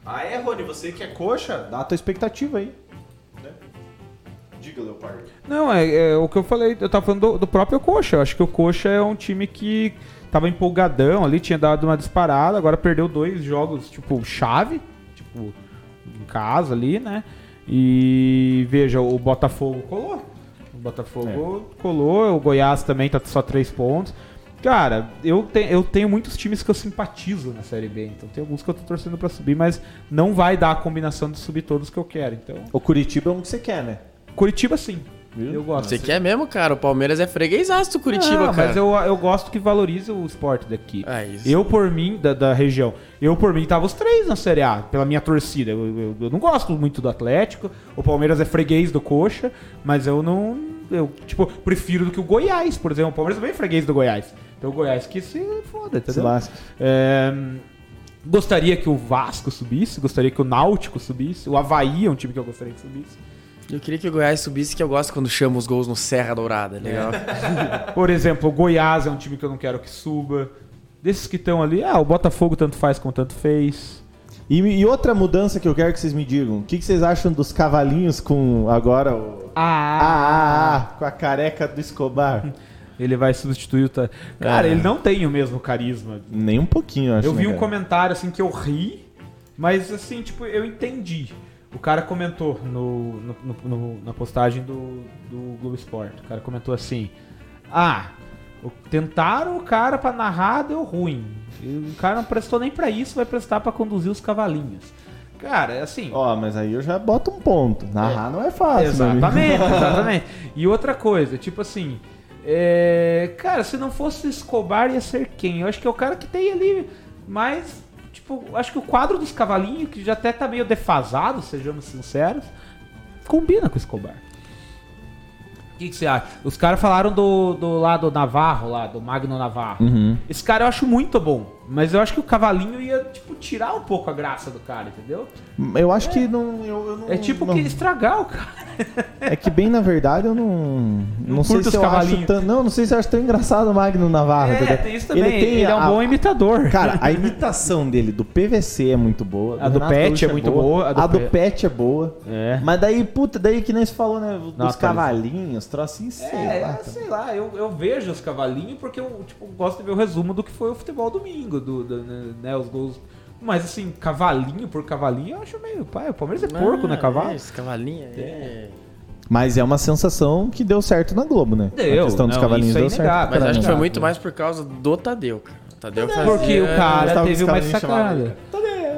[SPEAKER 2] Ah, é, Rony? Você que é coxa? Dá a tua expectativa aí. né? Diga, Leopardo.
[SPEAKER 4] Não, é, é o que eu falei, eu tava falando do, do próprio Coxa. Eu acho que o Coxa é um time que tava empolgadão ali, tinha dado uma disparada, agora perdeu dois jogos, tipo, chave, tipo, em casa ali, né? E veja, o Botafogo colou. O Botafogo colou, o Goiás também tá só três pontos. Cara, eu, te- eu tenho muitos times que eu simpatizo na Série B, então tem alguns que eu tô torcendo pra subir, mas não vai dar a combinação de subir todos que eu quero. Então,
[SPEAKER 2] O Curitiba é um que você quer, né?
[SPEAKER 4] Curitiba sim.
[SPEAKER 2] Viu?
[SPEAKER 4] Eu gosto.
[SPEAKER 3] Você quer mesmo, cara? O Palmeiras é freguesaço do Curitiba,
[SPEAKER 4] Não,
[SPEAKER 3] cara.
[SPEAKER 4] Mas eu, eu gosto que valorize o esporte daqui.
[SPEAKER 3] É isso.
[SPEAKER 4] Eu, por mim, da, da região, eu, por mim, tava os três na Série A, pela minha torcida. Eu, eu- eu não gosto muito do Atlético, o Palmeiras é freguês do Coxa, mas eu não. Eu, tipo, prefiro do que o Goiás, por exemplo. O Palmeiras também é freguês do Goiás. Então o Goiás que se foda,
[SPEAKER 2] Se
[SPEAKER 4] entendeu?
[SPEAKER 2] lasca.
[SPEAKER 4] É, gostaria que o Vasco subisse, gostaria que o Náutico subisse, o Havaí é um time que eu gostaria que subisse.
[SPEAKER 3] Eu queria que o Goiás subisse, que eu gosto quando chama os gols no Serra Dourada, tá legal?
[SPEAKER 4] Por exemplo, o Goiás é um time que eu não quero que suba. Desses que estão ali, ah, o Botafogo tanto faz como tanto fez.
[SPEAKER 2] E, e outra mudança que eu quero que vocês me digam. O que, que vocês acham dos cavalinhos com agora o... Ah, ah, ah, com a careca do Escobar.
[SPEAKER 4] Ele vai substituir o. Ta- Cara,
[SPEAKER 2] É.
[SPEAKER 4] ele não tem o mesmo carisma.
[SPEAKER 2] Nem um pouquinho, eu acho.
[SPEAKER 4] Eu vi
[SPEAKER 2] né,
[SPEAKER 4] um
[SPEAKER 2] cara?
[SPEAKER 4] comentário assim que eu ri, mas assim, tipo, eu entendi. O cara comentou no, no- no- no- na postagem do, do Globo Esporte. O cara comentou assim: Ah, o- tentaram o cara pra narrar, deu ruim. E o cara não prestou nem pra isso, vai prestar pra conduzir os cavalinhos. Cara, é assim.
[SPEAKER 2] Ó, mas aí eu já boto um ponto. Narrar não é fácil, meu amigo.
[SPEAKER 4] Exatamente, exatamente. E outra coisa, tipo assim. é, Cara, se não fosse Escobar, ia ser quem? Eu acho que é o cara que tem ali mais. Tipo, acho que o quadro dos cavalinhos, que já até tá meio defasado, sejamos sinceros, combina com o Escobar. O que, que você acha? Os caras falaram do, do lá do Navarro, lá, do Magno Navarro.
[SPEAKER 2] Uhum.
[SPEAKER 4] Esse cara eu acho muito bom, mas eu acho que o cavalinho ia, tipo, tirar um pouco a graça do cara, entendeu?
[SPEAKER 2] Eu acho que não, eu, eu não.
[SPEAKER 4] É tipo
[SPEAKER 2] não-
[SPEAKER 4] que estragar o cara.
[SPEAKER 2] É que bem na verdade eu não. Não, sei se
[SPEAKER 4] curto os
[SPEAKER 2] eu acho
[SPEAKER 4] cavalinhos.
[SPEAKER 2] tão, Não, não sei se eu acho tão engraçado o Magno Navarro.
[SPEAKER 4] É,
[SPEAKER 2] Ah, entendeu?
[SPEAKER 4] tem isso também. Ele,
[SPEAKER 2] tem
[SPEAKER 4] é
[SPEAKER 2] a-
[SPEAKER 4] um bom imitador.
[SPEAKER 2] Cara, a imitação dele do PVC é muito boa.
[SPEAKER 4] A do
[SPEAKER 2] Renato
[SPEAKER 4] Pet
[SPEAKER 2] Gaúcho
[SPEAKER 4] é muito boa,
[SPEAKER 2] A
[SPEAKER 4] a
[SPEAKER 2] do,
[SPEAKER 4] do Pe-
[SPEAKER 2] Pet é boa.
[SPEAKER 4] É.
[SPEAKER 2] Mas daí, puta, daí que nem se falou, né? Dos
[SPEAKER 4] Nossa, tá
[SPEAKER 2] cavalinhos, troço assim, sei
[SPEAKER 4] É,
[SPEAKER 2] lá.
[SPEAKER 4] sei lá, eu, eu vejo os cavalinhos porque eu tipo, gosto de ver o resumo do que foi o futebol domingo, do, do- né, os gols. Mas assim, cavalinho por cavalinho, eu acho meio. Pai, o Palmeiras é porco, né, cavalo?
[SPEAKER 3] É, esse cavalinho, é.
[SPEAKER 2] Mas é uma sensação que deu certo na Globo, né?
[SPEAKER 4] Deu,
[SPEAKER 2] a questão dos
[SPEAKER 4] não,
[SPEAKER 2] cavalinhos
[SPEAKER 4] isso é
[SPEAKER 2] deu certo.
[SPEAKER 4] inegável.
[SPEAKER 2] pra
[SPEAKER 3] Mas acho que foi
[SPEAKER 2] caramba.
[SPEAKER 3] muito mais por causa do Tadeu, cara. O Tadeu fazia...
[SPEAKER 4] Porque o cara
[SPEAKER 2] Gostava
[SPEAKER 4] teve
[SPEAKER 2] dos
[SPEAKER 4] uma
[SPEAKER 2] cavalinhos
[SPEAKER 4] sacada.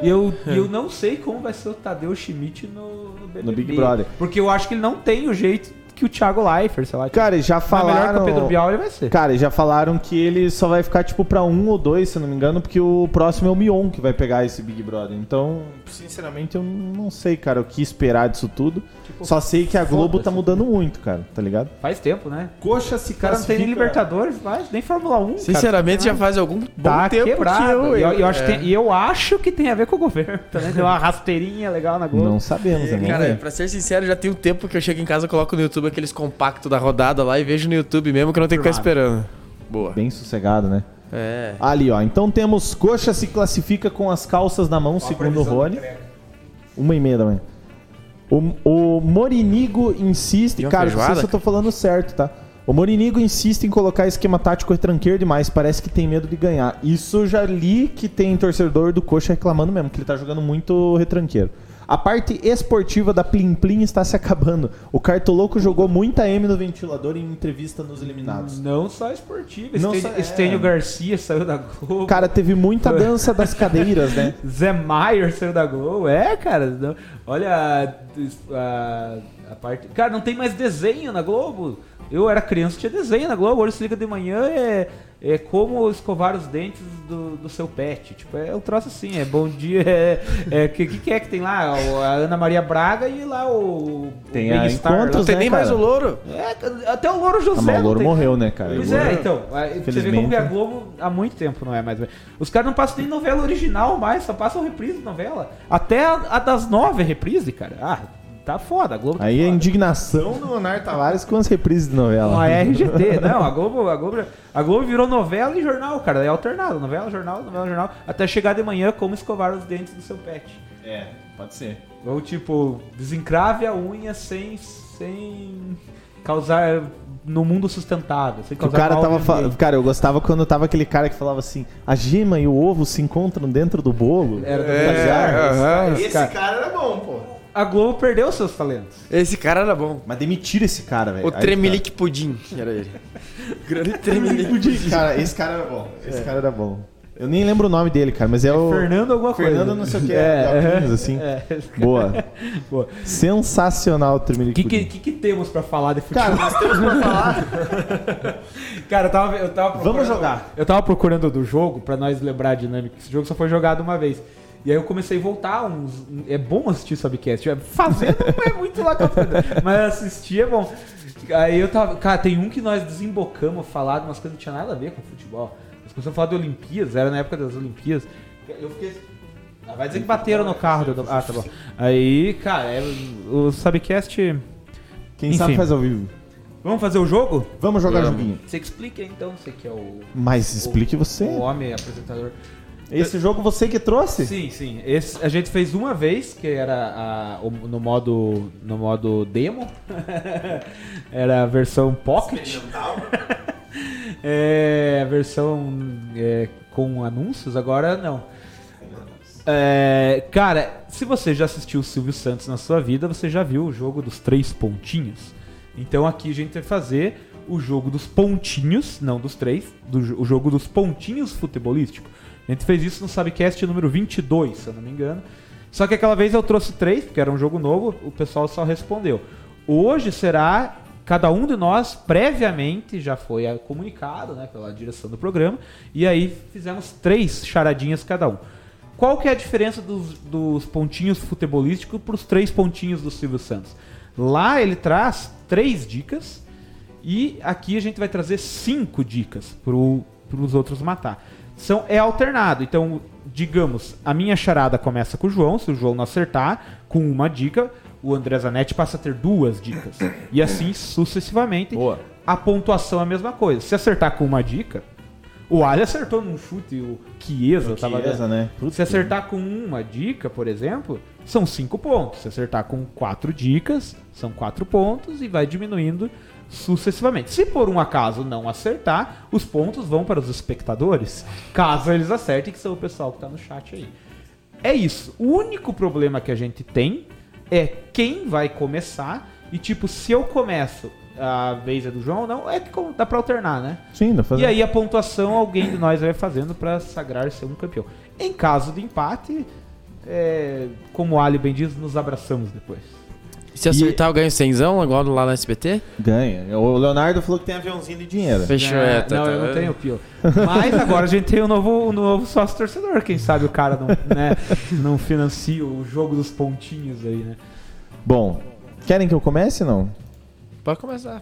[SPEAKER 4] E eu, e eu não sei como vai ser o Tadeu Schmidt no, no BBB.
[SPEAKER 2] No Big Brother.
[SPEAKER 4] Porque eu acho que ele não tem o jeito que o Thiago Leifert, sei lá.
[SPEAKER 2] Cara, já
[SPEAKER 4] mas melhor que
[SPEAKER 2] falaram.
[SPEAKER 4] o Pedro Bial ele vai ser.
[SPEAKER 2] Cara, já falaram que ele só vai ficar, tipo, pra um ou dois, se eu não me engano, porque o próximo é o Mion que vai pegar esse Big Brother. Então, sinceramente, eu não sei, cara, o que esperar disso tudo. Só sei que a Globo tá
[SPEAKER 4] Tipo, foda-se.
[SPEAKER 2] mudando muito, cara, tá ligado?
[SPEAKER 4] Faz tempo, né?
[SPEAKER 2] Coxa se
[SPEAKER 4] O cara não tem nem Libertadores, mas nem Fórmula 1.
[SPEAKER 3] Sinceramente, já
[SPEAKER 4] cara,
[SPEAKER 3] faz algum bom
[SPEAKER 4] tá
[SPEAKER 3] tempo
[SPEAKER 4] quebrado.
[SPEAKER 3] que eu...
[SPEAKER 4] E eu, eu acho que
[SPEAKER 3] é.
[SPEAKER 4] tem- e eu acho que tem a ver com o governo também. Deu uma rasteirinha legal na Globo.
[SPEAKER 2] Não sabemos, né?
[SPEAKER 3] É, Cara,
[SPEAKER 2] Cara,
[SPEAKER 3] pra ser sincero, já tem um tempo que eu chego em casa, coloco no YouTube aqueles compactos da rodada lá e vejo no YouTube mesmo que eu não tenho que ficar esperando. Boa.
[SPEAKER 2] Bem sossegado, né?
[SPEAKER 3] É.
[SPEAKER 2] Ali, ó. Então temos Coxa se classifica com as calças na mão, segundo o Rony. Uma e meia da manhã. O, o Morinigo insiste.
[SPEAKER 3] Deu uma
[SPEAKER 2] Cara, não sei
[SPEAKER 3] feijoada,
[SPEAKER 2] se eu tô falando certo, tá? O Morinigo insiste em colocar esquema tático retranqueiro demais. Parece que tem medo de ganhar. Isso eu já li que tem torcedor do Coxa reclamando mesmo, que ele tá jogando muito retranqueiro. A parte esportiva da Plim Plim está se acabando. O Cartoloco jogou muita M no ventilador em entrevista nos eliminados.
[SPEAKER 4] Não só esportiva.
[SPEAKER 2] Não
[SPEAKER 4] Estênio,
[SPEAKER 2] só- é.
[SPEAKER 4] Estênio Garcia saiu da Globo.
[SPEAKER 2] Cara, teve muita dança das cadeiras, né?
[SPEAKER 4] Zé Maier saiu da Globo. É, cara. não- olha a, a- a parte. Cara, não tem mais desenho na Globo. Eu era criança tinha desenho na Globo. Hoje se liga de manhã é, é como escovar os dentes do, do seu pet. Tipo, é um troço assim. É bom dia. É. O é, que, que que é que tem lá? O- A Ana Maria Braga e lá o.
[SPEAKER 2] Tem
[SPEAKER 4] o
[SPEAKER 2] a
[SPEAKER 4] Bem-Estar lá.
[SPEAKER 2] Encontros,
[SPEAKER 3] Não tem
[SPEAKER 2] né,
[SPEAKER 3] nem
[SPEAKER 2] cara?
[SPEAKER 3] mais o louro.
[SPEAKER 4] É, até o Louro
[SPEAKER 2] Ah,
[SPEAKER 4] José.
[SPEAKER 2] mas o
[SPEAKER 4] não
[SPEAKER 2] Louro
[SPEAKER 4] tem.
[SPEAKER 2] morreu, né, cara?
[SPEAKER 4] Pois
[SPEAKER 2] O Louro-
[SPEAKER 4] é, então. aí Você vê como
[SPEAKER 2] Felizmente. né?
[SPEAKER 4] que a Globo há muito tempo não é mais. Os caras não passam nem novela original mais, só passam reprise de novela. Até a, a das nove é reprise, cara. Ah, tá foda. A Globo tá
[SPEAKER 2] Aí é a
[SPEAKER 4] foda.
[SPEAKER 2] indignação do Leonardo Tavares com as reprises de novela.
[SPEAKER 4] Não, é RGT, não, a Globo, a, Globo, a Globo virou novela e jornal, cara, é alternado, novela, jornal, novela, jornal, até chegar de manhã como escovar os dentes do seu pet.
[SPEAKER 2] É, pode ser.
[SPEAKER 4] Ou tipo, desencrave a unha sem, sem causar, no mundo sustentável, sem
[SPEAKER 2] o
[SPEAKER 4] causar
[SPEAKER 2] cara
[SPEAKER 4] mal ao
[SPEAKER 2] tava
[SPEAKER 4] meio
[SPEAKER 2] fa-
[SPEAKER 4] ambiente.
[SPEAKER 2] Cara, eu gostava quando tava aquele cara que falava assim: a gema e o ovo se encontram dentro do bolo.
[SPEAKER 4] Era do
[SPEAKER 3] aham.
[SPEAKER 4] Esse cara-
[SPEAKER 2] era bom, pô.
[SPEAKER 4] A Globo perdeu seus talentos.
[SPEAKER 3] Esse cara era bom.
[SPEAKER 2] Mas demitiram esse cara, velho.
[SPEAKER 3] O Tremelique Pudim, era ele. O grande Tremelique.
[SPEAKER 2] Pudim. Cara, esse cara era bom. Esse cara era bom. Eu nem lembro o nome dele, cara, mas é, o.
[SPEAKER 4] É. Fernando alguma
[SPEAKER 2] Fernando
[SPEAKER 4] coisa.
[SPEAKER 2] não sei o que,
[SPEAKER 4] É,
[SPEAKER 2] de
[SPEAKER 4] é.
[SPEAKER 2] óculos, assim. Boa.
[SPEAKER 4] Boa.
[SPEAKER 2] Sensacional o
[SPEAKER 4] O
[SPEAKER 2] Tremelique
[SPEAKER 4] que, que,
[SPEAKER 2] Pudim.
[SPEAKER 4] que, que temos pra falar de futebol?
[SPEAKER 2] Cara, nós temos pra falar.
[SPEAKER 4] Cara, eu tava, eu tava procurando-
[SPEAKER 2] Vamos jogar.
[SPEAKER 4] Eu tava procurando do jogo pra nós lembrar a dinâmica. Esse jogo só foi jogado uma vez. E aí eu comecei a voltar uns. É bom assistir subcast. é- Fazer não é muito lá com a coisa, Mas assistir é bom. Aí eu tava. Cara, tem um que nós desembocamos falar de umas coisas que não tinha nada a ver com futebol. Nós começamos a falar de Olimpíadas, era na época das Olimpíadas. Eu fiquei. assim, Ah, vai dizer que bateram no carro. do- Ah, tá bom. Aí, cara, é- o subcast
[SPEAKER 2] Quem sabe
[SPEAKER 4] Enfim.
[SPEAKER 2] faz ao vivo.
[SPEAKER 4] Vamos fazer o jogo?
[SPEAKER 2] Vamos jogar joguinho.
[SPEAKER 4] Você explica então, você que é o,
[SPEAKER 2] Mas explique você.
[SPEAKER 4] o homem apresentador.
[SPEAKER 2] Esse jogo você que trouxe?
[SPEAKER 4] Sim, sim. Esse, a gente fez uma vez, que era a- o- no modo no modo demo. era a versão pocket. é, a versão é, com anúncios, agora não. É, cara, se você já assistiu o Silvio Santos na sua vida, você já viu o jogo dos três pontinhos. Então aqui a gente vai fazer o jogo dos pontinhos, não dos três, do jo- o jogo dos pontinhos futebolístico. A gente fez isso no Subcast número 22, se eu não me engano. Só que aquela vez eu trouxe três, porque era um jogo novo, o pessoal só respondeu. Hoje será cada um de nós previamente já foi ah, comunicado, né, pela direção do programa, e aí fizemos três charadinhas cada um. Qual que é a diferença dos, dos pontinhos futebolísticos para os três pontinhos do Silvio Santos? Lá ele traz três dicas e aqui a gente vai trazer cinco dicas para os outros matar. São, é alternado, então, digamos, a minha charada começa com o João, se o João não acertar, com uma dica, o André Zanetti passa a ter duas dicas. E assim sucessivamente.
[SPEAKER 2] Boa.
[SPEAKER 4] A pontuação é a mesma coisa. Se acertar com uma dica, o Ali acertou num chute, o Chiesa, eu tava
[SPEAKER 2] Chiesa,
[SPEAKER 4] vendo.
[SPEAKER 2] né?
[SPEAKER 4] Se acertar com uma dica, por exemplo, são cinco pontos. Se acertar com quatro dicas, são quatro pontos e vai diminuindo sucessivamente. Se por um acaso não acertar, os pontos vão para os espectadores. Caso eles acertem, que são o pessoal que tá no chat aí. É isso. O único problema que a gente tem é quem vai começar e tipo, se eu começo a vez é do João ou não, é que como- dá pra alternar, né?
[SPEAKER 2] Sim, dá pra fazer.
[SPEAKER 4] E aí a pontuação alguém de nós vai fazendo pra sagrar ser um campeão. Em caso de empate, é, como o Ali bem diz, nos abraçamos depois.
[SPEAKER 3] Se acertar, eu ganho 100 agora lá no SBT?
[SPEAKER 2] Ganha. O Leonardo falou que tem aviãozinho de dinheiro.
[SPEAKER 3] Fechou, é, tá,
[SPEAKER 4] Ah, não,
[SPEAKER 3] tá.
[SPEAKER 4] eu não tenho pio. Mas agora a gente tem um novo, um novo sócio torcedor, quem sabe o cara não, né, não financia o jogo dos pontinhos aí, né?
[SPEAKER 2] Bom, querem que eu comece ou não?
[SPEAKER 3] Pode começar.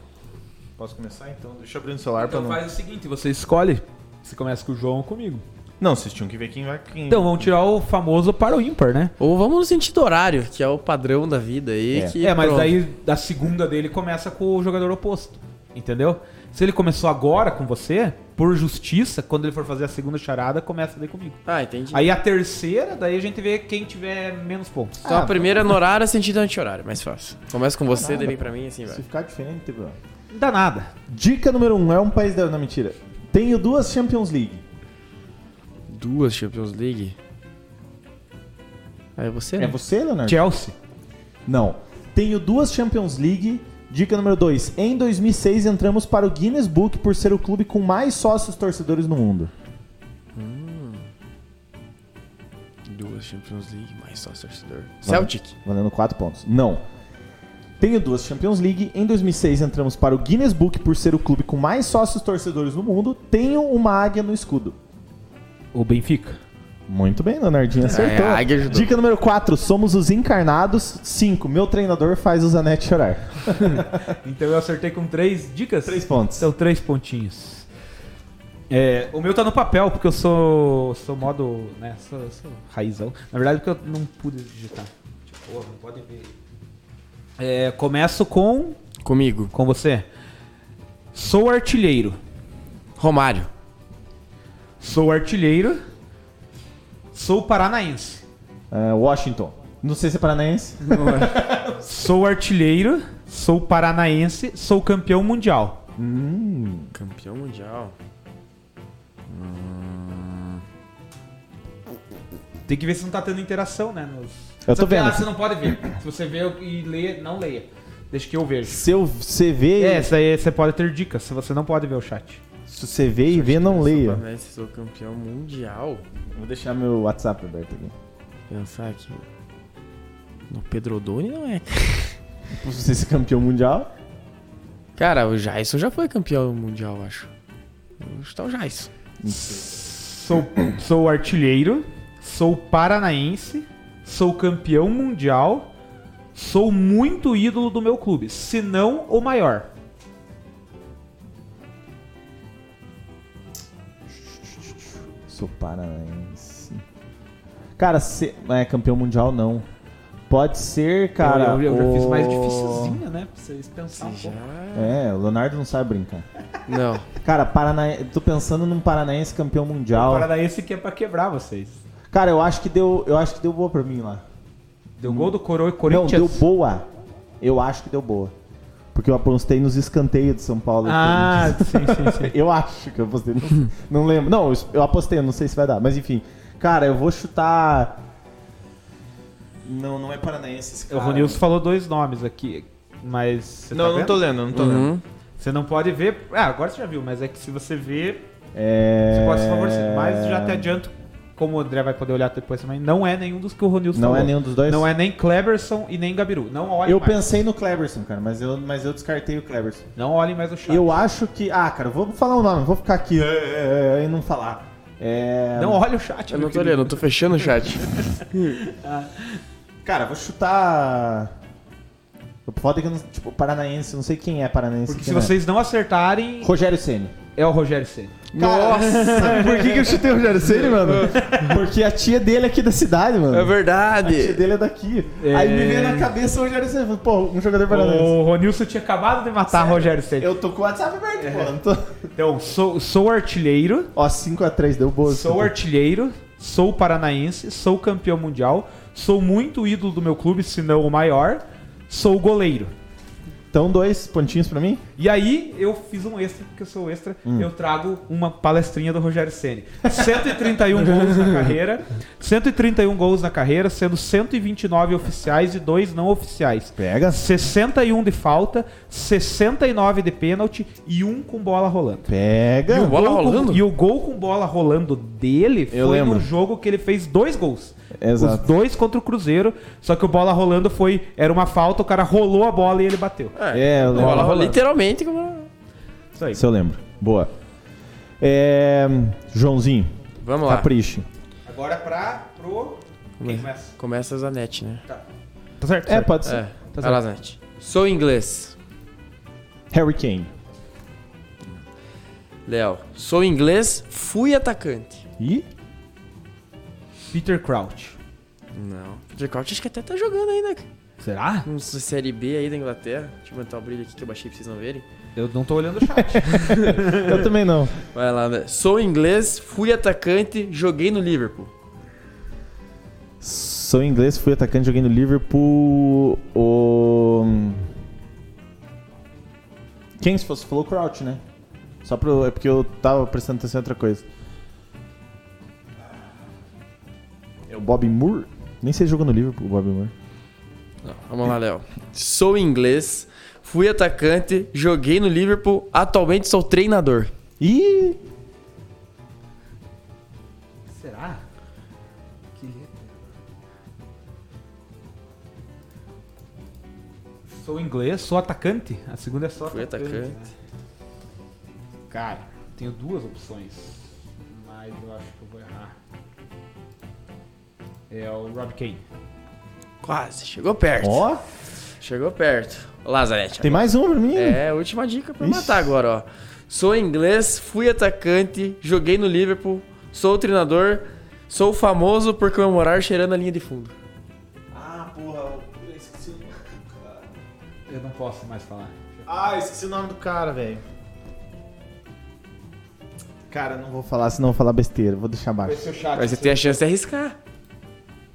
[SPEAKER 2] Posso começar então? Deixa eu abrir no celular pra não.
[SPEAKER 4] o seguinte, você escolhe. Você começa com o João ou comigo.
[SPEAKER 2] Não, vocês tinham que ver quem vai. Quem...
[SPEAKER 4] Então, vamos tirar o famoso para o ímpar, né?
[SPEAKER 3] Ou vamos no sentido horário, que é o padrão da vida aí.
[SPEAKER 2] É.
[SPEAKER 3] que
[SPEAKER 4] é, mas
[SPEAKER 3] pronto.
[SPEAKER 4] aí da segunda dele começa com o jogador oposto. Entendeu? Se ele começou agora com você, por justiça, quando ele for fazer a segunda charada, começa daí comigo.
[SPEAKER 3] Ah, entendi.
[SPEAKER 4] Aí a terceira, daí a gente vê quem tiver menos pontos.
[SPEAKER 3] Então
[SPEAKER 2] Ah,
[SPEAKER 3] a primeira é no horário, a sentido anti-horário, mais fácil. Começa com você,
[SPEAKER 2] Caralho.
[SPEAKER 3] dele pra mim, assim,
[SPEAKER 2] Se
[SPEAKER 3] vai.
[SPEAKER 2] ficar diferente, não tem problema.
[SPEAKER 4] Não dá nada.
[SPEAKER 2] Dica número 1, um, é um país da. Não, mentira. Tenho duas Champions League.
[SPEAKER 3] Duas Champions League. Aí você,
[SPEAKER 2] É
[SPEAKER 3] né?
[SPEAKER 2] você, Leonardo?
[SPEAKER 4] Chelsea.
[SPEAKER 2] Não. Tenho duas Champions League. Dica número 2. Em 2006 entramos para o Guinness Book por ser o clube com mais sócios torcedores no mundo.
[SPEAKER 3] Duas Champions League, mais só torcedor. Celtic.
[SPEAKER 2] Valendo 4 pontos. Não. Tenho duas Champions League. Em 2006 entramos para o Guinness Book por ser o clube com mais sócios torcedores no mundo. Tenho uma águia no escudo.
[SPEAKER 4] O Benfica.
[SPEAKER 2] Muito bem, Leonardinho acertou.
[SPEAKER 3] É, a águia ajudou.
[SPEAKER 2] Dica número 4. Somos os encarnados. 5. Meu treinador faz o Zanetti chorar.
[SPEAKER 4] Então eu acertei com três dicas.
[SPEAKER 2] 3 pontos.
[SPEAKER 4] São três pontinhos. É, o meu tá no papel, porque eu sou. sou modo. né? Sou, sou raizão. Na verdade, porque eu não pude digitar. Porra, não pode ver. É, começo com.
[SPEAKER 3] Comigo.
[SPEAKER 4] com você. Sou artilheiro.
[SPEAKER 3] Romário.
[SPEAKER 4] Sou artilheiro. Sou paranaense.
[SPEAKER 2] Ah, Washington. Não sei se é paranaense.
[SPEAKER 4] Sou artilheiro. Sou paranaense. Sou campeão mundial.
[SPEAKER 3] Campeão mundial.
[SPEAKER 4] Tem que ver se não tá tendo interação, né? nos-
[SPEAKER 2] Eu tô
[SPEAKER 4] Só que,
[SPEAKER 2] vendo.
[SPEAKER 4] Ah, você não pode ver. Se você vê e lê, não leia. Deixa que eu vejo.
[SPEAKER 2] Se eu- você vê,
[SPEAKER 4] É, essa aí você pode ter dicas, se você não pode ver o chat.
[SPEAKER 2] se você vê e vê, não leia.
[SPEAKER 3] Paranaense, sou campeão mundial.
[SPEAKER 2] Vou deixar meu WhatsApp aberto aqui.
[SPEAKER 3] Pensar aqui. No Pedro Doni não é.
[SPEAKER 2] Pra Você ser é campeão mundial?
[SPEAKER 3] Cara, o Jason já foi campeão mundial, eu acho. Vou chutar o Jason.
[SPEAKER 4] Sou, sou artilheiro, sou paranaense, sou campeão mundial, sou muito ídolo do meu clube, se não o maior.
[SPEAKER 2] Sou paranaense. Cara, se... é campeão mundial não. Pode ser, cara.
[SPEAKER 4] eu, eu já fiz mais
[SPEAKER 2] o-
[SPEAKER 4] dificilzinha, né? Pra vocês pensarem um pouco.
[SPEAKER 2] É, o Leonardo não sabe brincar.
[SPEAKER 3] Não.
[SPEAKER 2] Cara, Parana... tô pensando num paranaense campeão mundial.
[SPEAKER 4] Paranaense que é pra quebrar vocês.
[SPEAKER 2] Cara, eu acho que deu, eu acho que deu boa pra mim lá.
[SPEAKER 4] Deu gol do Coroa e
[SPEAKER 2] Não,
[SPEAKER 4] Corinthians.
[SPEAKER 2] deu boa. Eu acho que deu boa. Porque eu apostei nos escanteios de São Paulo. e
[SPEAKER 4] Ah,
[SPEAKER 2] Corinthians.
[SPEAKER 4] sim, sim, sim.
[SPEAKER 2] eu acho que eu apostei. Não, não lembro. Não, eu- eu apostei, eu não sei se vai dar. Mas enfim. Cara, eu vou chutar. Não, não é paranaense esse
[SPEAKER 4] O Ronilson falou dois nomes aqui, mas. Você tá
[SPEAKER 2] Não, não
[SPEAKER 4] vendo?
[SPEAKER 2] tô lendo, não tô lendo.
[SPEAKER 3] Uhum.
[SPEAKER 4] Você não pode ver. Ah, agora você já viu, mas é que se você ver,
[SPEAKER 2] É...
[SPEAKER 4] você pode se favorecer. Mas já até adianto, como o André vai poder olhar depois também, não é nenhum dos que o Ronilson
[SPEAKER 2] Não
[SPEAKER 4] falou.
[SPEAKER 2] é nenhum dos dois?
[SPEAKER 4] Não é nem Cleberson e nem Gabiru. Não olhe
[SPEAKER 2] Eu
[SPEAKER 4] mais.
[SPEAKER 2] pensei no Cleberson, cara, mas eu, mas eu descartei o Cleberson.
[SPEAKER 4] Não olhe mais o chat.
[SPEAKER 2] Eu acho que. Ah, cara, vou falar o nome, vou ficar aqui é, é, é, e não falar. É...
[SPEAKER 4] Não olhe o chat.
[SPEAKER 3] Eu
[SPEAKER 4] meu
[SPEAKER 3] não tô
[SPEAKER 4] querido.
[SPEAKER 3] olhando, eu tô fechando o chat.
[SPEAKER 2] Cara, vou chutar. O foda é que eu não. Tipo, paranaense, eu não sei quem é paranaense.
[SPEAKER 4] Porque
[SPEAKER 2] quem
[SPEAKER 4] se
[SPEAKER 2] não é.
[SPEAKER 4] vocês não acertarem,
[SPEAKER 2] Rogério Ceni.
[SPEAKER 4] é o Rogério Senna.
[SPEAKER 2] Nossa! Por que, que eu chutei o Rogério Ceni, mano? Porque a tia dele é aqui da cidade, mano.
[SPEAKER 3] É
[SPEAKER 2] A tia
[SPEAKER 3] verdade.
[SPEAKER 2] dele é daqui. Aí me veio na cabeça o Rogério Ceni. Pô, um jogador paranaense.
[SPEAKER 4] O Ronilson tinha acabado de matar o Rogério Senna.
[SPEAKER 2] Eu tô com o WhatsApp aberto, pô. não tô-
[SPEAKER 4] Então, sou, sou artilheiro,
[SPEAKER 2] Ó, 5x3, deu boa.
[SPEAKER 4] sou artilheiro, sou paranaense, sou campeão mundial, sou muito ídolo do meu clube, se não o maior, sou goleiro.
[SPEAKER 2] Então, dois pontinhos pra mim.
[SPEAKER 4] E aí, eu fiz um extra, porque eu sou extra, eu trago uma palestrinha do Rogério Ceni. 131 gols na carreira, 131 gols na carreira, sendo 129 oficiais e 2 não oficiais.
[SPEAKER 2] Pega.
[SPEAKER 4] 61 de falta, 69 de pênalti e um com bola rolando.
[SPEAKER 2] Pega.
[SPEAKER 3] o Bola
[SPEAKER 4] Gol com-
[SPEAKER 3] rolando?
[SPEAKER 4] e o gol com bola rolando dele
[SPEAKER 2] Eu
[SPEAKER 4] foi
[SPEAKER 2] lembro.
[SPEAKER 4] no jogo que ele fez dois gols.
[SPEAKER 2] Exato.
[SPEAKER 4] Os dois contra o Cruzeiro, só que o bola rolando foi. Era uma falta, o cara rolou a bola e ele bateu.
[SPEAKER 2] É, eu
[SPEAKER 3] Bola
[SPEAKER 2] lembro.
[SPEAKER 3] rolando. Literalmente. como-
[SPEAKER 4] Isso aí.
[SPEAKER 2] Isso eu lembro. Boa. É, Joãozinho,
[SPEAKER 3] Vamos lá.
[SPEAKER 2] capricho.
[SPEAKER 4] Agora pra. pro. Quem começa?
[SPEAKER 3] Começa a Zanetti, né?
[SPEAKER 4] Tá certo?
[SPEAKER 2] É, pode ser.
[SPEAKER 3] É, vai lá, Zanetti. Sou inglês.
[SPEAKER 2] Harry Kane.
[SPEAKER 3] Léo, sou inglês, fui atacante.
[SPEAKER 2] E
[SPEAKER 4] Peter Crouch.
[SPEAKER 3] Não. Peter Crouch acho que até tá jogando ainda.
[SPEAKER 4] Será?
[SPEAKER 3] Não sei, é Série B aí da Inglaterra. Deixa eu botar o brilho aqui que eu baixei pra vocês não verem.
[SPEAKER 4] Eu não tô olhando o chat.
[SPEAKER 2] eu também não.
[SPEAKER 3] Vai lá, né? Sou inglês, fui atacante, joguei no Liverpool.
[SPEAKER 2] Sou inglês, fui atacante, joguei no Liverpool. O... Quem se fosse? Falou Crouch, né? Só pro... É porque eu tava prestando atenção em outra coisa. É o Bob Moore? Nem sei se jogou no Liverpool, o Bob Moore.
[SPEAKER 3] Não, vamos lá, Léo. Sou inglês, fui atacante, joguei no Liverpool, atualmente sou treinador.
[SPEAKER 2] Ih!
[SPEAKER 4] Será? Que Sou inglês, sou atacante. A segunda é só
[SPEAKER 3] Fui atacante.
[SPEAKER 4] Cara, tenho duas opções, mas eu acho que eu vou errar. É o Rob Kane.
[SPEAKER 3] Quase, chegou perto.
[SPEAKER 2] Ó,
[SPEAKER 3] Chegou perto. Lazarete.
[SPEAKER 2] tem mais um pra mim?
[SPEAKER 3] É, última dica pra
[SPEAKER 2] Ixi.
[SPEAKER 3] matar agora, ó. Sou inglês, fui atacante, joguei no Liverpool, sou treinador, sou famoso por comemorar cheirando a linha de fundo.
[SPEAKER 2] Ah, porra, eu esqueci o nome do cara.
[SPEAKER 4] Eu não posso mais falar.
[SPEAKER 2] Ah, esqueci o nome do cara, velho. Cara, eu não vou falar, senão eu vou falar besteira. Vou deixar
[SPEAKER 4] Vai
[SPEAKER 2] baixo.
[SPEAKER 4] ser o chat.
[SPEAKER 3] Mas Tá, você tem a chance de arriscar.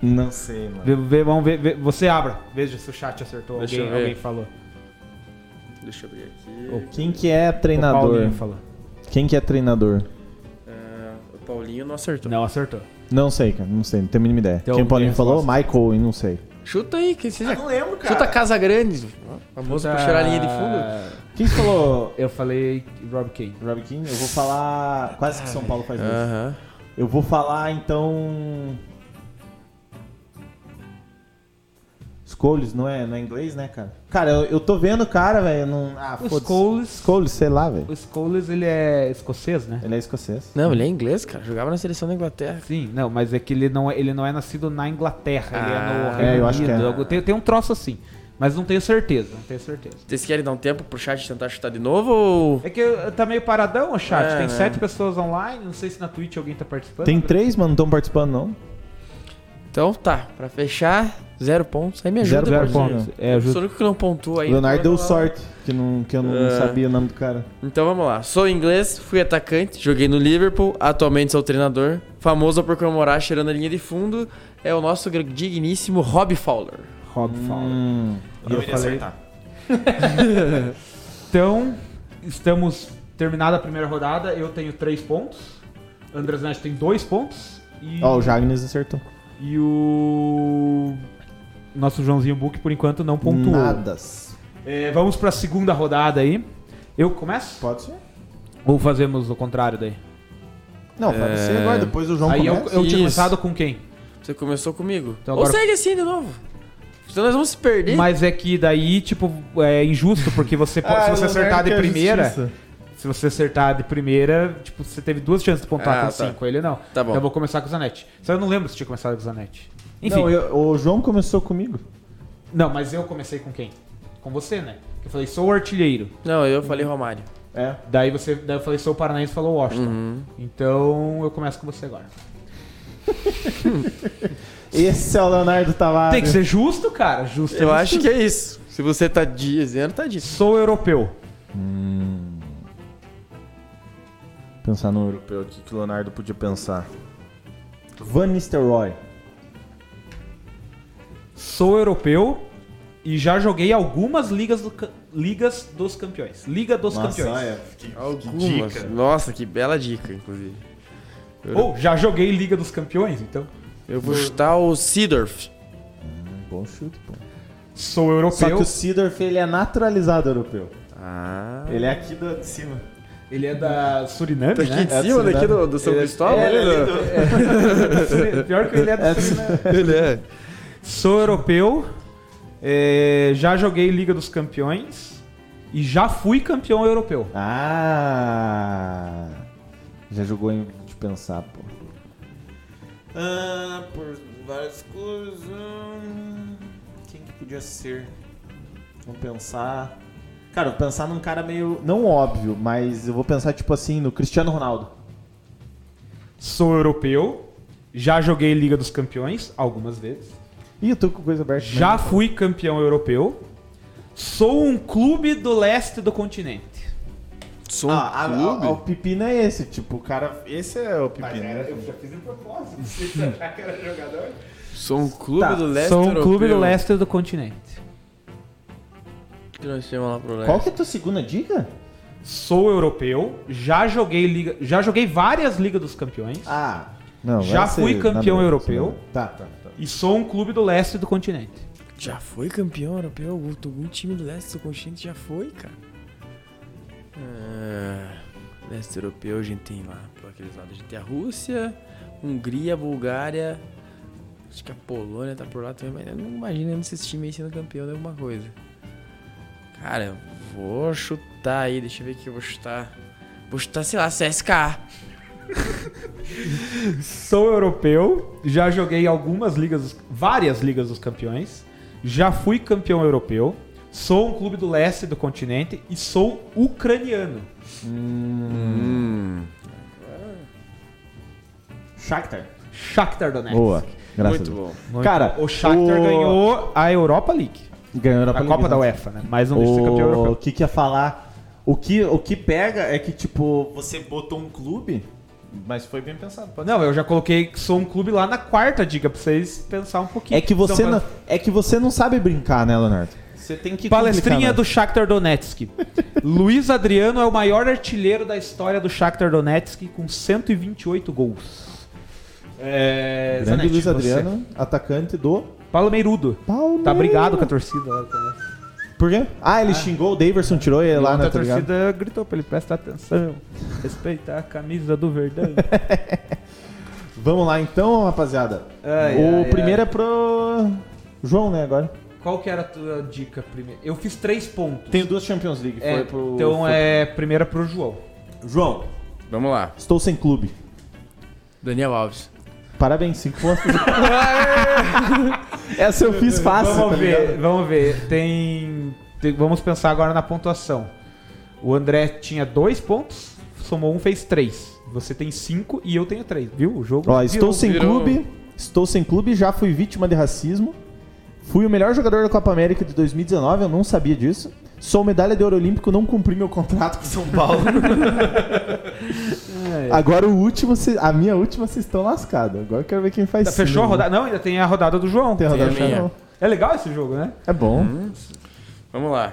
[SPEAKER 2] Não sei, mano.
[SPEAKER 4] Vê- vê- vamos ver, vê- você abra. Veja se o chat acertou.
[SPEAKER 3] Deixa
[SPEAKER 4] Alguém,
[SPEAKER 3] eu ver.
[SPEAKER 4] alguém falou.
[SPEAKER 3] Deixa eu ver aqui.
[SPEAKER 2] Quem que é
[SPEAKER 4] O
[SPEAKER 2] treinador?
[SPEAKER 4] Paulinho falou.
[SPEAKER 2] Quem que é treinador?
[SPEAKER 3] Ah, o Paulinho não acertou.
[SPEAKER 4] Não, acertou.
[SPEAKER 2] Não sei, cara. Não sei, não tenho a mínima ideia.
[SPEAKER 4] Então,
[SPEAKER 2] Quem o Paulinho
[SPEAKER 4] minha
[SPEAKER 2] falou? Michael, e não sei.
[SPEAKER 3] Chuta aí, que seja. já.
[SPEAKER 2] lembro,
[SPEAKER 3] Chuta Casa Grande. ó, Famoso por cheirar a linha de
[SPEAKER 2] Ah.
[SPEAKER 3] fundo.
[SPEAKER 4] fundo.
[SPEAKER 2] Quem que falou
[SPEAKER 4] Ah, Eu falei Rob Kane.
[SPEAKER 2] Rob King? Eu vou falar... Quase que São Paulo
[SPEAKER 4] Ah.
[SPEAKER 2] faz isso.
[SPEAKER 3] Aham.
[SPEAKER 2] Eu vou falar, então... Scholes, não é, não é inglês, né, cara? Cara, eu, eu tô vendo o cara, velho. Não... Ah,
[SPEAKER 4] O
[SPEAKER 2] foda-se.
[SPEAKER 4] Scholes,
[SPEAKER 2] Scholes, sei lá, velho.
[SPEAKER 4] o Scholes, ele é escocês, né?
[SPEAKER 2] Ele é escocês.
[SPEAKER 3] Não, ele é inglês, cara. Jogava na seleção da Inglaterra.
[SPEAKER 4] Sim, não, mas é que ele não, é- ele não é nascido na Inglaterra, ele é
[SPEAKER 3] Ah.
[SPEAKER 4] no Reino
[SPEAKER 2] É, eu acho que é.
[SPEAKER 4] Unido. algo- Tem, tem um troço assim, mas não tenho certeza, não tenho certeza.
[SPEAKER 3] Vocês querem dar um tempo pro chat tentar chutar de novo ou.
[SPEAKER 4] É que eu- tá meio paradão o chat,
[SPEAKER 3] É,
[SPEAKER 4] tem
[SPEAKER 3] né?
[SPEAKER 4] sete pessoas online, não sei se na Twitch alguém tá participando.
[SPEAKER 2] Tem três, mano, não estão participando, não.
[SPEAKER 3] Então tá, pra fechar, zero pontos. Aí me ajuda,
[SPEAKER 2] Zero, zero
[SPEAKER 3] parceiro.
[SPEAKER 2] pontos. É,
[SPEAKER 3] Sou o
[SPEAKER 2] justo.
[SPEAKER 3] único que não pontua aí.
[SPEAKER 2] Leonardo deu
[SPEAKER 3] Então,
[SPEAKER 2] sorte, que, não, que eu não
[SPEAKER 3] É.
[SPEAKER 2] sabia o nome do cara.
[SPEAKER 3] Então vamos lá. Sou inglês, fui atacante, joguei no Liverpool, atualmente sou treinador. Famoso por comemorar cheirando a linha de fundo, é o nosso gr- digníssimo Rob Fowler.
[SPEAKER 4] Rob Fowler.
[SPEAKER 2] Hum,
[SPEAKER 4] Eu
[SPEAKER 2] eu
[SPEAKER 4] iria
[SPEAKER 2] falei.
[SPEAKER 4] Então, estamos terminada a primeira rodada. Eu tenho três pontos. Andras Nash tem dois pontos. E,
[SPEAKER 2] Ó, o Jagnes acertou.
[SPEAKER 4] e o nosso Joãozinho Book, por enquanto, não pontuou.
[SPEAKER 2] Nadas.
[SPEAKER 4] É, vamos pra segunda rodada aí. Eu começo?
[SPEAKER 2] Pode ser?
[SPEAKER 4] Ou fazemos o contrário daí?
[SPEAKER 2] Não, pode ser agora, depois o João
[SPEAKER 4] É. aí eu,
[SPEAKER 2] Então começa.
[SPEAKER 4] eu tinha
[SPEAKER 3] Isso.
[SPEAKER 4] começado com quem?
[SPEAKER 3] Você começou comigo.
[SPEAKER 4] Então
[SPEAKER 3] Ou
[SPEAKER 4] agora-
[SPEAKER 3] segue assim de novo. Senão nós vamos se perder.
[SPEAKER 4] Mas é que daí, tipo, é injusto, porque você
[SPEAKER 2] Ah,
[SPEAKER 4] pode- se você
[SPEAKER 2] é
[SPEAKER 4] acertar de primeira, se você acertar de primeira, tipo, você teve duas chances de pontuar
[SPEAKER 3] Ah,
[SPEAKER 4] com
[SPEAKER 3] tá.
[SPEAKER 4] cinco, ele não.
[SPEAKER 3] Tá bom.
[SPEAKER 4] Então eu vou começar com o Zanetti. Só eu não lembro se tinha começado com o Zanetti. Enfim,
[SPEAKER 2] Enfim.
[SPEAKER 4] não,
[SPEAKER 2] o João começou comigo.
[SPEAKER 4] mas eu comecei com quem? Com você, né? Que Eu falei, sou o artilheiro.
[SPEAKER 3] Não, eu falei Romário.
[SPEAKER 2] É.
[SPEAKER 4] Daí você, daí eu falei, sou o paranaense, falou Washington.
[SPEAKER 3] Uhum.
[SPEAKER 4] Então eu começo com você agora.
[SPEAKER 2] Esse é o Leonardo Tavares.
[SPEAKER 4] Tem que ser justo, cara. Justo. é
[SPEAKER 3] Eu
[SPEAKER 4] justo.
[SPEAKER 3] acho que é isso. Se você tá dizendo, tá dizendo.
[SPEAKER 4] sou europeu.
[SPEAKER 2] Pensar no europeu aqui que o Leonardo podia pensar. Van Nistelrooy.
[SPEAKER 4] Sou europeu e já joguei algumas ligas do ca- ligas dos campeões. Liga dos campeões.
[SPEAKER 2] Que,
[SPEAKER 3] Algumas. Nossa, que bela dica, inclusive.
[SPEAKER 4] Ou já joguei Liga dos Campeões, então.
[SPEAKER 3] Eu vou chutar o Seedorf.
[SPEAKER 2] é Bom chute, pô.
[SPEAKER 4] Sou
[SPEAKER 2] Só
[SPEAKER 4] europeu.
[SPEAKER 2] que o Seedorf, ele é naturalizado europeu.
[SPEAKER 3] Ah.
[SPEAKER 2] Ele é aqui do- de cima.
[SPEAKER 4] Ele é da Suriname,
[SPEAKER 3] Tá aqui
[SPEAKER 4] né?
[SPEAKER 3] de cima,
[SPEAKER 2] É,
[SPEAKER 3] daqui do, do São
[SPEAKER 2] ele é-
[SPEAKER 3] Cristóvão?
[SPEAKER 2] é, ele é
[SPEAKER 3] né?
[SPEAKER 4] Pior que ele é da Suriname.
[SPEAKER 3] Ele é.
[SPEAKER 4] Sou europeu. é, já joguei Liga dos Campeões. E já fui campeão europeu.
[SPEAKER 2] Ah! Já jogou em de pensar, pô. Ah, por várias coisas. Quem que podia ser? Vamos pensar. Cara, eu vou pensar num cara meio. Não óbvio, mas eu vou pensar, tipo assim, no Cristiano Ronaldo.
[SPEAKER 4] Sou europeu. Já joguei Liga dos Campeões algumas vezes.
[SPEAKER 2] Ih, eu tô com coisa aberta.
[SPEAKER 4] Já
[SPEAKER 2] né?
[SPEAKER 4] fui campeão europeu. Sou um clube do leste do continente.
[SPEAKER 3] Sou um
[SPEAKER 2] Ah, a-
[SPEAKER 3] clube?
[SPEAKER 2] a- o pepino é esse, tipo, o cara. Esse é o pepino.
[SPEAKER 4] já fiz um propósito. Você achar que era jogador?
[SPEAKER 3] Sou um clube do leste
[SPEAKER 4] Sou um
[SPEAKER 3] europeu.
[SPEAKER 4] clube do leste do continente.
[SPEAKER 3] Que nós temos lá pro leste.
[SPEAKER 2] Qual que é a tua segunda dica?
[SPEAKER 4] Sou europeu. Já joguei liga, já joguei várias ligas dos campeões.
[SPEAKER 2] Ah, não.
[SPEAKER 4] Já
[SPEAKER 2] vai ser
[SPEAKER 4] fui campeão
[SPEAKER 2] nada a ver,
[SPEAKER 4] europeu.
[SPEAKER 2] isso não. Tá, tá, tá.
[SPEAKER 4] E sou um clube do leste do continente.
[SPEAKER 3] Já foi campeão europeu? Algum, algum time do leste do continente já foi, cara. Ah, leste europeu a gente tem lá, por aqueles lados. A gente tem a Rússia, Hungria, Bulgária. Acho que a Polônia tá por lá também, mas eu não imagino esses times aí sendo campeão de alguma coisa. Cara, eu vou chutar aí, deixa eu ver o que eu vou chutar. Vou chutar, sei lá, CSK.
[SPEAKER 4] Sou europeu. Já joguei algumas ligas, dos- várias ligas dos campeões. Já fui campeão europeu. Sou um clube do leste do continente e sou ucraniano.
[SPEAKER 2] Shakhtar.
[SPEAKER 4] Shakhtar Donetsk.
[SPEAKER 2] Boa. Graças
[SPEAKER 3] Muito
[SPEAKER 2] a Deus.
[SPEAKER 3] bom.
[SPEAKER 4] É. Muito
[SPEAKER 2] Cara,
[SPEAKER 4] bom. o Shakhtar
[SPEAKER 2] o-
[SPEAKER 4] ganhou a Europa League.
[SPEAKER 2] Ganhou a
[SPEAKER 4] A
[SPEAKER 2] Europa League,
[SPEAKER 4] Copa da
[SPEAKER 2] né?
[SPEAKER 4] UEFA, né? Mas não deixa de ser campeão
[SPEAKER 2] O
[SPEAKER 4] europeu.
[SPEAKER 2] que que ia falar? O que, o que pega é que, tipo, você botou um clube, mas foi bem pensado. pode
[SPEAKER 4] Não, eu já coloquei que sou um clube lá na quarta dica, pra vocês pensar um
[SPEAKER 2] ser.
[SPEAKER 4] pouquinho.
[SPEAKER 2] É que você
[SPEAKER 4] Então,
[SPEAKER 2] não, é que você não sabe brincar, né, Leonardo? Você tem que
[SPEAKER 4] Palestrinha
[SPEAKER 2] complicar,
[SPEAKER 4] do Shakhtar Donetsk. Luiz Adriano é o maior artilheiro da história do Shakhtar Donetsk com 128 gols. É,
[SPEAKER 2] né? Grande
[SPEAKER 4] Zanetti,
[SPEAKER 2] Luiz
[SPEAKER 4] Tipo, você.
[SPEAKER 2] Adriano, atacante do
[SPEAKER 4] Paulo Meirudo.
[SPEAKER 2] Palmeiras.
[SPEAKER 4] Tá brigado com a torcida. lá tá? também.
[SPEAKER 2] Por quê? Ah, ele xingou o Daverson, tirou ele lá né, tá
[SPEAKER 4] Ontem
[SPEAKER 2] na
[SPEAKER 4] a torcida gritou pra ele prestar atenção, respeitar a camisa do Verdão.
[SPEAKER 2] Vamos lá então, rapaziada.
[SPEAKER 4] Ai,
[SPEAKER 2] o
[SPEAKER 4] ai,
[SPEAKER 2] primeiro é pro João, né, agora?
[SPEAKER 4] Qual que era a tua dica primeiro? Eu fiz três pontos.
[SPEAKER 2] Tem duas Champions League,
[SPEAKER 4] É,
[SPEAKER 2] foi pro
[SPEAKER 4] então
[SPEAKER 2] foi-
[SPEAKER 4] é primeira pro João.
[SPEAKER 2] João,
[SPEAKER 3] Vamos lá.
[SPEAKER 2] estou sem clube.
[SPEAKER 3] Daniel Alves.
[SPEAKER 2] Parabéns, 5 pontos. Essa eu fiz fácil. tá
[SPEAKER 4] vamos ver,
[SPEAKER 2] ligado?
[SPEAKER 4] vamos ver. Tem, tem- Vamos pensar agora na pontuação. O André tinha dois pontos, somou um, fez três. Você tem cinco e eu tenho três, viu? O jogo.
[SPEAKER 2] Ó,
[SPEAKER 4] virou.
[SPEAKER 2] estou sem
[SPEAKER 3] virou-
[SPEAKER 2] clube, Estou sem clube, já fui vítima de racismo. Fui o melhor jogador da Copa América de 2019, eu não sabia disso. Sou medalha de ouro olímpico, não cumpri meu contrato com São Paulo.
[SPEAKER 4] É.
[SPEAKER 2] Agora o último, cê- a minha última, vocês estão lascados. Agora eu quero ver quem faz
[SPEAKER 4] Tá, fechou a
[SPEAKER 2] cinco.
[SPEAKER 4] rodada? Não, ainda tem a rodada do João.
[SPEAKER 2] Tem a rodada
[SPEAKER 3] Tem a minha.
[SPEAKER 2] final.
[SPEAKER 4] É legal esse jogo, né?
[SPEAKER 2] É bom.
[SPEAKER 3] Vamos lá.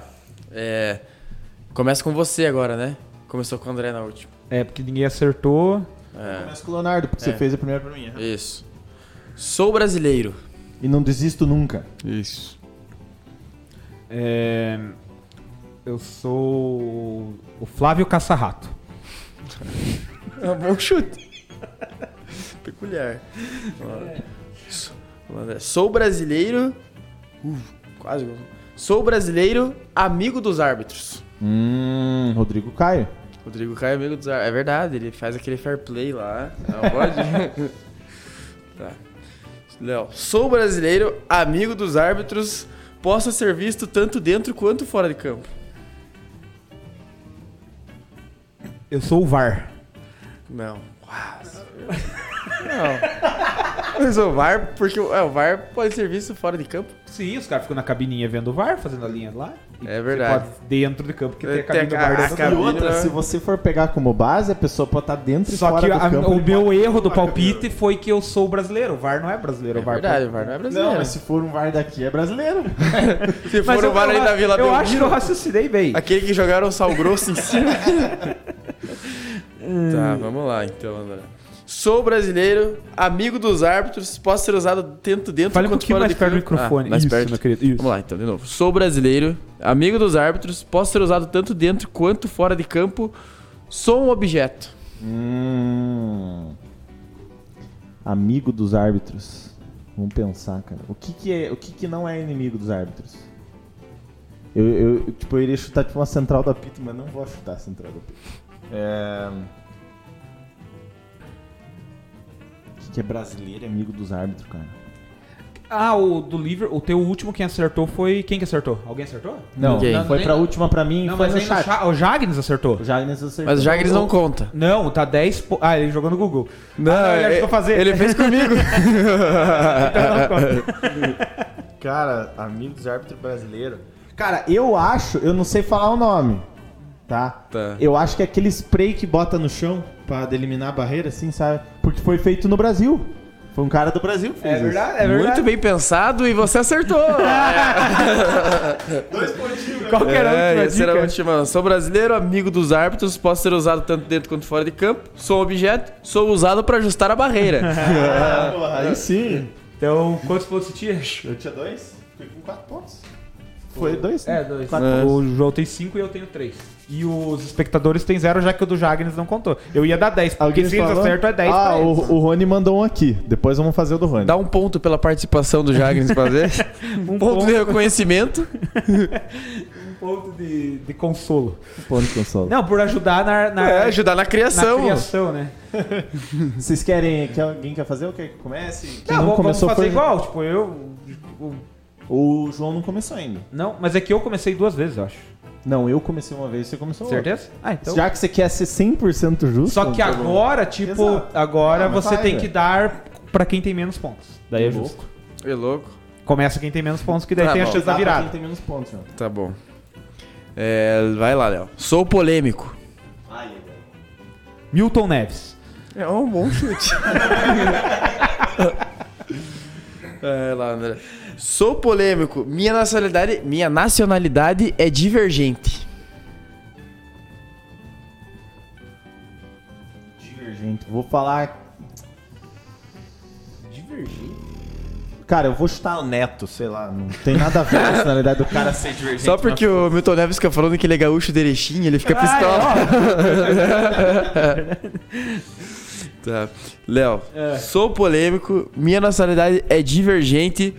[SPEAKER 3] É, começa com você agora, né? Começou com o André na última.
[SPEAKER 4] É, porque ninguém acertou.
[SPEAKER 3] É,
[SPEAKER 2] Começa com o Leonardo, porque você fez a primeira pra mim.
[SPEAKER 3] isso. Sou brasileiro.
[SPEAKER 2] E não desisto nunca.
[SPEAKER 3] Isso.
[SPEAKER 4] É, eu sou o Flávio Caçarrato.
[SPEAKER 3] É um bom chute. Peculiar. Sou- André, Sou brasileiro. Uh, quase. gol. Sou brasileiro, amigo dos árbitros.
[SPEAKER 2] Hum, Rodrigo Caio.
[SPEAKER 3] Rodrigo Caio é amigo dos árbitros. um É verdade, ele faz aquele fair play lá. Não pode? tá. Léo, sou brasileiro, amigo dos árbitros, possa ser visto tanto dentro quanto fora de campo.
[SPEAKER 4] Eu sou o VAR.
[SPEAKER 3] Não. Nossa. Não. Mas o VAR, porque o- é, o VAR pode ser visto fora de campo.
[SPEAKER 4] Sim, os caras ficam na cabininha vendo o VAR, fazendo a linha lá.
[SPEAKER 3] É verdade. É,
[SPEAKER 4] Você pode dentro de campo, que tem a
[SPEAKER 3] Tem
[SPEAKER 4] cabine do
[SPEAKER 3] a- a
[SPEAKER 4] VAR. dentro do
[SPEAKER 3] cabine.
[SPEAKER 2] E outra,
[SPEAKER 3] né?
[SPEAKER 2] se você for pegar como base, a pessoa pode estar dentro e
[SPEAKER 4] Só
[SPEAKER 2] fora
[SPEAKER 4] que
[SPEAKER 2] do
[SPEAKER 4] a-
[SPEAKER 2] campo.
[SPEAKER 4] o
[SPEAKER 2] Ele
[SPEAKER 4] meu
[SPEAKER 2] pode- é
[SPEAKER 4] erro do palpite foi que eu sou brasileiro. O VAR não é brasileiro.
[SPEAKER 3] É
[SPEAKER 4] o VAR
[SPEAKER 3] verdade, o VAR não é brasileiro.
[SPEAKER 2] Não, mas se for um VAR daqui, é brasileiro.
[SPEAKER 3] se for o VAR
[SPEAKER 4] eu,
[SPEAKER 3] ali da Vila
[SPEAKER 4] eu acho que
[SPEAKER 3] Belmiro,
[SPEAKER 4] eu raciocinei bem.
[SPEAKER 3] aquele que jogaram o sal grosso em cima. tá, vamos lá então, André. Sou brasileiro, amigo dos árbitros, posso ser usado tanto dentro
[SPEAKER 4] Fale um
[SPEAKER 3] quanto
[SPEAKER 4] pouquinho
[SPEAKER 3] fora
[SPEAKER 4] mais
[SPEAKER 3] de
[SPEAKER 4] perto do
[SPEAKER 3] campo.
[SPEAKER 4] microfone.
[SPEAKER 3] Ah, mais
[SPEAKER 4] Isso,
[SPEAKER 3] perto.
[SPEAKER 4] meu querido. Isso.
[SPEAKER 3] Vamos lá, então, de novo. Sou brasileiro, amigo dos árbitros, posso ser usado tanto dentro quanto fora de campo. Sou um objeto.
[SPEAKER 2] Hum. Amigo dos árbitros. Vamos pensar, cara. O que que, é, o que, que não é inimigo dos árbitros? Eu, eu, tipo, eu iria chutar tipo uma central da pito, mas não vou chutar a central da pito. É... O que, que é brasileiro e amigo dos árbitros, cara?
[SPEAKER 4] Ah, o do Liverpool, o teu último quem acertou foi... Quem que acertou? Alguém acertou?
[SPEAKER 2] Não,
[SPEAKER 3] Ninguém.
[SPEAKER 2] foi
[SPEAKER 4] nem-
[SPEAKER 2] pra última pra mim
[SPEAKER 4] Não,
[SPEAKER 2] e foi
[SPEAKER 4] mas
[SPEAKER 2] no
[SPEAKER 4] aí no
[SPEAKER 2] chat.
[SPEAKER 4] chat- o Jagnes acertou.
[SPEAKER 2] O Jagnes acertou.
[SPEAKER 3] Mas o Jagres não conta.
[SPEAKER 4] Não, tá 10 po... Ah, ele jogou no Google.
[SPEAKER 3] Não,
[SPEAKER 4] ele
[SPEAKER 3] é-
[SPEAKER 4] ajudou a fazer.
[SPEAKER 3] Ele fez comigo.
[SPEAKER 2] É, Cara, amigo dos árbitros brasileiros. Cara, eu acho, eu não sei falar o nome, tá?
[SPEAKER 3] Tá.
[SPEAKER 2] Eu acho que é aquele spray que bota no chão pra eliminar a barreira, assim, sabe? Porque foi feito no Brasil. Foi um cara do Brasil que fez
[SPEAKER 4] É verdade, é verdade.
[SPEAKER 3] Muito bem pensado e você acertou.
[SPEAKER 4] Qual um que era a última
[SPEAKER 3] essa É, era Ah, a
[SPEAKER 4] dica?
[SPEAKER 3] última. Sou brasileiro, amigo dos árbitros, posso ser usado tanto dentro quanto fora de campo. Sou objeto, sou usado para ajustar a barreira.
[SPEAKER 2] isso. Ah, porra, aí sim.
[SPEAKER 4] Então, quantos pontos você tinha?
[SPEAKER 2] Eu tinha dois, fui com quatro pontos. Foi dois? né?
[SPEAKER 4] É, dois.
[SPEAKER 2] Quatro
[SPEAKER 3] É.
[SPEAKER 2] pontos.
[SPEAKER 4] O João tem 5 e eu tenho 3. E os espectadores têm 0, já que o do Jagnes não contou. Eu ia dar 10, porque
[SPEAKER 2] Alguém
[SPEAKER 4] se eles
[SPEAKER 2] falou?
[SPEAKER 4] acertam é 10
[SPEAKER 2] Ah,
[SPEAKER 4] pra
[SPEAKER 2] o,
[SPEAKER 4] eles.
[SPEAKER 2] o Rony mandou um aqui. Depois vamos fazer o do Rony.
[SPEAKER 3] Dá um ponto pela participação do Jagnes fazer.
[SPEAKER 4] Um
[SPEAKER 3] Um ponto de reconhecimento.
[SPEAKER 4] um ponto de, de consolo.
[SPEAKER 2] um ponto, consolo.
[SPEAKER 4] Não, por ajudar na, na,
[SPEAKER 3] É, ajudar na
[SPEAKER 4] na
[SPEAKER 3] criação.
[SPEAKER 4] criação, né?
[SPEAKER 2] Vocês querem que alguém quer fazer ou quer que comece? Quem
[SPEAKER 4] vamos-
[SPEAKER 2] começou
[SPEAKER 4] vamos fazer
[SPEAKER 2] foi-
[SPEAKER 4] igual, tipo, eu... o-
[SPEAKER 2] O João não começou ainda.
[SPEAKER 4] Não, mas é que eu comecei duas vezes, eu acho.
[SPEAKER 2] Não, eu comecei uma vez, você começou outra.
[SPEAKER 4] Certeza? Ah, então...
[SPEAKER 2] Já é que você quer ser 100% justo. então tá
[SPEAKER 4] Só que agora, tipo,
[SPEAKER 2] Exato.
[SPEAKER 4] agora
[SPEAKER 2] Ah, mas
[SPEAKER 4] você
[SPEAKER 2] vai,
[SPEAKER 4] tem
[SPEAKER 2] velho.
[SPEAKER 4] que dar pra quem tem menos pontos. Daí é justo.
[SPEAKER 3] É louco.
[SPEAKER 4] Começa quem tem menos pontos, que daí
[SPEAKER 3] Tá
[SPEAKER 4] tem a
[SPEAKER 3] bom.
[SPEAKER 4] chance da
[SPEAKER 2] Dá pra
[SPEAKER 4] virada.
[SPEAKER 2] quem tem menos pontos, João.
[SPEAKER 3] Tá bom. É, vai lá, Léo. Sou polêmico.
[SPEAKER 4] Milton Neves.
[SPEAKER 3] É um bom chute. Vai lá, André. Sou polêmico. Minha nacionalidade, minha nacionalidade é divergente.
[SPEAKER 2] Divergente. Vou falar. Divergente? Cara, eu vou chutar o Neto, sei lá. Não tem nada a ver com a personalidade do cara ser divergente.
[SPEAKER 3] Só porque o Milton Neves fica falando que ele é gaúcho de Erechim, ele fica pistola. é, tá. Léo, sou polêmico. Minha nacionalidade é divergente.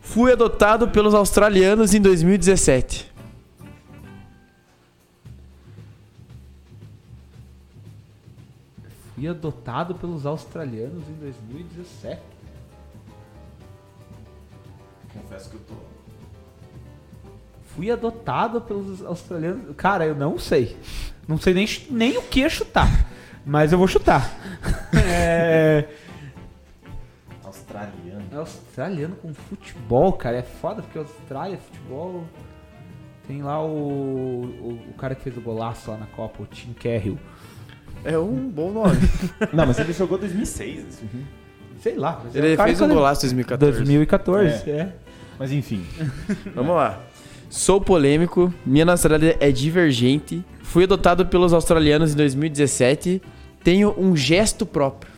[SPEAKER 3] Fui adotado pelos australianos em 2017.
[SPEAKER 4] Fui adotado pelos australianos em 2017.
[SPEAKER 2] Confesso que eu tô.
[SPEAKER 4] Fui adotado pelos australianos. Cara, eu não sei. Não sei nem, chu- nem o que É, chutar. Mas eu vou chutar. É, É australiano com futebol, cara. É foda porque Austrália, futebol. Tem lá o, o, o cara que fez o golaço lá na Copa, o Tim Carrill.
[SPEAKER 3] É um bom nome.
[SPEAKER 2] Não, mas ele jogou 2006. assim.
[SPEAKER 4] Sei lá. Mas é
[SPEAKER 3] Ele
[SPEAKER 4] o cara
[SPEAKER 3] fez
[SPEAKER 4] que
[SPEAKER 3] um
[SPEAKER 4] eu lembro.
[SPEAKER 3] golaço em 2014.
[SPEAKER 4] 2014. É.
[SPEAKER 2] Mas enfim.
[SPEAKER 3] Vamos lá. Sou polêmico, minha nacionalidade é divergente, fui adotado pelos australianos em 2017, tenho um gesto próprio.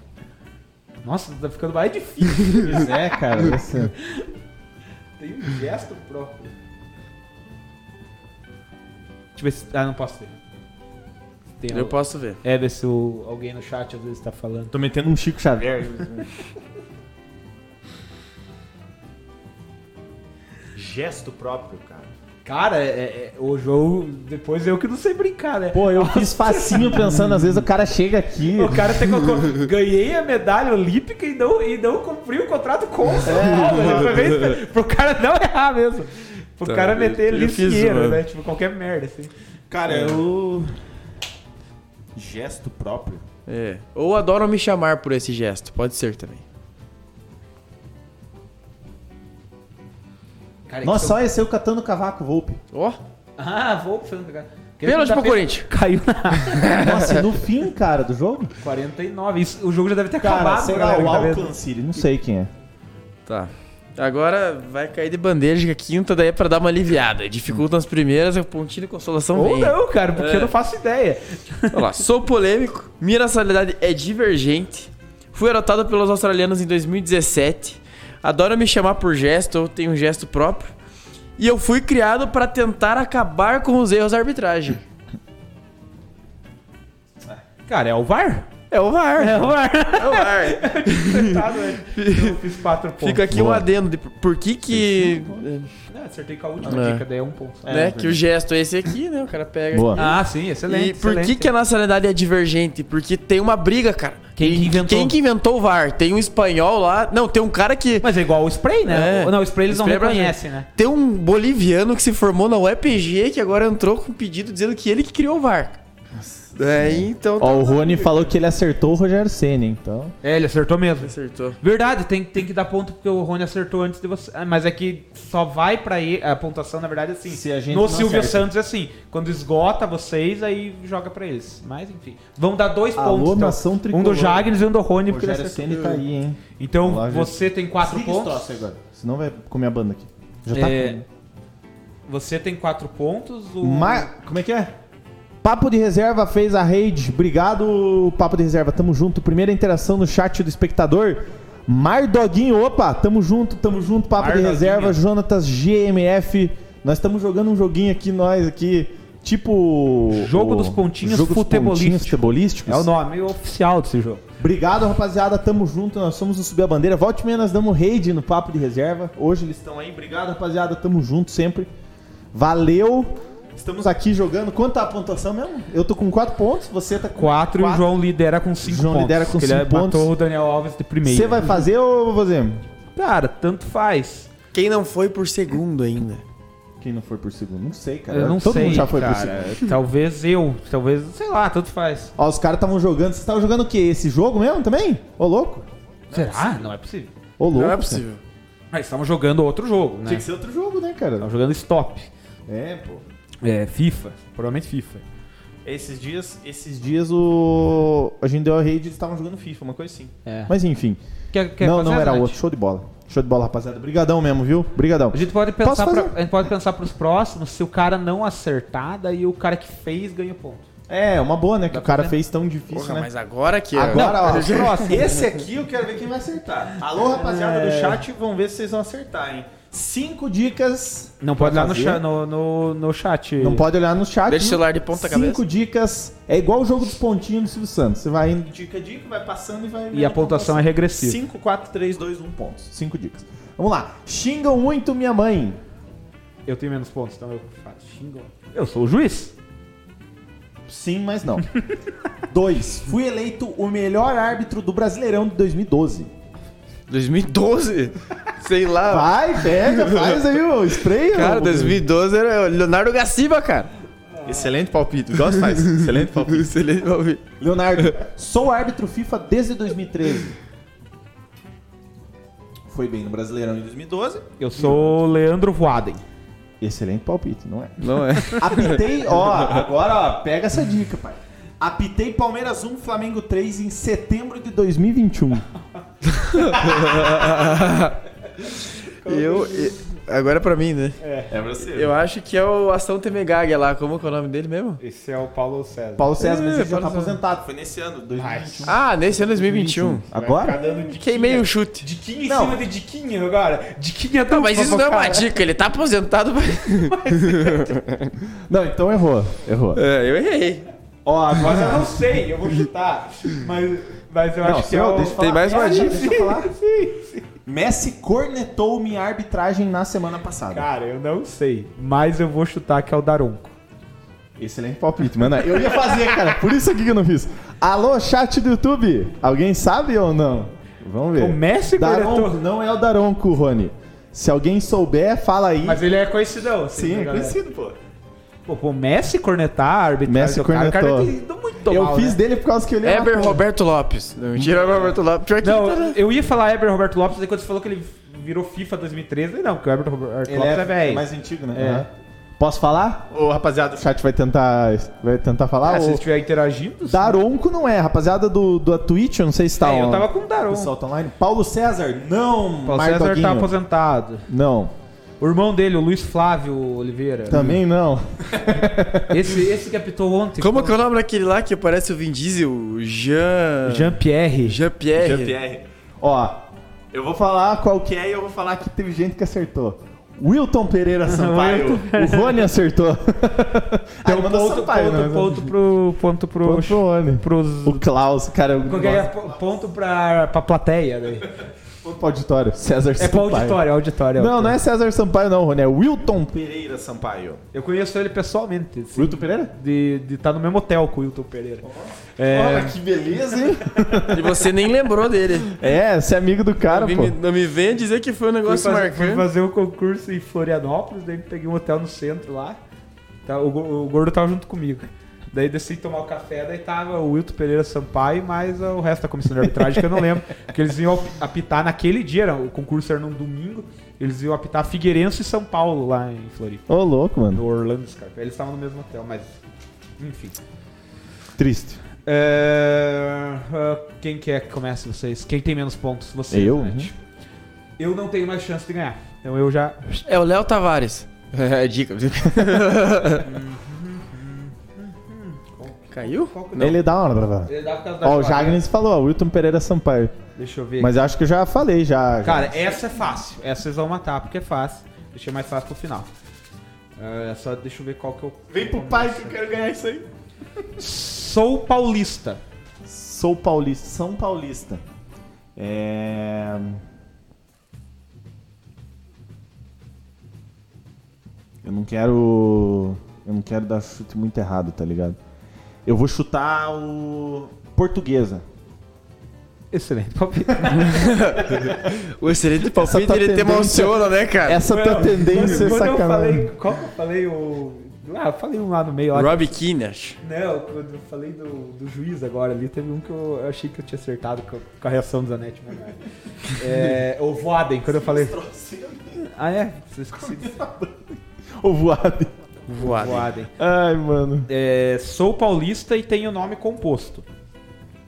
[SPEAKER 4] Nossa, tá ficando mais difícil.
[SPEAKER 2] Pois é, cara. essa-
[SPEAKER 4] Tem um gesto próprio. Deixa eu ver se. Ah, não posso ver. Tem
[SPEAKER 3] Eu
[SPEAKER 4] al-
[SPEAKER 3] posso ver.
[SPEAKER 4] É, ver se o- alguém no chat às vezes tá falando.
[SPEAKER 2] Tô metendo um Chico Xavier. Gesto próprio, cara.
[SPEAKER 4] Cara, é- é- o jogo. Depois eu que não sei brincar, né?
[SPEAKER 2] Pô, eu fiz facinho pensando, às vezes o cara chega aqui.
[SPEAKER 4] O cara até colocou. Ganhei a medalha olímpica e não, e não cumpri o contrato com o São Paulo. né? Pra ver- pro cara não errar mesmo. Pro
[SPEAKER 3] Tá,
[SPEAKER 4] cara meter
[SPEAKER 3] eu- eu fiz uma.
[SPEAKER 4] lisqueiro, né? Tipo, qualquer merda, assim.
[SPEAKER 2] Cara, eu. Gesto próprio.
[SPEAKER 3] É. Ou adoram me chamar por esse gesto, pode ser também.
[SPEAKER 4] Cara, é
[SPEAKER 2] Nossa,
[SPEAKER 4] que são-
[SPEAKER 2] só esse É eu catando cavaco, Volpe.
[SPEAKER 3] Ó,
[SPEAKER 4] Ah, vou fazendo.
[SPEAKER 3] pênalti
[SPEAKER 4] tá
[SPEAKER 3] pro Corinthians.
[SPEAKER 4] Caiu na
[SPEAKER 2] Nossa, e no fim, cara, do jogo?
[SPEAKER 4] 49. Isso, o jogo já deve ter
[SPEAKER 2] Cara,
[SPEAKER 4] acabado,
[SPEAKER 2] sei lá,
[SPEAKER 4] galera,
[SPEAKER 2] o
[SPEAKER 4] que tá vendo.
[SPEAKER 2] Auckland City, não sei quem é.
[SPEAKER 3] Tá. Agora vai cair de bandeja que a quinta daí é pra dar uma aliviada. Dificulta as primeiras, a pontinha de consolação
[SPEAKER 4] Ou
[SPEAKER 3] vem.
[SPEAKER 4] não, cara, porque
[SPEAKER 3] É.
[SPEAKER 4] eu não faço ideia.
[SPEAKER 3] Olha lá, sou polêmico, minha nacionalidade é divergente, fui adotado pelos australianos em 2017, adoro me chamar por gesto, eu tenho um gesto próprio, e eu fui criado pra tentar acabar com os erros da arbitragem.
[SPEAKER 4] Cara, é o VAR?
[SPEAKER 3] É o VAR.
[SPEAKER 4] o VAR.
[SPEAKER 3] É o VAR.
[SPEAKER 4] Acertado, né? Eu fiz 4 pontos.
[SPEAKER 3] Fica aqui um
[SPEAKER 2] boa.
[SPEAKER 3] adendo de por que que,
[SPEAKER 4] Não, acertei com a última
[SPEAKER 3] É.
[SPEAKER 4] dica, daí é um ponto.
[SPEAKER 3] né, que o gesto é esse aqui, né, o cara pega
[SPEAKER 2] Boa.
[SPEAKER 3] aqui.
[SPEAKER 4] Ah, sim, excelente.
[SPEAKER 3] e por que,
[SPEAKER 4] excelente.
[SPEAKER 3] que a nacionalidade é divergente? Porque tem uma briga, cara.
[SPEAKER 4] Quem que inventou?
[SPEAKER 3] Quem que inventou o VAR? Tem um espanhol lá. Não, tem um cara que.
[SPEAKER 4] Mas é igual o spray, né?
[SPEAKER 3] É.
[SPEAKER 4] Não, o spray eles
[SPEAKER 3] Spray é
[SPEAKER 4] não
[SPEAKER 3] brasileiro.
[SPEAKER 4] reconhecem, né?
[SPEAKER 3] Tem um boliviano que se formou na UEPG que agora entrou com um pedido dizendo que ele que criou o VAR. Daí, então...
[SPEAKER 2] Ó, o Rony falou que ele acertou o Rogério Senna, então.
[SPEAKER 4] É, ele acertou mesmo.
[SPEAKER 3] Acertou.
[SPEAKER 4] Verdade, tem, tem que dar ponto porque o Rony acertou antes de você. Ah, Mas é que só vai pra ele. A pontuação, na verdade, é assim.
[SPEAKER 2] Se a gente
[SPEAKER 4] no
[SPEAKER 2] não
[SPEAKER 4] Silvio
[SPEAKER 2] acerta.
[SPEAKER 4] Santos é assim. Quando esgota vocês, aí joga pra eles. Mas enfim. Vão dar dois
[SPEAKER 2] Alô,
[SPEAKER 4] pontos. então.
[SPEAKER 2] nação
[SPEAKER 4] Um
[SPEAKER 2] tricolor.
[SPEAKER 4] do Jagnes e um do Rony,
[SPEAKER 2] O
[SPEAKER 4] porque ele
[SPEAKER 2] Rogério
[SPEAKER 4] acertou.
[SPEAKER 2] Senna tá aí, hein?
[SPEAKER 4] Então
[SPEAKER 2] Olá, gente.
[SPEAKER 4] você tem quatro
[SPEAKER 2] Desliga esse
[SPEAKER 4] pontos.
[SPEAKER 2] troço aí agora. Senão vai comer a banda aqui. Já tá
[SPEAKER 4] É,
[SPEAKER 2] comendo.
[SPEAKER 4] Você tem quatro pontos. O...
[SPEAKER 2] Ma- Como é que é? Papo de Reserva fez a raid. Obrigado, Papo de Reserva. Tamo junto. Primeira interação no chat do espectador. Mardoguinho, opa, tamo junto, tamo junto, Papo de
[SPEAKER 4] Mardoguinho.
[SPEAKER 2] Reserva, Jonatas GMF. Nós estamos jogando um joguinho aqui, nós aqui, tipo.
[SPEAKER 4] Jogo
[SPEAKER 2] o-
[SPEAKER 4] dos pontinhos
[SPEAKER 2] jogo dos
[SPEAKER 4] futebolístico.
[SPEAKER 2] pontinhos futebolísticos.
[SPEAKER 4] É o nome oficial desse jogo.
[SPEAKER 2] Obrigado, rapaziada. Tamo junto. Nós somos o Subir a Bandeira. Volte e meia, nós damos raid no Papo de Reserva. Hoje eles estão aí. Obrigado, rapaziada. Tamo junto sempre. Valeu. Estamos aqui jogando. Quanto tá a pontuação mesmo? Eu tô com 4 pontos. Você tá com
[SPEAKER 4] Quatro, e o
[SPEAKER 2] quatro.
[SPEAKER 4] João lidera com cinco
[SPEAKER 2] João
[SPEAKER 4] pontos.
[SPEAKER 2] lidera com
[SPEAKER 4] porque ele
[SPEAKER 2] cinco pontos.
[SPEAKER 4] matou o Daniel Alves de primeiro.
[SPEAKER 2] Você vai fazer ou eu vou fazer?
[SPEAKER 4] Cara, tanto faz.
[SPEAKER 3] Quem não foi por segundo ainda?
[SPEAKER 2] Quem não foi por segundo? Não sei, cara.
[SPEAKER 4] Eu não
[SPEAKER 2] Todo
[SPEAKER 4] sei,
[SPEAKER 2] mundo já foi por
[SPEAKER 4] cara.
[SPEAKER 2] segundo.
[SPEAKER 4] Talvez eu, talvez, sei lá, tanto faz.
[SPEAKER 2] Ó, os caras estavam jogando. Vocês estavam jogando o quê? Esse jogo mesmo também? Ô, louco.
[SPEAKER 4] Será? Não é possível.
[SPEAKER 2] Ô, louco.
[SPEAKER 3] Não é
[SPEAKER 2] cara.
[SPEAKER 3] possível.
[SPEAKER 4] Mas estavam jogando outro jogo, né?
[SPEAKER 2] Tinha que ser outro jogo, né,
[SPEAKER 4] Estavam
[SPEAKER 2] cara?
[SPEAKER 4] jogando stop.
[SPEAKER 2] É, pô.
[SPEAKER 4] É, FIFA. Provavelmente FIFA.
[SPEAKER 2] Esses dias, esses dias o. A gente deu a raid e eles estavam jogando FIFA, uma coisa assim.
[SPEAKER 4] É.
[SPEAKER 2] Mas enfim.
[SPEAKER 4] Quer- quer
[SPEAKER 2] não,
[SPEAKER 4] fazer,
[SPEAKER 2] não era
[SPEAKER 4] Zanetti?
[SPEAKER 2] outro. Show de bola. Show de bola, rapaziada. Brigadão mesmo, viu? Brigadão.
[SPEAKER 4] A gente pode
[SPEAKER 2] Posso
[SPEAKER 4] pensar, pra,
[SPEAKER 2] fazer?
[SPEAKER 4] a gente pode pensar pros próximos, se o cara não acertar, daí o cara que fez ganha ponto.
[SPEAKER 2] É, uma boa, né? Que
[SPEAKER 4] Dá
[SPEAKER 2] o cara
[SPEAKER 4] pra ver?
[SPEAKER 2] fez tão difícil,
[SPEAKER 3] Porra,
[SPEAKER 2] né?
[SPEAKER 3] mas agora que... é.
[SPEAKER 2] Agora, ó.
[SPEAKER 4] próximo.
[SPEAKER 2] Esse aqui eu quero ver quem vai acertar. Alô, rapaziada
[SPEAKER 4] É.
[SPEAKER 2] do chat, vamos ver se vocês vão acertar, hein? Cinco dicas.
[SPEAKER 4] Não pode
[SPEAKER 2] pra
[SPEAKER 4] lá no,
[SPEAKER 2] fazer.
[SPEAKER 4] cha- no, no, no chat.
[SPEAKER 2] Não pode olhar no chat.
[SPEAKER 3] Deixa o celular de ponta
[SPEAKER 2] Cinco
[SPEAKER 3] cabeça.
[SPEAKER 2] dicas. É igual o jogo dos pontinhos do Silvio Santos. Você vai indo dica a dica, vai passando e vai.
[SPEAKER 4] E a pontuação é regressiva.
[SPEAKER 2] 5, 4, 3, 2, 1 pontos. Cinco dicas. Vamos lá. Xingam muito minha mãe.
[SPEAKER 4] Eu tenho menos pontos, então eu faço. Xingo. Eu sou o juiz.
[SPEAKER 2] Sim, mas não. 2. Fui eleito o melhor árbitro do Brasileirão de 2012.
[SPEAKER 3] 2012? Sei lá.
[SPEAKER 2] Vai, pega, faz aí o spray.
[SPEAKER 3] Cara,
[SPEAKER 2] ô.
[SPEAKER 3] 2012 era o Leonardo Gaciba, cara. Excelente palpite. Gosto mais. Excelente palpite. Excelente palpite.
[SPEAKER 2] Leonardo, sou árbitro FIFA desde 2013. foi bem no Brasileirão em 2012.
[SPEAKER 4] Eu sou o Leandro Voaden.
[SPEAKER 2] Excelente palpite, não é?
[SPEAKER 3] Não é?
[SPEAKER 2] Apitei, ó, agora ó, pega essa dica, pai. Apitei Palmeiras 1, Flamengo 3 em setembro de 2021.
[SPEAKER 3] eu, e- agora é pra mim, né?
[SPEAKER 2] É você.
[SPEAKER 3] Eu acho que é o Ação TV Gaga lá. Como que é o nome dele mesmo?
[SPEAKER 4] Esse é o Paulo César.
[SPEAKER 2] Paulo César, mas
[SPEAKER 3] É,
[SPEAKER 2] ele já tá
[SPEAKER 3] Paulo César.
[SPEAKER 2] aposentado, foi nesse ano, 2021.
[SPEAKER 3] Ah, nesse ano 2021.
[SPEAKER 2] Agora?
[SPEAKER 3] Queimei o chute.
[SPEAKER 4] Diquinha em
[SPEAKER 2] Não.
[SPEAKER 4] cima de diquinha agora. Diquinha
[SPEAKER 3] Não, mas isso não é uma
[SPEAKER 4] dica.
[SPEAKER 3] dica, ele tá aposentado.
[SPEAKER 2] Não, então errou, errou.
[SPEAKER 3] é, eu errei.
[SPEAKER 2] Ó,
[SPEAKER 4] Mas eu
[SPEAKER 2] agora...
[SPEAKER 4] não sei, eu vou chutar. Mas, mas eu
[SPEAKER 2] Não,
[SPEAKER 4] acho que
[SPEAKER 2] seu,
[SPEAKER 4] é o...
[SPEAKER 2] deixa eu
[SPEAKER 3] Tem
[SPEAKER 2] falar.
[SPEAKER 3] mais uma
[SPEAKER 2] É,
[SPEAKER 3] dica.
[SPEAKER 2] Deixa eu falar.
[SPEAKER 4] Sim, sim.
[SPEAKER 2] Messi cornetou minha arbitragem na semana passada.
[SPEAKER 4] Cara, eu não sei. Mas eu vou chutar que é o Daronco.
[SPEAKER 2] Excelente palpite, mano. Eu ia fazer, cara. Por isso aqui que eu não fiz. Alô, chat do YouTube. Alguém sabe ou não? Vamos ver.
[SPEAKER 4] O Messi
[SPEAKER 2] Daronco
[SPEAKER 4] cornetou.
[SPEAKER 2] não é o Daronco, Rony. Se alguém souber, fala aí.
[SPEAKER 4] Mas ele é né? conhecidão.
[SPEAKER 2] Sim, é conhecido, pô.
[SPEAKER 4] Pô, pô, Messi cornetar, a arbitragem
[SPEAKER 2] Messi
[SPEAKER 4] do cara, o cara
[SPEAKER 2] cornetou.
[SPEAKER 4] tem- deu muito
[SPEAKER 2] eu
[SPEAKER 4] mal,
[SPEAKER 2] fiz
[SPEAKER 4] né?
[SPEAKER 2] dele por causa que ele é
[SPEAKER 3] Eber
[SPEAKER 2] uma-
[SPEAKER 3] Roberto Lopes. Não, tira Eber Roberto Lopes. Pior que ele tá-
[SPEAKER 4] Não, eu ia falar Heber Roberto Lopes, aí quando você falou que ele virou FIFA 2013, eu falei, não, porque o Heber Roberto
[SPEAKER 2] Ele
[SPEAKER 4] Lopes é,
[SPEAKER 2] é, é
[SPEAKER 4] velho.
[SPEAKER 2] mais antigo, né?
[SPEAKER 4] É.
[SPEAKER 2] Aham. Posso falar? O rapaziada do chat vai tentar, vai tentar falar?
[SPEAKER 4] Ah, se
[SPEAKER 2] Ou-
[SPEAKER 4] você estiver interagindo, sim.
[SPEAKER 2] Daronco não é, rapaziada do, do Twitch, eu não sei se tá
[SPEAKER 4] É, eu
[SPEAKER 2] on-
[SPEAKER 4] tava com o
[SPEAKER 2] o
[SPEAKER 4] Daron.
[SPEAKER 2] pessoal tá online. Paulo César, não,
[SPEAKER 4] Paulo
[SPEAKER 2] Mardoguinho.
[SPEAKER 4] César tá aposentado.
[SPEAKER 2] Não,
[SPEAKER 4] O irmão dele, o Luiz Flávio Oliveira.
[SPEAKER 2] também não.
[SPEAKER 4] Esse, esse que apitou ontem.
[SPEAKER 3] Como que é o nome daquele lá que parece o Vin Diesel? O Jean...
[SPEAKER 4] Jean-Pierre.
[SPEAKER 3] Jean-Pierre.
[SPEAKER 2] Jean-Pierre. Ó, eu vou falar qual que é e eu vou falar que teve gente que acertou. Wilton Pereira Sampaio. o Rony acertou.
[SPEAKER 4] Deu
[SPEAKER 2] Aí manda
[SPEAKER 4] um ponto,
[SPEAKER 2] Sampaio,
[SPEAKER 4] ponto,
[SPEAKER 2] né?
[SPEAKER 4] ponto pro... Ponto pro...
[SPEAKER 2] Ponto pro Rony.
[SPEAKER 4] pros-
[SPEAKER 2] O Klaus, cara. eu
[SPEAKER 4] Como que é?
[SPEAKER 2] gosto.
[SPEAKER 4] P- Ponto pra, pra plateia. Né?
[SPEAKER 2] Ponto pro auditório. César
[SPEAKER 4] É pro
[SPEAKER 2] Sampaio.
[SPEAKER 4] auditório, né? auditório.
[SPEAKER 2] Não, não
[SPEAKER 4] auditório.
[SPEAKER 2] é César Sampaio, não, Rony. É Wilton Pereira Sampaio.
[SPEAKER 4] Eu conheço ele pessoalmente. assim,
[SPEAKER 2] Wilton Pereira?
[SPEAKER 4] de estar no mesmo hotel com o Wilton Pereira. É,
[SPEAKER 2] Olha que beleza, hein?
[SPEAKER 3] E você nem lembrou dele.
[SPEAKER 2] É, você é amigo do cara,
[SPEAKER 3] não, me,
[SPEAKER 2] pô.
[SPEAKER 3] não me venha dizer que Ah, foi um
[SPEAKER 4] fui,
[SPEAKER 3] negócio
[SPEAKER 4] fazer, fui
[SPEAKER 3] marcante.
[SPEAKER 4] fazer um concurso em Florianópolis, daí peguei um hotel no centro lá. Tá, o, go- o gordo tava junto comigo. Daí desci tomar o café, daí tava o Wilton Pereira Sampaio, mas ó, o resto da comissão de arbitragem que eu não lembro. Porque eles iam ap- apitar naquele dia, era, o concurso era num domingo, eles iam apitar Figueirense e São Paulo lá em Floripa.
[SPEAKER 2] Ô, louco,
[SPEAKER 4] No
[SPEAKER 2] mano.
[SPEAKER 4] Orlando Scarpa. Eles estavam no mesmo hotel, mas. Enfim.
[SPEAKER 2] Triste.
[SPEAKER 4] É, ah, Quem quer que comece vocês? Quem tem menos pontos? Vocês.
[SPEAKER 2] Eu?
[SPEAKER 4] né?
[SPEAKER 2] Uhum.
[SPEAKER 4] Eu não tenho mais chance de ganhar. Então eu já.
[SPEAKER 3] É o Léo Tavares. É, dica. Caiu?
[SPEAKER 4] Qual que-
[SPEAKER 2] Ele é dá uma.
[SPEAKER 4] Ele dá por causa da
[SPEAKER 2] Ó, o
[SPEAKER 4] jogada.
[SPEAKER 2] Jagnes falou, Wilton Pereira Sampaio.
[SPEAKER 4] Deixa eu ver.
[SPEAKER 2] Mas eu acho que eu já falei, já. já.
[SPEAKER 4] Cara, essa é fácil. Essa vocês vão matar porque é fácil. Deixei mais fácil pro final. É é só deixa eu ver qual que eu.
[SPEAKER 2] Vem pro pai que eu quero ganhar isso aí.
[SPEAKER 4] Sou paulista.
[SPEAKER 2] Sou paulista. São paulista. É. Eu não quero. Eu não quero dar chute muito errado, tá ligado? Eu vou chutar o. Portuguesa.
[SPEAKER 4] Excelente. palpite.
[SPEAKER 3] O excelente palpite,
[SPEAKER 2] tá
[SPEAKER 3] ele te
[SPEAKER 2] tendência-
[SPEAKER 3] emociona, né, cara?
[SPEAKER 2] Essa tua tendência é
[SPEAKER 4] quando eu falei.
[SPEAKER 2] sacanagem.
[SPEAKER 4] Qual que eu falei o. Ah, eu falei um lá no meio. lá.
[SPEAKER 3] Rob Kinnash.
[SPEAKER 4] Não, quando eu falei do, do juiz agora ali, teve um que eu eu achei que eu tinha acertado com, com a reação do Zanetti. mas não é. É, o Voaden, quando eu falei. Ah, é? Você esqueci de
[SPEAKER 2] O voado.
[SPEAKER 3] Voado.
[SPEAKER 4] Voaden.
[SPEAKER 2] Ai, mano.
[SPEAKER 4] É, sou paulista e tenho nome composto.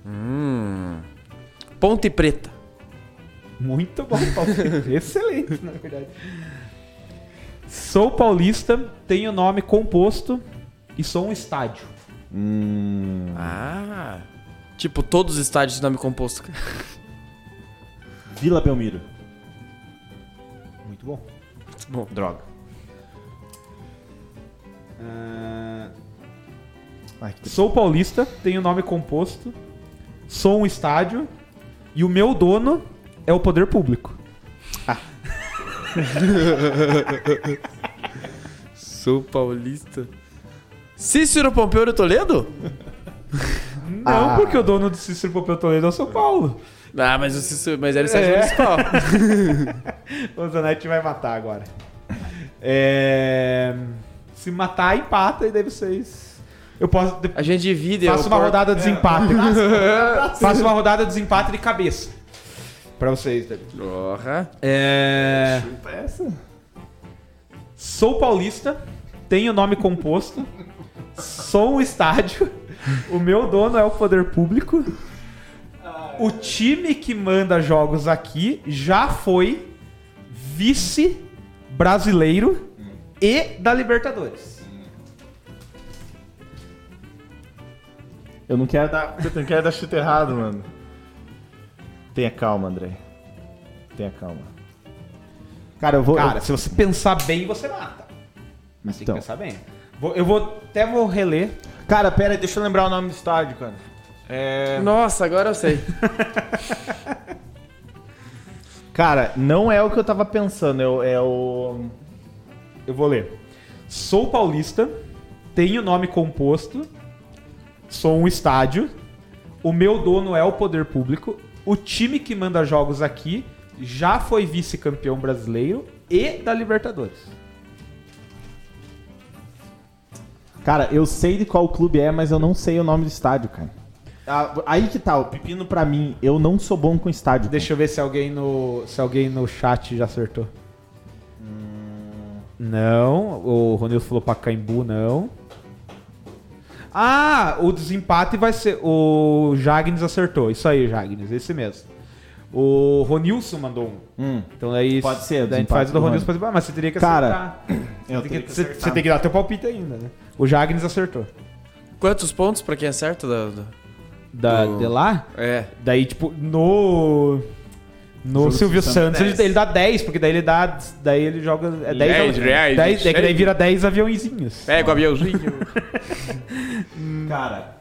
[SPEAKER 3] Hum. Ponte Preta.
[SPEAKER 4] Muito bom, Paulista. Excelente, na verdade. Sou paulista, tenho nome composto e sou um estádio.
[SPEAKER 2] Hum.
[SPEAKER 3] Ah. Tipo, todos os estádios de nome composto. cara.
[SPEAKER 2] Vila Belmiro.
[SPEAKER 4] Muito bom.
[SPEAKER 3] Bom, droga.
[SPEAKER 4] Ah,
[SPEAKER 2] Ai, que
[SPEAKER 4] sou paulista, tenho nome composto, sou um estádio e o meu dono é o poder público.
[SPEAKER 3] Sou paulista. Cícero Pompeu de Toledo?
[SPEAKER 4] Não,
[SPEAKER 2] Ah.
[SPEAKER 4] porque o dono do Cícero Pompeu Toledo é o São Paulo.
[SPEAKER 3] Ah, mas, o Cícero, mas era o estádio
[SPEAKER 4] É.
[SPEAKER 3] municipal.
[SPEAKER 4] O Zanetti vai matar agora. É, Se matar, empata e daí vocês... Eu posso...
[SPEAKER 3] A gente divide.
[SPEAKER 4] Faça
[SPEAKER 3] eu
[SPEAKER 4] uma
[SPEAKER 3] corto-
[SPEAKER 4] rodada de desempate. Faça uma rodada de desempate de cabeça. É. pra vocês, David.
[SPEAKER 3] Porra.
[SPEAKER 4] É...
[SPEAKER 2] Chupa essa.
[SPEAKER 4] Sou paulista, tenho nome composto, sou um estádio, o meu dono é o poder público, o time que manda jogos aqui já foi vice brasileiro e da Libertadores.
[SPEAKER 2] Eu não quero dar. Eu não quero dar chute errado, mano. Tenha calma, André. Tenha calma. Cara, eu vou.
[SPEAKER 4] Cara, se você pensar bem, você mata. Mas tem
[SPEAKER 2] Então.
[SPEAKER 4] que pensar bem. Vou- eu vou até vou reler.
[SPEAKER 2] Cara, pera, aí, deixa eu lembrar o nome do estádio, cara.
[SPEAKER 4] É...
[SPEAKER 3] Nossa, agora eu sei.
[SPEAKER 2] Cara, não é o que eu tava pensando, eu- é o.
[SPEAKER 4] Eu vou ler. Sou paulista, tenho nome composto, sou um estádio, o meu dono é o poder público, o time que manda jogos aqui já foi vice-campeão brasileiro e da Libertadores.
[SPEAKER 2] Cara, eu sei de qual clube é, mas eu não sei o nome do estádio, cara. Ah, Aí que tá, o pepino pra mim, eu não sou bom com estádio.
[SPEAKER 4] Deixa eu ver se alguém no, se alguém no chat já acertou. Não, o Ronildo falou Pacaembu, não. Ah, o desempate vai ser. O Jagnes acertou. Isso aí, Jagnes, esse mesmo. O Ronilson mandou um.
[SPEAKER 2] Hum.
[SPEAKER 4] Então aí.
[SPEAKER 2] Pode ser,
[SPEAKER 4] daí a
[SPEAKER 2] desempate
[SPEAKER 4] gente faz o do
[SPEAKER 2] do
[SPEAKER 4] Ronilson.
[SPEAKER 2] Ronilson.
[SPEAKER 4] pra- Ah, Mas você teria que
[SPEAKER 2] Cara,
[SPEAKER 4] acertar.
[SPEAKER 2] eu
[SPEAKER 4] Você tem
[SPEAKER 2] teria
[SPEAKER 4] que-
[SPEAKER 2] que
[SPEAKER 4] você-
[SPEAKER 2] acertar.
[SPEAKER 4] você tem que dar teu palpite ainda, né? O Jagnes acertou.
[SPEAKER 3] Quantos pontos pra quem acerta? Da, da-
[SPEAKER 4] Da,
[SPEAKER 3] Do-
[SPEAKER 4] De lá?
[SPEAKER 3] É.
[SPEAKER 4] Daí, tipo, no. No
[SPEAKER 2] Jogo
[SPEAKER 4] Silvio
[SPEAKER 2] do
[SPEAKER 4] Santos,
[SPEAKER 2] Santos,
[SPEAKER 4] ele, ele dá 10, porque daí ele dá. Daí ele joga. É 10,
[SPEAKER 3] 10
[SPEAKER 4] aviões.
[SPEAKER 3] reais,
[SPEAKER 4] 10, é que daí
[SPEAKER 3] cheio.
[SPEAKER 4] vira 10 aviãozinhos.
[SPEAKER 3] Pega o aviãozinho.
[SPEAKER 2] Cara,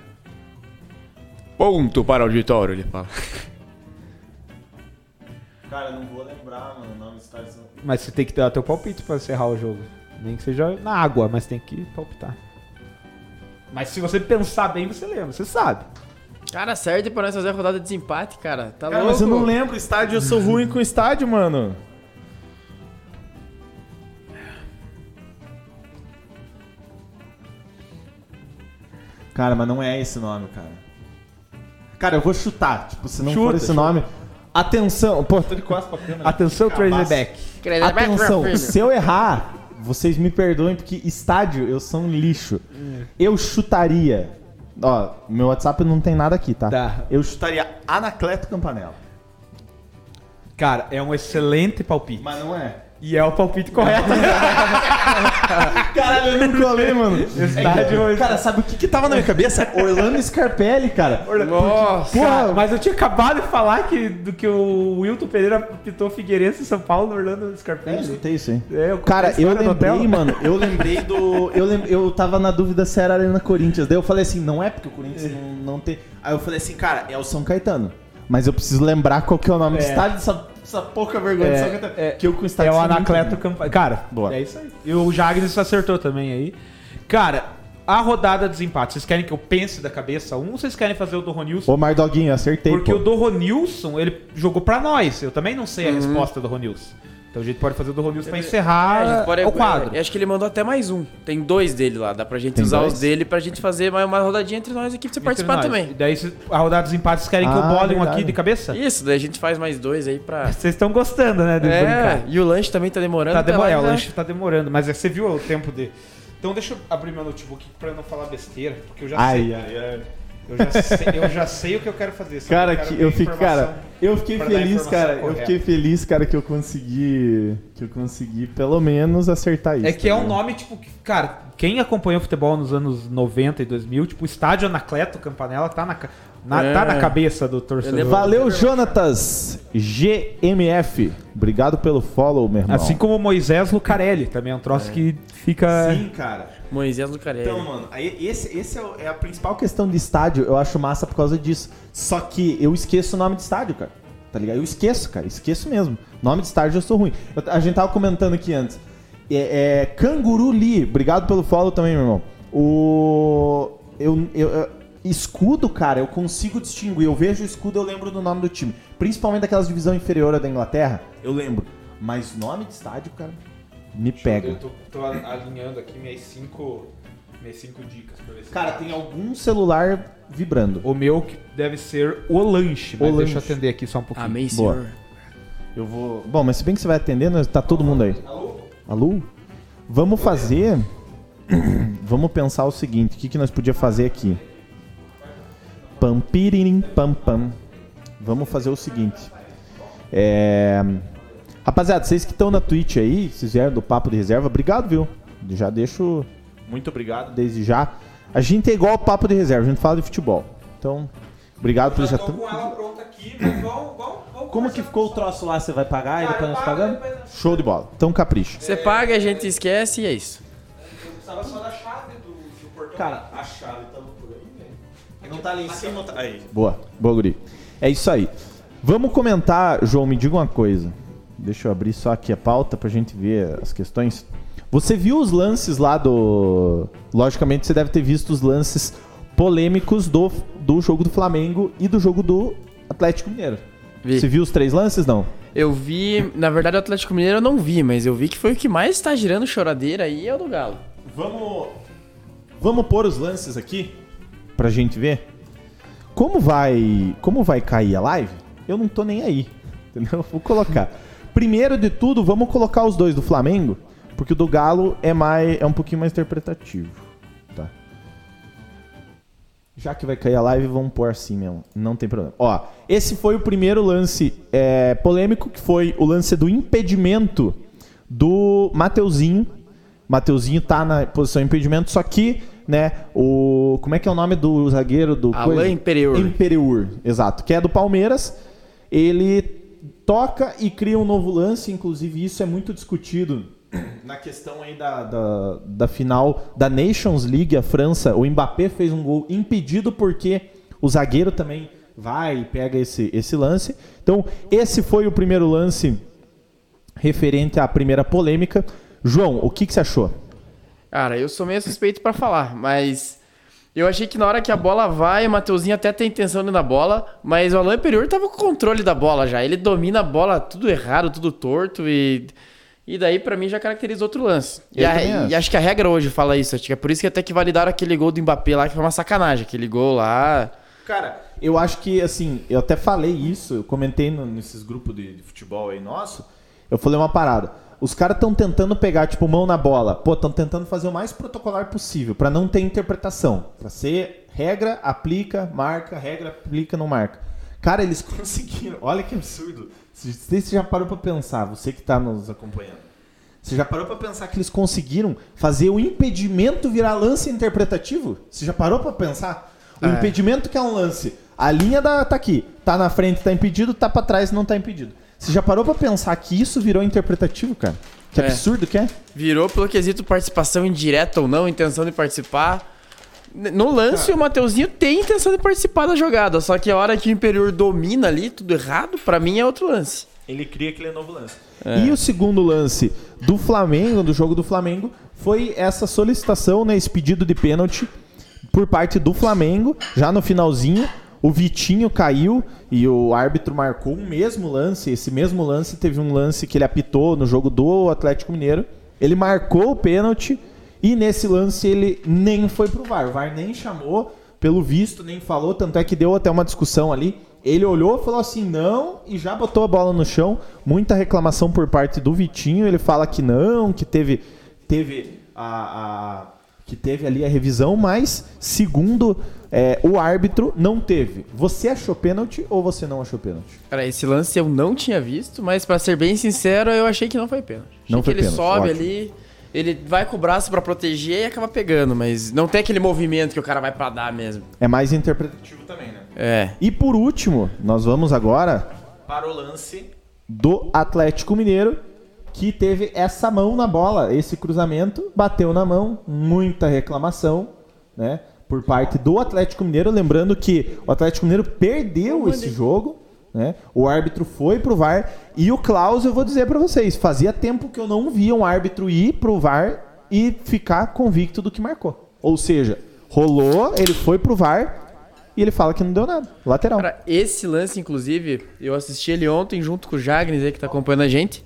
[SPEAKER 3] Ponto para o auditório, ele fala.
[SPEAKER 2] cara, não vou lembrar, mano, o nome do estádio.
[SPEAKER 4] Mas você tem que dar teu palpite pra encerrar o jogo. Nem que seja na água, mas tem que palpitar. Mas se você pensar bem, você lembra, você sabe.
[SPEAKER 3] Cara, acerta pra nós fazer a rodada de desempate, cara. Tá
[SPEAKER 2] Cara,
[SPEAKER 3] louco?
[SPEAKER 2] mas eu não lembro estádio, eu sou ruim com estádio, mano. Cara, mas não é esse nome, cara. Cara, eu vou chutar. Tipo, se não
[SPEAKER 4] Chuta,
[SPEAKER 2] for esse
[SPEAKER 4] chuta.
[SPEAKER 2] nome. Atenção, pô, tô de costas pra câmera.
[SPEAKER 4] Atenção, Trazer
[SPEAKER 2] né? Cabaço.
[SPEAKER 4] Back.
[SPEAKER 2] Atenção, se eu errar, vocês me perdoem, porque estádio eu sou um lixo. Eu chutaria. Ó, meu WhatsApp não tem nada aqui, tá?
[SPEAKER 4] Tá.
[SPEAKER 2] Eu chutaria Anacleto Campanella.
[SPEAKER 4] Cara, é um excelente palpite.
[SPEAKER 2] Mas não é.
[SPEAKER 4] E é o palpite correto.
[SPEAKER 2] Caralho, eu não colei, mano.
[SPEAKER 4] Estádio-
[SPEAKER 2] É que, cara, sabe o que que tava na minha cabeça? Orlando Scarpelli, cara.
[SPEAKER 3] Nossa.
[SPEAKER 4] Porra, mas eu tinha acabado de falar que, do que o Wilton Pereira pitou Figueirense em São Paulo, no Orlando
[SPEAKER 2] Eu
[SPEAKER 4] Scarpelli.
[SPEAKER 2] escutei isso aí.
[SPEAKER 4] É, eu contei a
[SPEAKER 2] Cara, eu
[SPEAKER 4] história do
[SPEAKER 2] lembrei,
[SPEAKER 4] hotel.
[SPEAKER 2] mano, eu lembrei do. Eu, lem- eu tava na dúvida se era Arena Corinthians. Daí eu falei assim, não é porque o Corinthians não, não tem. Aí eu falei assim, cara, é o São Caetano. Mas eu preciso lembrar qual que é o nome do
[SPEAKER 4] É.
[SPEAKER 2] estádio dessa, dessa pouca vergonha de São Caetano. que eu com
[SPEAKER 4] É
[SPEAKER 2] estádio
[SPEAKER 4] o
[SPEAKER 2] sou muito
[SPEAKER 4] Anacleto
[SPEAKER 2] ruim.
[SPEAKER 4] Campanha. Cara,
[SPEAKER 2] Boa.
[SPEAKER 4] é isso aí. E o Jagres acertou também aí. Cara, a rodada dos empates. Vocês querem que eu pense da cabeça um ou vocês querem fazer o do Ronilson?
[SPEAKER 2] Ô, Mardoguinho, acertei.
[SPEAKER 4] Porque
[SPEAKER 2] pô.
[SPEAKER 4] o do Ronilson, ele jogou pra nós. Eu também não sei a resposta do Ronilson. Então a gente pode fazer o do Ronilson pra
[SPEAKER 3] Uhum. É, a
[SPEAKER 4] encerrar
[SPEAKER 3] gente pode-
[SPEAKER 4] Ah, o quadro.
[SPEAKER 3] Eu acho que ele mandou até mais um. Tem dois dele lá. Dá pra gente
[SPEAKER 2] Tem
[SPEAKER 3] usar
[SPEAKER 2] dois?
[SPEAKER 3] os dele pra gente fazer mais uma rodadinha entre nós aqui pra você participar
[SPEAKER 4] Entre nós. E
[SPEAKER 3] também.
[SPEAKER 4] Daí se- a rodada dos empates, vocês querem que eu
[SPEAKER 2] Ah,
[SPEAKER 4] bole um
[SPEAKER 2] verdade.
[SPEAKER 4] aqui de cabeça?
[SPEAKER 3] Isso, daí a gente faz mais dois aí pra.
[SPEAKER 4] Vocês estão gostando, né? do brincar.
[SPEAKER 3] É, e o lanche também tá demorando.
[SPEAKER 4] Tá
[SPEAKER 3] até
[SPEAKER 4] demorando,
[SPEAKER 3] lá,
[SPEAKER 4] é, o
[SPEAKER 3] né?
[SPEAKER 4] lanche tá demorando, mas é, você viu o tempo de. Então deixa eu abrir meu notebook aqui pra eu não falar besteira, porque eu já
[SPEAKER 2] Ai,
[SPEAKER 4] sei.
[SPEAKER 2] ai, ai.
[SPEAKER 4] Eu já sei, eu já sei o que eu quero fazer. só
[SPEAKER 2] Cara,
[SPEAKER 4] quero
[SPEAKER 2] que
[SPEAKER 4] ver
[SPEAKER 2] eu
[SPEAKER 4] a
[SPEAKER 2] fiquei,
[SPEAKER 4] informação.
[SPEAKER 2] cara, eu fiquei
[SPEAKER 4] pra dar a
[SPEAKER 2] feliz,
[SPEAKER 4] informação
[SPEAKER 2] cara. Eu
[SPEAKER 4] correta.
[SPEAKER 2] fiquei feliz, cara, que eu consegui, que eu consegui pelo menos acertar isso.
[SPEAKER 4] É que é
[SPEAKER 2] tá
[SPEAKER 4] um
[SPEAKER 2] ligado?
[SPEAKER 4] nome, tipo, que, cara, quem acompanhou futebol nos anos 90 e 2000, tipo, o estádio Anacleto Campanella tá na, ca- na-
[SPEAKER 3] É.
[SPEAKER 4] tá na cabeça do torcedor.
[SPEAKER 2] Valeu, Jonatas GMF. Obrigado pelo follow, meu irmão.
[SPEAKER 4] Assim como o Moisés Lucarelli também, é um troço que fica.
[SPEAKER 2] Sim, cara.
[SPEAKER 3] Moisés do Carelli.
[SPEAKER 2] Então, mano, aí esse, esse é, o- é a principal questão de estádio. Eu acho massa por causa disso. Só que eu esqueço o nome de estádio, cara. Tá ligado? Eu esqueço, cara. Esqueço mesmo. Nome de estádio eu sou ruim. Eu- a gente tava comentando aqui antes. É, é, Canguru Lee. Obrigado pelo follow também, meu irmão. O. Eu, eu- eu- escudo, cara, eu consigo distinguir. Eu vejo o escudo, eu lembro do nome do time. Principalmente daquelas divisão inferior da Inglaterra. Eu lembro. Mas nome de estádio, cara, me pega.
[SPEAKER 4] tô, alinhando aqui minhas cinco, minhas cinco dicas pra ver se.
[SPEAKER 2] Cara, tem algum celular vibrando.
[SPEAKER 4] O meu que deve ser o lanche, mas
[SPEAKER 2] O
[SPEAKER 4] deixa eu
[SPEAKER 2] lanche.
[SPEAKER 4] atender aqui só um pouquinho.
[SPEAKER 3] Amém,
[SPEAKER 2] Boa.
[SPEAKER 3] senhor.
[SPEAKER 2] Eu vou. Bom, mas se bem que você vai atender, nós- tá todo mundo aí. Alô? Vamos fazer. Vamos pensar o seguinte: o que, que nós podíamos fazer aqui? Pam, piririm, pam, pam. Vamos fazer o seguinte. É. Rapaziada, vocês que estão na Twitch aí, vocês vieram do Papo de Reserva, obrigado, viu? Já deixo. Muito obrigado desde já. A gente é igual ao Papo de Reserva, a gente fala de futebol. Então, obrigado por já.
[SPEAKER 4] Tô com ela pronta Tá aqui, mas vamos, vamos, vamos
[SPEAKER 6] Como que ficou o troço lá? Você vai pagar e depois nós pagamos?
[SPEAKER 2] Show de bola. Então, capricha.
[SPEAKER 3] Você paga, a gente esquece e é isso.
[SPEAKER 4] Precisava só da chave do, do portão.
[SPEAKER 6] Cara,
[SPEAKER 4] a chave tá por aí, né? velho.
[SPEAKER 6] Não tá ali em cima, tá aí.
[SPEAKER 2] Boa, boa, guri. É isso aí. Vamos comentar, João, me diga uma coisa. Deixa eu abrir só aqui a pauta pra gente ver as questões. Você viu os lances lá do. Logicamente, você deve ter visto os lances polêmicos do, do jogo do Flamengo e do jogo do Atlético Mineiro.
[SPEAKER 3] Vi.
[SPEAKER 2] Você viu os três lances? Não.
[SPEAKER 3] Eu vi, na verdade, o Atlético Mineiro eu não vi, mas eu vi que foi o que mais tá girando choradeira aí é o do Galo.
[SPEAKER 2] Vamos. Vamos pôr os lances aqui pra gente ver. Como vai, como vai cair a live? Eu não tô nem aí. Entendeu? Vou colocar. Primeiro de tudo, vamos colocar os dois do Flamengo, porque o do Galo é mais é um pouquinho mais interpretativo, tá? Já que vai cair a live, vamos pôr assim mesmo. Não tem problema. Ó, esse foi o primeiro lance é, polêmico, que foi o lance do impedimento do Mateuzinho. Mateuzinho tá na posição de impedimento, só que, né, o. Como é que é o nome do zagueiro do.
[SPEAKER 3] Alain Imperiur.
[SPEAKER 2] Imperiur, exato. Que é do Palmeiras. Ele toca e cria um novo lance, inclusive isso é muito discutido na questão aí da, da, da final da Nations League, a França, o Mbappé fez um gol impedido porque o zagueiro também vai e pega esse, esse lance. Então, esse foi o primeiro lance referente à primeira polêmica. João, o que, que você achou?
[SPEAKER 3] Cara, eu sou meio suspeito pra falar, mas eu achei que na hora que a bola vai, o Mateuzinho até tem intenção dentro da bola, mas o Alain Perior tava com o controle da bola já. Ele domina a bola tudo errado, tudo torto e. E daí, pra mim, já caracteriza outro lance. E,
[SPEAKER 2] Eu
[SPEAKER 3] a-
[SPEAKER 2] também
[SPEAKER 3] e
[SPEAKER 2] acho.
[SPEAKER 3] acho que a regra hoje fala isso. Acho que é por isso que até que validaram aquele gol do Mbappé lá, que foi uma sacanagem. Aquele gol lá.
[SPEAKER 2] Cara, eu acho que, assim, eu até falei isso, eu comentei no- nesses grupos de, de futebol aí nosso, eu falei uma parada. Os caras estão tentando pegar, tipo, mão na bola. Pô, estão tentando fazer o mais protocolar possível, pra não ter interpretação. Pra ser regra, aplica, marca, regra, aplica, não marca. Cara, eles conseguiram. Olha que absurdo. Se se você já parou pra pensar, você que tá nos acompanhando. Você já parou pra pensar que eles conseguiram fazer o impedimento virar lance interpretativo? Você já parou pra pensar? O impedimento que é um lance. A linha da, tá aqui. Tá na frente, tá impedido, tá pra trás, não tá impedido. Você já parou pra pensar que isso virou interpretativo, cara? Que
[SPEAKER 3] É.
[SPEAKER 2] absurdo que é?
[SPEAKER 3] Virou pelo quesito participação indireta ou não, intenção de participar. N- No lance, o Mateuzinho tem intenção de participar da jogada, só que a hora que o Imperior domina ali, tudo errado, pra mim é outro lance.
[SPEAKER 2] Ele cria aquele novo lance. E o segundo lance do Flamengo, do jogo do Flamengo, foi essa solicitação, né, esse pedido de pênalti por parte do Flamengo, já no finalzinho. O Vitinho caiu e o árbitro marcou o mesmo lance. Esse mesmo lance teve um lance que ele apitou no jogo do Atlético Mineiro. Ele marcou o pênalti e nesse lance ele nem foi pro VAR. O VAR nem chamou, pelo visto, nem falou. Tanto é que deu até uma discussão ali. Ele olhou, falou assim, não, e já botou a bola no chão. Muita reclamação por parte do Vitinho. Ele fala que não, que teve, teve a, a- que teve ali a revisão, mas segundo é, o árbitro não teve. Você achou pênalti ou você não achou pênalti?
[SPEAKER 3] Cara, esse lance eu não tinha visto, mas pra ser bem sincero, eu achei que não foi pênalti. Achei
[SPEAKER 2] Não
[SPEAKER 3] que
[SPEAKER 2] foi
[SPEAKER 3] ele
[SPEAKER 2] pênalti,
[SPEAKER 3] sobe
[SPEAKER 2] ótimo.
[SPEAKER 3] ali, ele vai com o braço pra proteger e acaba pegando, mas não tem aquele movimento que o cara vai pra dar mesmo.
[SPEAKER 2] É mais interpretativo também, né?
[SPEAKER 3] É.
[SPEAKER 2] E por último, nós vamos agora
[SPEAKER 4] Para o lance.
[SPEAKER 2] do Atlético Mineiro, que teve essa mão na bola, esse cruzamento, bateu na mão, muita reclamação, né? Por parte do Atlético Mineiro, lembrando que o Atlético Mineiro perdeu esse jogo, né? O árbitro foi pro VAR e o Klaus, eu vou dizer pra vocês, fazia tempo que eu não via um árbitro ir pro VAR e ficar convicto do que marcou. Ou seja, rolou, ele foi pro VAR e ele fala que não deu nada.
[SPEAKER 4] Então.
[SPEAKER 2] Lateral.
[SPEAKER 3] Cara, esse lance, inclusive, eu assisti ele ontem junto com o Jagnes aí que tá acompanhando a gente.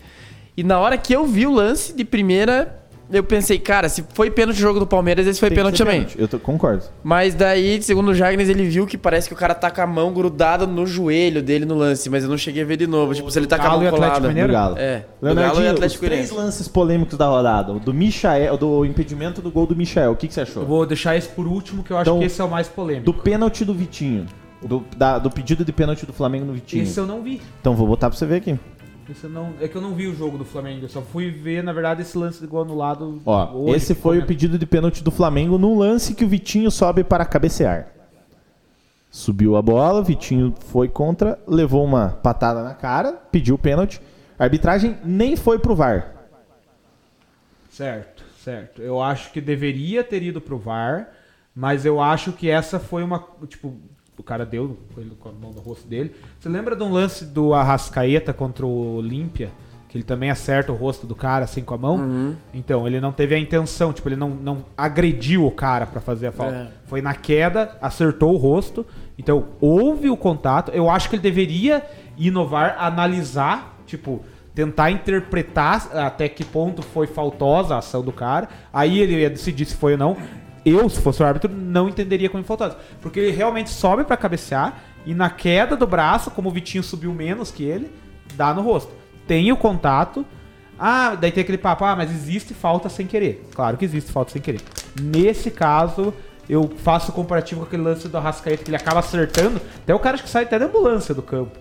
[SPEAKER 3] E na hora que eu vi o lance de primeira, eu pensei, cara, se foi pênalti o jogo do Palmeiras, esse foi
[SPEAKER 2] Tem que
[SPEAKER 3] pênalti
[SPEAKER 2] ser
[SPEAKER 3] também.
[SPEAKER 2] pênalti. Eu tô- concordo.
[SPEAKER 3] Mas daí, segundo o Jagnes, ele viu que parece que o cara tá com a mão grudada no joelho dele no lance, mas eu não cheguei a ver de novo. tipo, se ele tá com a
[SPEAKER 4] Galo e
[SPEAKER 3] mão
[SPEAKER 4] Atlético
[SPEAKER 3] colada.
[SPEAKER 4] Mineiro?
[SPEAKER 2] Do Galo.
[SPEAKER 3] É, do Galo e
[SPEAKER 2] Leonardinho, os
[SPEAKER 3] Atlético
[SPEAKER 2] três
[SPEAKER 3] Mineiro.
[SPEAKER 2] lances polêmicos da rodada. O do Michael, do impedimento do gol do Michael. O que, que você achou?
[SPEAKER 4] Eu vou deixar esse por último, que eu acho
[SPEAKER 2] Então,
[SPEAKER 4] que esse é o mais polêmico.
[SPEAKER 2] Do pênalti do Vitinho. Do, da- do pedido de pênalti do Flamengo no Vitinho.
[SPEAKER 4] Esse eu não vi.
[SPEAKER 2] Então vou botar pra você ver aqui.
[SPEAKER 4] Esse eu não... É que eu não vi o jogo do Flamengo. Eu só fui ver, na verdade, esse lance de gol anulado.
[SPEAKER 2] Ó,
[SPEAKER 4] hoje,
[SPEAKER 2] esse foi o
[SPEAKER 4] comendo.
[SPEAKER 2] pedido de pênalti do Flamengo num lance que o Vitinho sobe para cabecear. Subiu a bola, Vitinho foi contra, levou uma patada na cara, pediu o pênalti. A arbitragem nem foi pro VAR.
[SPEAKER 4] Certo, certo. Eu acho que deveria ter ido pro VAR, mas eu acho que essa foi uma. Tipo, o cara deu com ele- com a mão no rosto dele. Você lembra de um lance do Arrascaeta contra o Olímpia? Que ele também acerta o rosto do cara assim com a mão? Então, ele não teve a intenção, tipo, ele não, não agrediu o cara pra fazer a falta.
[SPEAKER 3] É.
[SPEAKER 4] Foi na queda, acertou o rosto. Então, houve o contato. Eu acho que ele deveria inovar, analisar, tipo, tentar interpretar até que ponto foi faltosa a ação do cara. Aí ele ia decidir se foi ou não. Eu, se fosse o árbitro, não entenderia como faltosa. Porque ele realmente sobe pra cabecear e na queda do braço, como o Vitinho subiu menos que ele, dá no rosto. Tem o contato, ah, daí tem aquele papo, ah, mas existe falta sem querer. Claro que existe falta sem querer. Nesse caso, eu faço o comparativo com aquele lance do Arrascaeta que ele acaba acertando. Até o cara acho que sai até da ambulância do campo.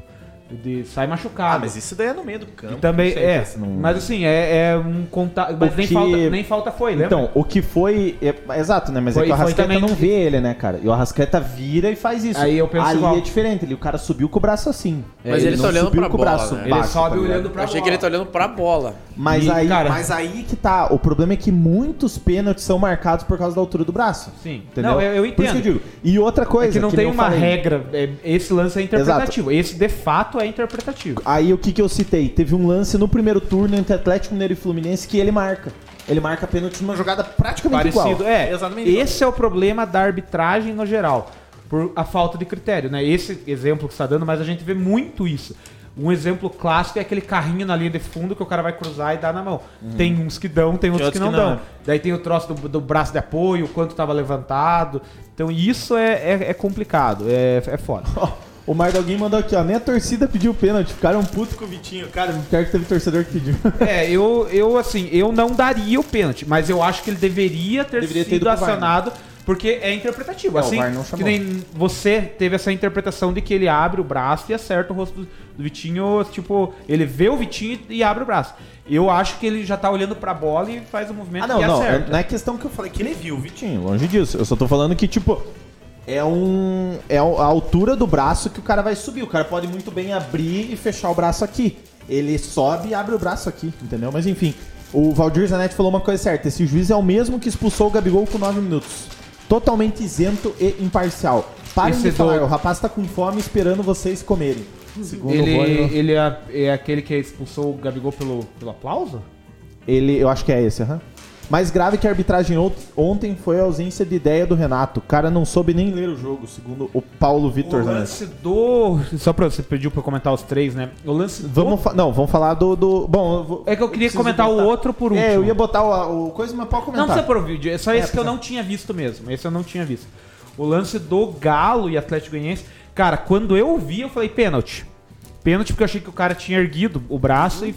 [SPEAKER 4] De, sai machucado.
[SPEAKER 2] isso daí é no meio do campo.
[SPEAKER 4] E também, é.
[SPEAKER 2] não-
[SPEAKER 4] Mas assim, é, é um contato. Mas
[SPEAKER 2] O
[SPEAKER 4] nem,
[SPEAKER 2] que-
[SPEAKER 4] falta, nem falta foi, lembra?
[SPEAKER 2] Então, o que foi. é- exato, né? Mas
[SPEAKER 4] Foi-
[SPEAKER 2] é que o
[SPEAKER 4] foi
[SPEAKER 2] Arrascaeta
[SPEAKER 4] também-
[SPEAKER 2] não vê ele, né, cara? E o Arrascaeta vira e faz isso.
[SPEAKER 4] Aí eu penso
[SPEAKER 2] Ali
[SPEAKER 4] igual.
[SPEAKER 2] é diferente, ali o cara subiu com o braço assim.
[SPEAKER 3] Mas ele
[SPEAKER 2] não
[SPEAKER 3] tá olhando
[SPEAKER 2] subiu
[SPEAKER 3] pra
[SPEAKER 2] com o
[SPEAKER 3] bola,
[SPEAKER 2] braço
[SPEAKER 3] né?
[SPEAKER 4] ele
[SPEAKER 2] baixo,
[SPEAKER 4] sobe
[SPEAKER 2] tá ligado?
[SPEAKER 4] olhando pra
[SPEAKER 3] Eu achei
[SPEAKER 4] bola.
[SPEAKER 3] que ele tá olhando pra bola.
[SPEAKER 2] Mas,
[SPEAKER 4] E,
[SPEAKER 2] aí,
[SPEAKER 4] cara-
[SPEAKER 2] mas aí que tá. O problema é que muitos pênaltis são marcados por causa da altura do braço.
[SPEAKER 4] Sim.
[SPEAKER 2] Entendeu?
[SPEAKER 4] Não, eu- eu
[SPEAKER 2] Por isso que eu digo.
[SPEAKER 4] entendo.
[SPEAKER 2] E outra coisa.
[SPEAKER 4] É que não
[SPEAKER 2] nem
[SPEAKER 4] tem
[SPEAKER 2] eu
[SPEAKER 4] uma
[SPEAKER 2] falei.
[SPEAKER 4] regra. é, esse lance é interpretativo. Esse de fato é interpretativo.
[SPEAKER 2] Aí o que, que eu citei? Teve um lance no primeiro turno entre Atlético Mineiro e Fluminense que ele marca. Ele marca pênalti numa jogada praticamente
[SPEAKER 4] parecido.
[SPEAKER 2] igual.
[SPEAKER 4] É,
[SPEAKER 2] exatamente.
[SPEAKER 4] Esse é o problema da arbitragem no geral, por a falta de critério, né? Esse exemplo que você está dando, mas a gente vê muito isso. Um exemplo clássico é aquele carrinho na linha de fundo que o cara vai cruzar e dar na mão. Tem uns que dão, Uhum. tem outros, que, não né? dão. Daí tem o troço do, do braço de apoio, o quanto estava levantado. Então isso é, é, é complicado, é, é foda.
[SPEAKER 2] Ó, O Mar alguém mandou aqui, ó. Nem a torcida pediu pênalti. Ficaram puto com o Vitinho. Cara, pior que teve torcedor que pediu.
[SPEAKER 4] É, eu, eu assim, eu não daria o pênalti, mas eu acho que ele deveria ter
[SPEAKER 2] Deveria ter
[SPEAKER 4] sido
[SPEAKER 2] ido pro VAR, né?
[SPEAKER 4] acionado, porque é interpretativo.
[SPEAKER 2] É, o
[SPEAKER 4] assim,
[SPEAKER 2] VAR não
[SPEAKER 4] que
[SPEAKER 2] chamou.
[SPEAKER 4] nem você teve essa interpretação de que ele abre o braço e acerta o rosto do, do Vitinho, tipo, ele vê o Vitinho e abre o braço. Eu acho que ele já tá olhando pra bola e faz o movimento
[SPEAKER 2] Ah, não,
[SPEAKER 4] e
[SPEAKER 2] não. é-
[SPEAKER 4] acerta.
[SPEAKER 2] Não é questão que eu falei que ele viu o Vitinho. Longe disso. Eu só tô falando que, tipo, é um. É a altura do braço que o cara vai subir. O cara pode muito bem abrir e fechar o braço aqui. Ele sobe e abre o braço aqui, entendeu? Mas enfim. O Valdir Zanetti falou uma coisa certa. Esse juiz é o mesmo que expulsou o Gabigol com 9 minutos. Totalmente isento e imparcial. Parem
[SPEAKER 4] Esse
[SPEAKER 2] de falar,
[SPEAKER 4] do-
[SPEAKER 2] o rapaz tá com fome esperando vocês comerem. Segundo o
[SPEAKER 4] Ele,
[SPEAKER 2] Rony,
[SPEAKER 4] ele é, é aquele que expulsou o Gabigol pelo, pelo aplauso?
[SPEAKER 2] Ele, eu acho que é esse, aham. Mais grave que a arbitragem ont- ontem foi a ausência de ideia do Renato. O cara não soube nem ler o jogo, segundo o Paulo Vitor né?
[SPEAKER 4] o
[SPEAKER 2] Zanetti.
[SPEAKER 4] lance do... Só pra você pediu pra eu comentar os três, né? O lance do
[SPEAKER 2] Vamos fa- não, vamos falar do, do- bom. eu vou-
[SPEAKER 4] É que eu queria
[SPEAKER 2] preciso
[SPEAKER 4] comentar o
[SPEAKER 2] botar-
[SPEAKER 4] outro por último.
[SPEAKER 2] É, eu ia botar o, o coisa, mas pode
[SPEAKER 4] Não
[SPEAKER 2] comentar.
[SPEAKER 4] precisa pôr o vídeo, é só esse
[SPEAKER 2] É,
[SPEAKER 4] que eu
[SPEAKER 2] precisa.
[SPEAKER 4] não tinha visto mesmo. Esse eu não tinha visto. O lance do Galo e Atlético Goianiense. Cara, quando eu vi, eu falei pênalti. Pênalti porque eu achei que o cara tinha erguido o braço e,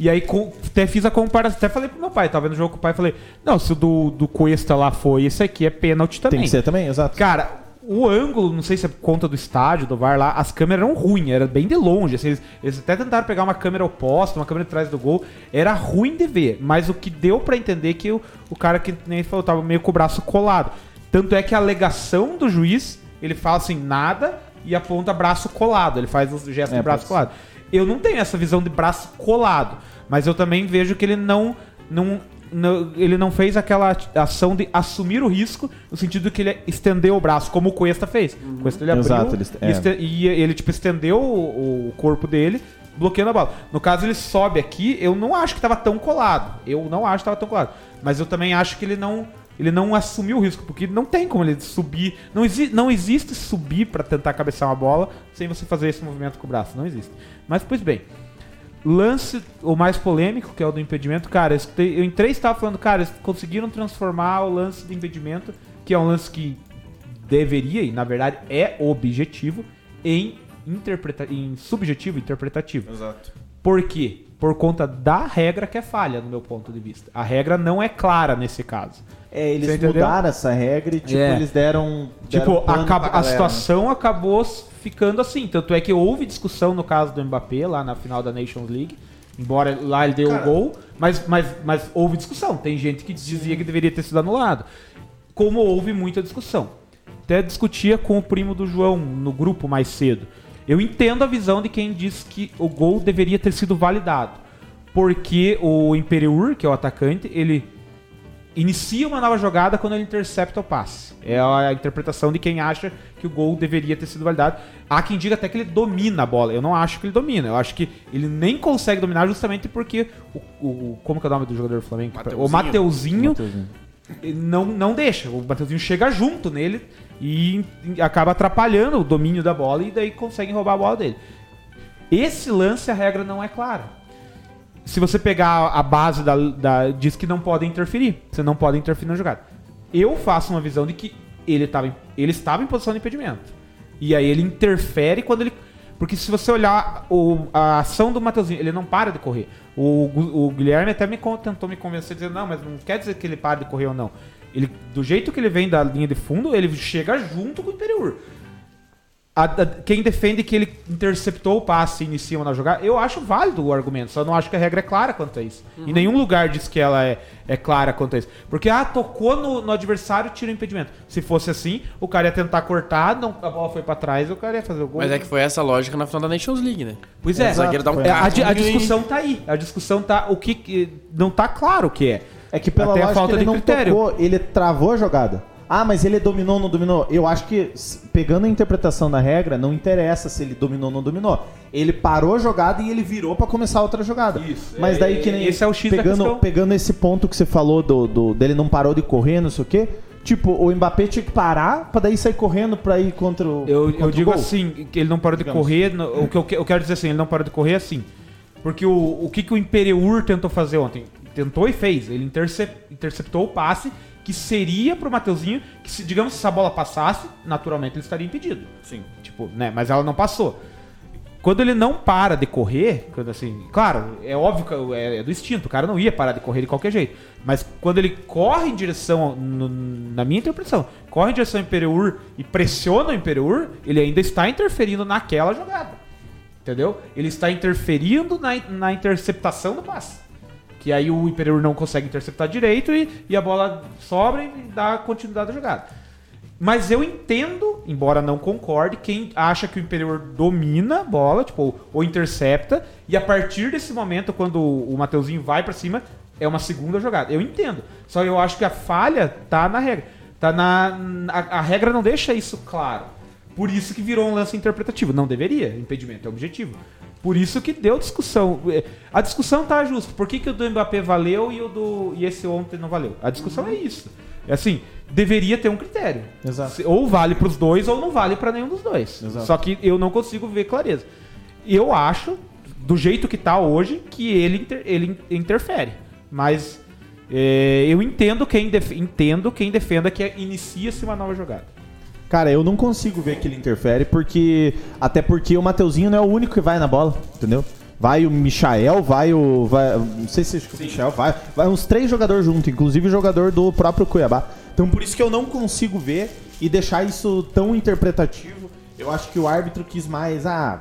[SPEAKER 4] e aí com- até fiz a comparação. Até falei pro meu pai, tava vendo o jogo com o pai, falei: Não, se o do, do Cuesta lá foi, esse aqui é pênalti também.
[SPEAKER 2] Tem que ser também, exato.
[SPEAKER 4] Cara, o ângulo, não sei se é por conta do estádio, do VAR lá, as câmeras eram ruins, era bem de longe. assim, eles, eles até tentaram pegar uma câmera oposta, uma câmera atrás do gol. Era ruim de ver, mas o que deu pra entender é que o, o cara que nem falou, tava meio com o braço colado. Tanto é que a alegação do juiz, ele fala assim, nada, e aponta braço colado. Ele faz o gesto
[SPEAKER 2] É,
[SPEAKER 4] de braço
[SPEAKER 2] pode
[SPEAKER 4] colado. Eu não tenho essa visão de braço colado, mas eu também vejo que ele não, não, não- ele não fez aquela ati- ação de assumir o risco no sentido que ele estendeu o braço, como o Cuesta fez. O Cuesta ele abriu
[SPEAKER 2] Exato, ele est- é.
[SPEAKER 4] e, este- e ele tipo estendeu o, o corpo dele, bloqueando a bola. No caso ele sobe aqui, eu não acho que tava tão colado. Eu não acho que tava tão colado, mas eu também acho que ele não ele não assumiu o risco, porque não tem como ele subir. Não, exi não existe subir pra tentar cabeçar uma bola sem você fazer esse movimento com o braço. Não existe. Mas, pois bem. Lance, o mais polêmico, que é o do impedimento, cara, eu, escutei- eu em três tava falando, cara, eles conseguiram transformar o lance do impedimento, que é um lance que deveria, e na verdade é objetivo, em, interpreta em subjetivo interpretativo.
[SPEAKER 7] Exato.
[SPEAKER 4] Por quê? Por conta da regra que é falha, no meu ponto de vista. A regra não é clara nesse caso.
[SPEAKER 2] É, eles
[SPEAKER 4] Você entendeu?
[SPEAKER 2] mudaram essa regra e, tipo,
[SPEAKER 4] É.
[SPEAKER 2] eles deram. deram
[SPEAKER 4] Tipo,
[SPEAKER 2] pano
[SPEAKER 4] acaba-
[SPEAKER 2] pra
[SPEAKER 4] a
[SPEAKER 2] galera. né?
[SPEAKER 4] situação acabou s- ficando assim. Tanto é que houve discussão no caso do Mbappé lá na final da Nations League. Embora lá ele deu o gol, mas, mas, mas houve discussão. Tem gente que dizia que deveria ter sido anulado. Como houve muita discussão. Até discutia com o primo do João no grupo mais cedo. Eu entendo a visão de quem diz que o gol deveria ter sido validado. Porque o Imperiur, que é o atacante, ele inicia uma nova jogada quando ele intercepta o passe. É a interpretação de quem acha que o gol deveria ter sido validado. Há quem diga até que ele domina a bola. Eu não acho que ele domina. Eu acho que ele nem consegue dominar justamente porque o, o- como que é o nome do jogador do Flamengo? O Mateuzinho, não, não deixa. O Mateuzinho chega junto nele e acaba atrapalhando o domínio da bola e daí conseguem roubar a bola dele. Esse lance a regra não é clara se você pegar a base da, da- diz que não podem interferir. Você não pode interferir na jogada. Eu faço uma visão de que ele, tava em- ele estava em posição de impedimento. E aí ele interfere quando ele. Porque se você olhar o- a ação do Mateuzinho, ele não para de correr. O, Gu- o Guilherme até me con- tentou me convencer dizendo, não, mas não quer dizer que ele para de correr ou não. Ele, do jeito que ele vem da linha de fundo, ele chega junto com o interior. A- a- quem defende que ele interceptou o passe e inicia na jogada, eu acho válido o argumento, só não acho que a regra é clara quanto a isso. Em
[SPEAKER 2] Uhum.
[SPEAKER 4] nenhum lugar diz que ela é, é clara quanto a isso. Porque, ah, tocou no, no adversário, tira o impedimento. Se fosse assim, o cara ia tentar cortar, não, a bola foi pra trás, o cara ia fazer o gol.
[SPEAKER 3] Mas é que foi essa lógica na final da Nations League, né?
[SPEAKER 4] Pois é,
[SPEAKER 3] O zagueiro dá um
[SPEAKER 4] é, a, di- a
[SPEAKER 3] carrinho e-
[SPEAKER 4] discussão tá aí. A discussão tá. O que. que- Não tá claro o que é.
[SPEAKER 2] É que pela
[SPEAKER 4] Até a
[SPEAKER 2] lógica
[SPEAKER 4] falta
[SPEAKER 2] ele
[SPEAKER 4] de
[SPEAKER 2] não
[SPEAKER 4] critério.
[SPEAKER 2] tocou, ele travou a jogada. Ah, mas ele dominou ou não dominou? Eu acho que, s- pegando a interpretação da regra, não interessa se ele dominou ou não dominou. Ele parou a jogada e ele virou pra começar outra jogada.
[SPEAKER 4] Isso,
[SPEAKER 2] Mas
[SPEAKER 4] é-
[SPEAKER 2] daí que nem.
[SPEAKER 4] esse é o X da
[SPEAKER 2] pegando,
[SPEAKER 4] questão.
[SPEAKER 2] pegando esse ponto que você falou do, do- dele não parou de correr, não sei o quê. Tipo, o Mbappé tinha que parar pra daí sair correndo pra ir contra o.
[SPEAKER 4] Eu,
[SPEAKER 2] contra
[SPEAKER 4] eu
[SPEAKER 2] o
[SPEAKER 4] digo
[SPEAKER 2] gol.
[SPEAKER 4] assim, que ele não parou de
[SPEAKER 2] Digamos.
[SPEAKER 4] correr. no- O que eu, que- eu quero dizer assim, ele não parou de correr assim. Porque o, o que, que o Imperiur tentou fazer ontem? Tentou e fez. Ele intercep- interceptou o passe que seria pro Mateuzinho, que se, digamos, se essa bola passasse, naturalmente ele estaria impedido. Sim. Tipo, né? Mas ela não passou. Quando ele não para de correr, quando assim, claro, é óbvio que é, é do instinto, o cara não ia parar de correr de qualquer jeito. Mas quando ele corre em direção, ao- no- na minha interpretação, corre em direção ao Imperiur e pressiona o Imperiur, ele ainda está interferindo naquela jogada. Entendeu? Ele está interferindo na, na interceptação do passe. Que aí o Imperiur não consegue interceptar direito e, e a bola sobra e dá continuidade à jogada. Mas eu entendo, embora não concorde, quem acha que o Imperior domina a bola, tipo, ou intercepta, e a partir desse momento, quando o Mateuzinho vai pra cima, é uma segunda jogada. Eu entendo. Só eu acho que a falha tá na regra. Tá na. A, a regra não deixa isso claro. Por isso que virou um lance interpretativo. Não deveria, impedimento é objetivo. Por isso que deu discussão. É, A discussão tá justa. Por que, que o do Mbappé valeu e o do. e esse ontem não valeu? A discussão é isso. É assim, deveria ter um critério.
[SPEAKER 2] Exato.
[SPEAKER 4] Se- Ou vale pros dois ou não vale pra nenhum dos dois.
[SPEAKER 2] Exato.
[SPEAKER 4] Só que eu não consigo ver clareza. Eu acho, do jeito que tá hoje, que ele, inter- ele in- interfere. Mas é, eu entendo quem, def- entendo quem defenda que é- inicia-se uma nova jogada.
[SPEAKER 2] Cara, eu não consigo ver que ele interfere, porque. Até porque o Mateuzinho não é o único que vai na bola, entendeu? Vai o Michael, vai o. vai- não sei se acho que o Michael vai. Vai uns três jogadores junto, inclusive o jogador do próprio Cuiabá. Então por isso que eu não consigo ver e deixar isso tão interpretativo. Eu acho que o árbitro quis mais. Ah,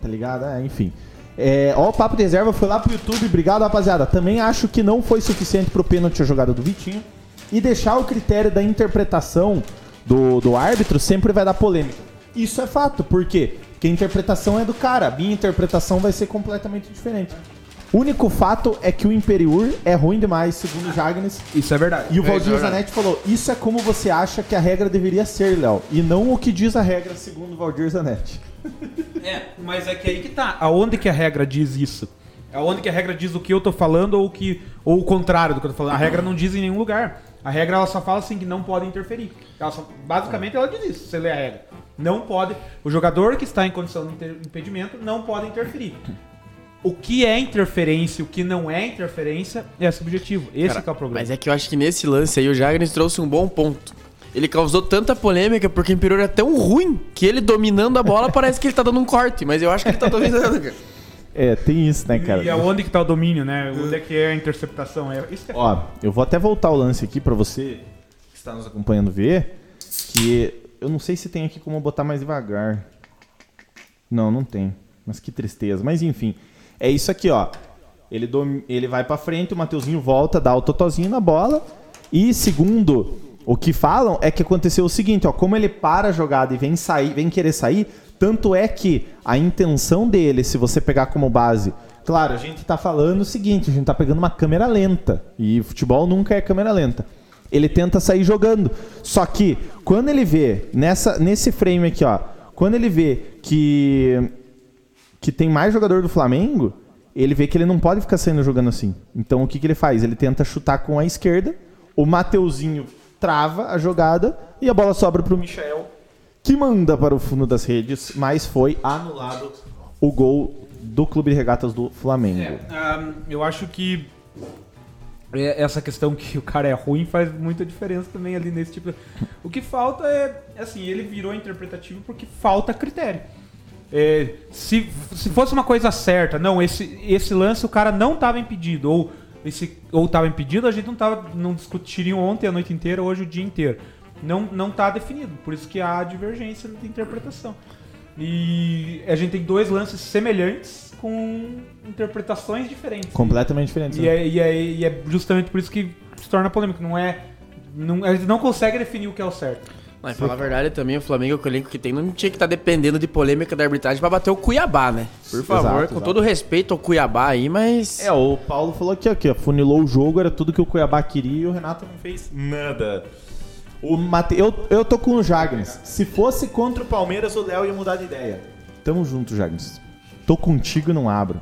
[SPEAKER 2] tá ligado? Ah, enfim. É, ó, o papo de reserva foi lá pro YouTube. Obrigado, rapaziada. Também acho que não foi suficiente pro pênalti a jogada do Vitinho e deixar o critério da interpretação do, do árbitro sempre vai dar polêmica. Isso é fato, por quê? Porque a interpretação é do cara, a minha interpretação vai ser completamente diferente. O único fato é que o Imperiur é ruim demais, segundo o Jagnes.
[SPEAKER 4] Isso é verdade.
[SPEAKER 2] E o Valdir Zanetti falou: Isso é como você acha que a regra deveria ser, Léo, e não o que diz a regra, segundo o Valdir Zanetti.
[SPEAKER 4] É, mas é que aí que tá. Aonde que a regra diz isso? Aonde que a regra diz o que eu tô falando ou o que ou o contrário do que eu tô falando? A regra não diz em nenhum lugar. A regra ela só fala assim que não pode interferir. Ela só- basicamente ela diz isso. Você lê a regra. Não pode. O jogador que está em condição de inter- impedimento não pode interferir. o que é interferência e o que não é interferência é subjetivo. Esse que é o problema.
[SPEAKER 3] Mas é que eu acho que nesse lance aí o Jagnes trouxe um bom ponto. Ele causou tanta polêmica porque o Imperior é tão ruim que ele dominando a bola parece que ele tá dando um corte, mas eu acho que ele tá dominando, cara.
[SPEAKER 2] É, tem isso, né, cara?
[SPEAKER 4] E aonde que tá o domínio, né? Onde é que é a interceptação? É, isso que é
[SPEAKER 2] Ó, eu vou até voltar o lance aqui pra você que está nos acompanhando ver, que eu não sei se tem aqui como eu botar mais devagar. Não, não tem. Mas que tristeza. Mas enfim, é isso aqui, ó. Ele, dom... ele vai pra frente, o Mateuzinho volta, dá o totozinho na bola. E segundo, o que falam é que aconteceu o seguinte, ó, como ele para a jogada e vem sair, vem querer sair, tanto é que a intenção dele, se você pegar como base, claro, a gente tá falando o seguinte, a gente tá pegando uma câmera lenta, e futebol nunca é câmera lenta. Ele tenta sair jogando. Só que quando ele vê nessa nesse frame aqui, ó, quando ele vê que que tem mais jogador do Flamengo, ele vê que ele não pode ficar saindo jogando assim. Então o que, que ele faz? Ele tenta chutar com a esquerda, o Mateuzinho trava a jogada e a bola sobra para o Michel, que manda para o fundo das redes, mas foi anulado o gol do Clube de Regatas do
[SPEAKER 3] É.
[SPEAKER 2] Flamengo.
[SPEAKER 4] Ah, eu acho que é- essa questão que o cara é ruim faz muita diferença também ali nesse tipo. de- O que falta é, assim, ele virou interpretativo porque falta critério. É, se, se fosse uma coisa certa, não, esse, esse lance o cara não tava impedido, ou esse ou tava impedido, a gente não tava não discutiria ontem a noite inteira, hoje o dia inteiro. Não não tá definido, por isso que há divergência de interpretação. E a gente tem dois lances semelhantes com interpretações diferentes.
[SPEAKER 2] Completamente diferente.
[SPEAKER 4] E
[SPEAKER 2] né?
[SPEAKER 4] é, e é- e é justamente por isso que se torna polêmico. Não é. Não, a gente não consegue definir o que é o certo.
[SPEAKER 3] Mas falar a verdade também, o Flamengo com o elenco que tem não tinha que estar dependendo de polêmica da arbitragem pra bater o Cuiabá, né? Por favor,
[SPEAKER 2] Exato,
[SPEAKER 3] com
[SPEAKER 2] exato.
[SPEAKER 3] todo respeito ao Cuiabá aí, mas
[SPEAKER 2] É, o Paulo falou aqui, ó, que afunilou o jogo, era tudo que o Cuiabá queria e o Renato não fez nada. O Mate... eu, eu tô com o Jagnes. Se fosse contra o Palmeiras, o Léo ia mudar de ideia. Tamo junto, Jagnes. Tô contigo e não abro.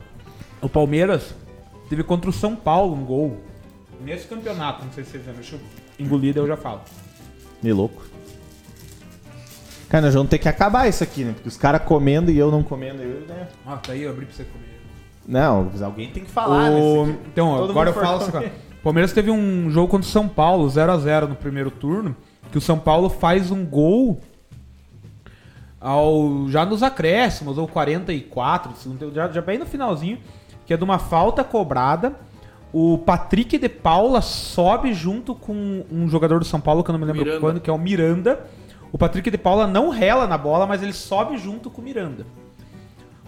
[SPEAKER 4] O Palmeiras teve contra o São Paulo um gol. Nesse campeonato, não sei se vocês lembram. Deixa eu engolir, daí eu já falo.
[SPEAKER 2] Me louco. Cara, nós vamos ter que acabar isso aqui, né? Porque os caras comendo e eu não comendo. Eu, né?
[SPEAKER 4] Ah, tá aí, eu abri pra você comer.
[SPEAKER 2] Não, alguém tem que falar
[SPEAKER 4] O-
[SPEAKER 2] nesse aqui.
[SPEAKER 4] Então,
[SPEAKER 2] Todo
[SPEAKER 4] agora eu
[SPEAKER 2] mundo
[SPEAKER 4] falo
[SPEAKER 2] for
[SPEAKER 4] assim, cara.
[SPEAKER 2] comer.
[SPEAKER 4] O Palmeiras teve um jogo contra o São Paulo, 0x0 no primeiro turno, que o São Paulo faz um gol ao já nos acréscimos, ou 44, do segundo tempo, já, já bem no finalzinho, que é de uma falta cobrada. O Patrick de Paula sobe junto com um jogador do São Paulo, que eu não me lembro
[SPEAKER 3] Miranda.
[SPEAKER 4] quando, que é o Miranda. O Patrick de Paula não rela na bola, mas ele sobe junto com o Miranda.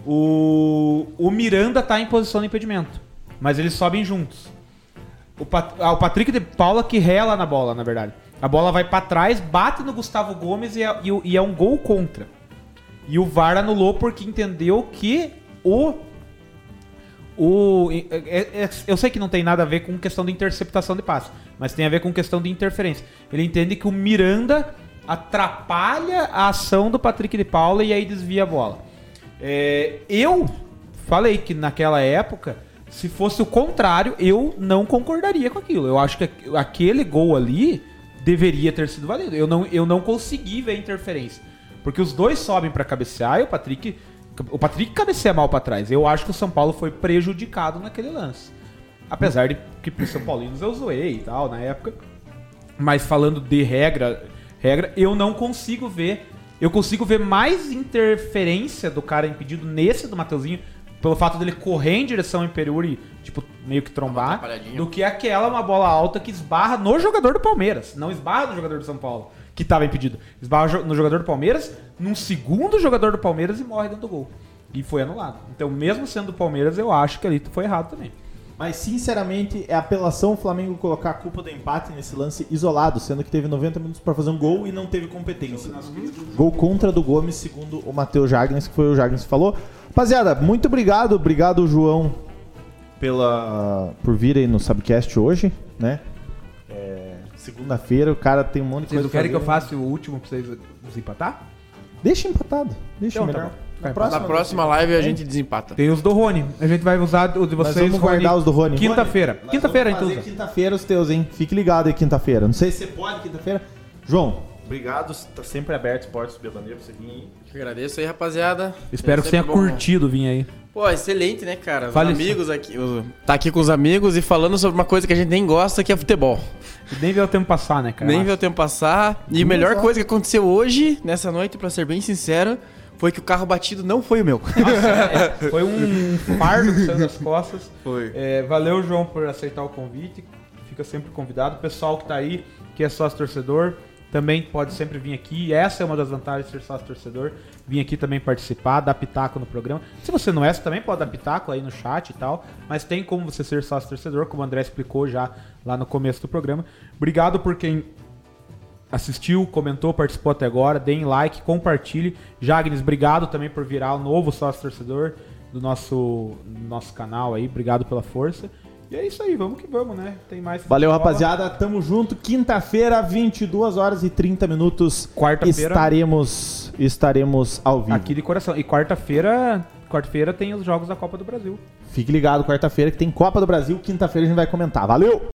[SPEAKER 4] O, o Miranda tá em posição de impedimento, mas eles sobem juntos. O, Pat- ah, o Patrick de Paula que rela na bola, na verdade. A bola vai pra trás, bate no Gustavo Gomes e é, e o- e é um gol contra. E o VAR anulou porque entendeu que o. o é- é- é- eu sei que não tem nada a ver com questão de interceptação de passe, mas tem a ver com questão de interferência. Ele entende que o Miranda atrapalha a ação do Patrick de Paula e aí desvia a bola. É, eu falei que naquela época, se fosse o contrário, eu não concordaria com aquilo. Eu acho que aqu- aquele gol ali deveria ter sido válido. Eu não, eu não consegui ver a interferência. Porque os dois sobem pra cabecear e o Patrick. O Patrick cabeceia mal pra trás. Eu acho que o São Paulo foi prejudicado naquele lance. Apesar de que pro São Paulinos eu zoei e tal na época. Mas falando de regra, regra, eu não consigo ver. Eu consigo ver mais interferência do cara impedido nesse do Mateuzinho, pelo fato dele correr em direção ao Imperiur e, tipo, meio que trombar,
[SPEAKER 3] atrapalhadinha.
[SPEAKER 4] do que aquela uma bola alta que esbarra no jogador do Palmeiras. Não esbarra no jogador do São Paulo, que tava impedido. Esbarra jo- no jogador do Palmeiras, num segundo jogador do Palmeiras e morre dentro do gol. E foi anulado. Então, mesmo sendo do Palmeiras, eu acho que ali foi errado também.
[SPEAKER 2] Mas, sinceramente, é apelação o Flamengo colocar a culpa do empate nesse lance isolado, sendo que teve 90 minutos pra fazer um gol e não teve competência. Gol contra do Gomes, segundo o Matheus Jagnes, que foi o Jagnes que falou. Rapaziada, muito obrigado, obrigado, João, pela por vir aí no Subcast hoje, né? É, Segunda-feira o cara tem um monte de
[SPEAKER 4] Vocês
[SPEAKER 2] coisa
[SPEAKER 4] não querem é que
[SPEAKER 2] pra
[SPEAKER 4] eu
[SPEAKER 2] fazer,
[SPEAKER 4] faça o último pra vocês desempatar?
[SPEAKER 2] né? Deixa empatado, deixa
[SPEAKER 4] Então tá
[SPEAKER 2] melhor.
[SPEAKER 4] bom.
[SPEAKER 2] Na
[SPEAKER 4] Vai,
[SPEAKER 3] na
[SPEAKER 2] próxima,
[SPEAKER 3] próxima live a gente desempata.
[SPEAKER 4] Tem os do Rony. A gente vai usar o de
[SPEAKER 2] Nós
[SPEAKER 4] vocês.
[SPEAKER 2] vamos guardar
[SPEAKER 4] Rony,
[SPEAKER 2] os do Rony.
[SPEAKER 4] Quinta-feira.
[SPEAKER 2] Nós
[SPEAKER 4] Quinta-feira então, a
[SPEAKER 2] vamos
[SPEAKER 4] gente
[SPEAKER 2] fazer
[SPEAKER 4] usa.
[SPEAKER 2] Quinta-feira os teus, hein? Fique ligado aí quinta-feira. Não sei se você pode quinta-feira. João, Obrigado, tá sempre aberto portas do Bebandeiro pra você vir aí.
[SPEAKER 3] Agradeço aí, rapaziada.
[SPEAKER 8] Espero
[SPEAKER 3] É
[SPEAKER 8] que você
[SPEAKER 3] sempre
[SPEAKER 8] tenha
[SPEAKER 3] bom, né?
[SPEAKER 8] curtido vir aí.
[SPEAKER 3] Pô, excelente, né, cara? Os
[SPEAKER 8] Fale isso.
[SPEAKER 3] amigos aqui. os- Tá aqui com os amigos e falando sobre uma coisa que a gente nem gosta, que é futebol.
[SPEAKER 8] Nem vê o tempo passar, né, cara?
[SPEAKER 3] Nem vê o tempo passar. E a melhor coisa que aconteceu hoje, nessa noite, pra ser bem sincero, foi que o carro batido não foi o meu.
[SPEAKER 8] Foi um
[SPEAKER 4] é, fardo que saiu das costas.
[SPEAKER 3] Foi.
[SPEAKER 4] É, valeu, João, por aceitar o convite. Fica sempre convidado. O pessoal que tá aí, que é sócio torcedor, também pode sempre vir aqui. E essa é uma das vantagens de ser sócio torcedor. Vir aqui também participar, dar pitaco no programa. Se você não é, você também pode dar pitaco aí no chat e tal. Mas tem como você ser sócio torcedor, como o André explicou já lá no começo do programa. Obrigado por quem assistiu, comentou, participou até agora, deem like, compartilhe. Jagnes, obrigado também por virar o novo sócio torcedor do nosso, do nosso canal aí. Obrigado pela força. E é isso aí, vamos que vamos, né? Tem mais.
[SPEAKER 2] Valeu,
[SPEAKER 4] futebol.
[SPEAKER 2] rapaziada. Tamo junto. Quinta-feira, 22 horas e 30 minutos.
[SPEAKER 4] Quarta-feira.
[SPEAKER 2] Estaremos, estaremos ao vivo.
[SPEAKER 4] Aqui de coração. E quarta-feira, quarta-feira tem os jogos da Copa do Brasil.
[SPEAKER 2] Fique ligado, quarta-feira que tem Copa do Brasil. Quinta-feira a gente vai comentar. Valeu!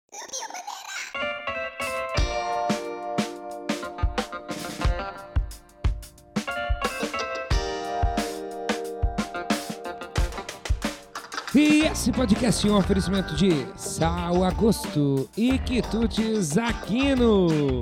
[SPEAKER 9] E esse podcast é um oferecimento de Sal Agosto e Quitutes Aquino.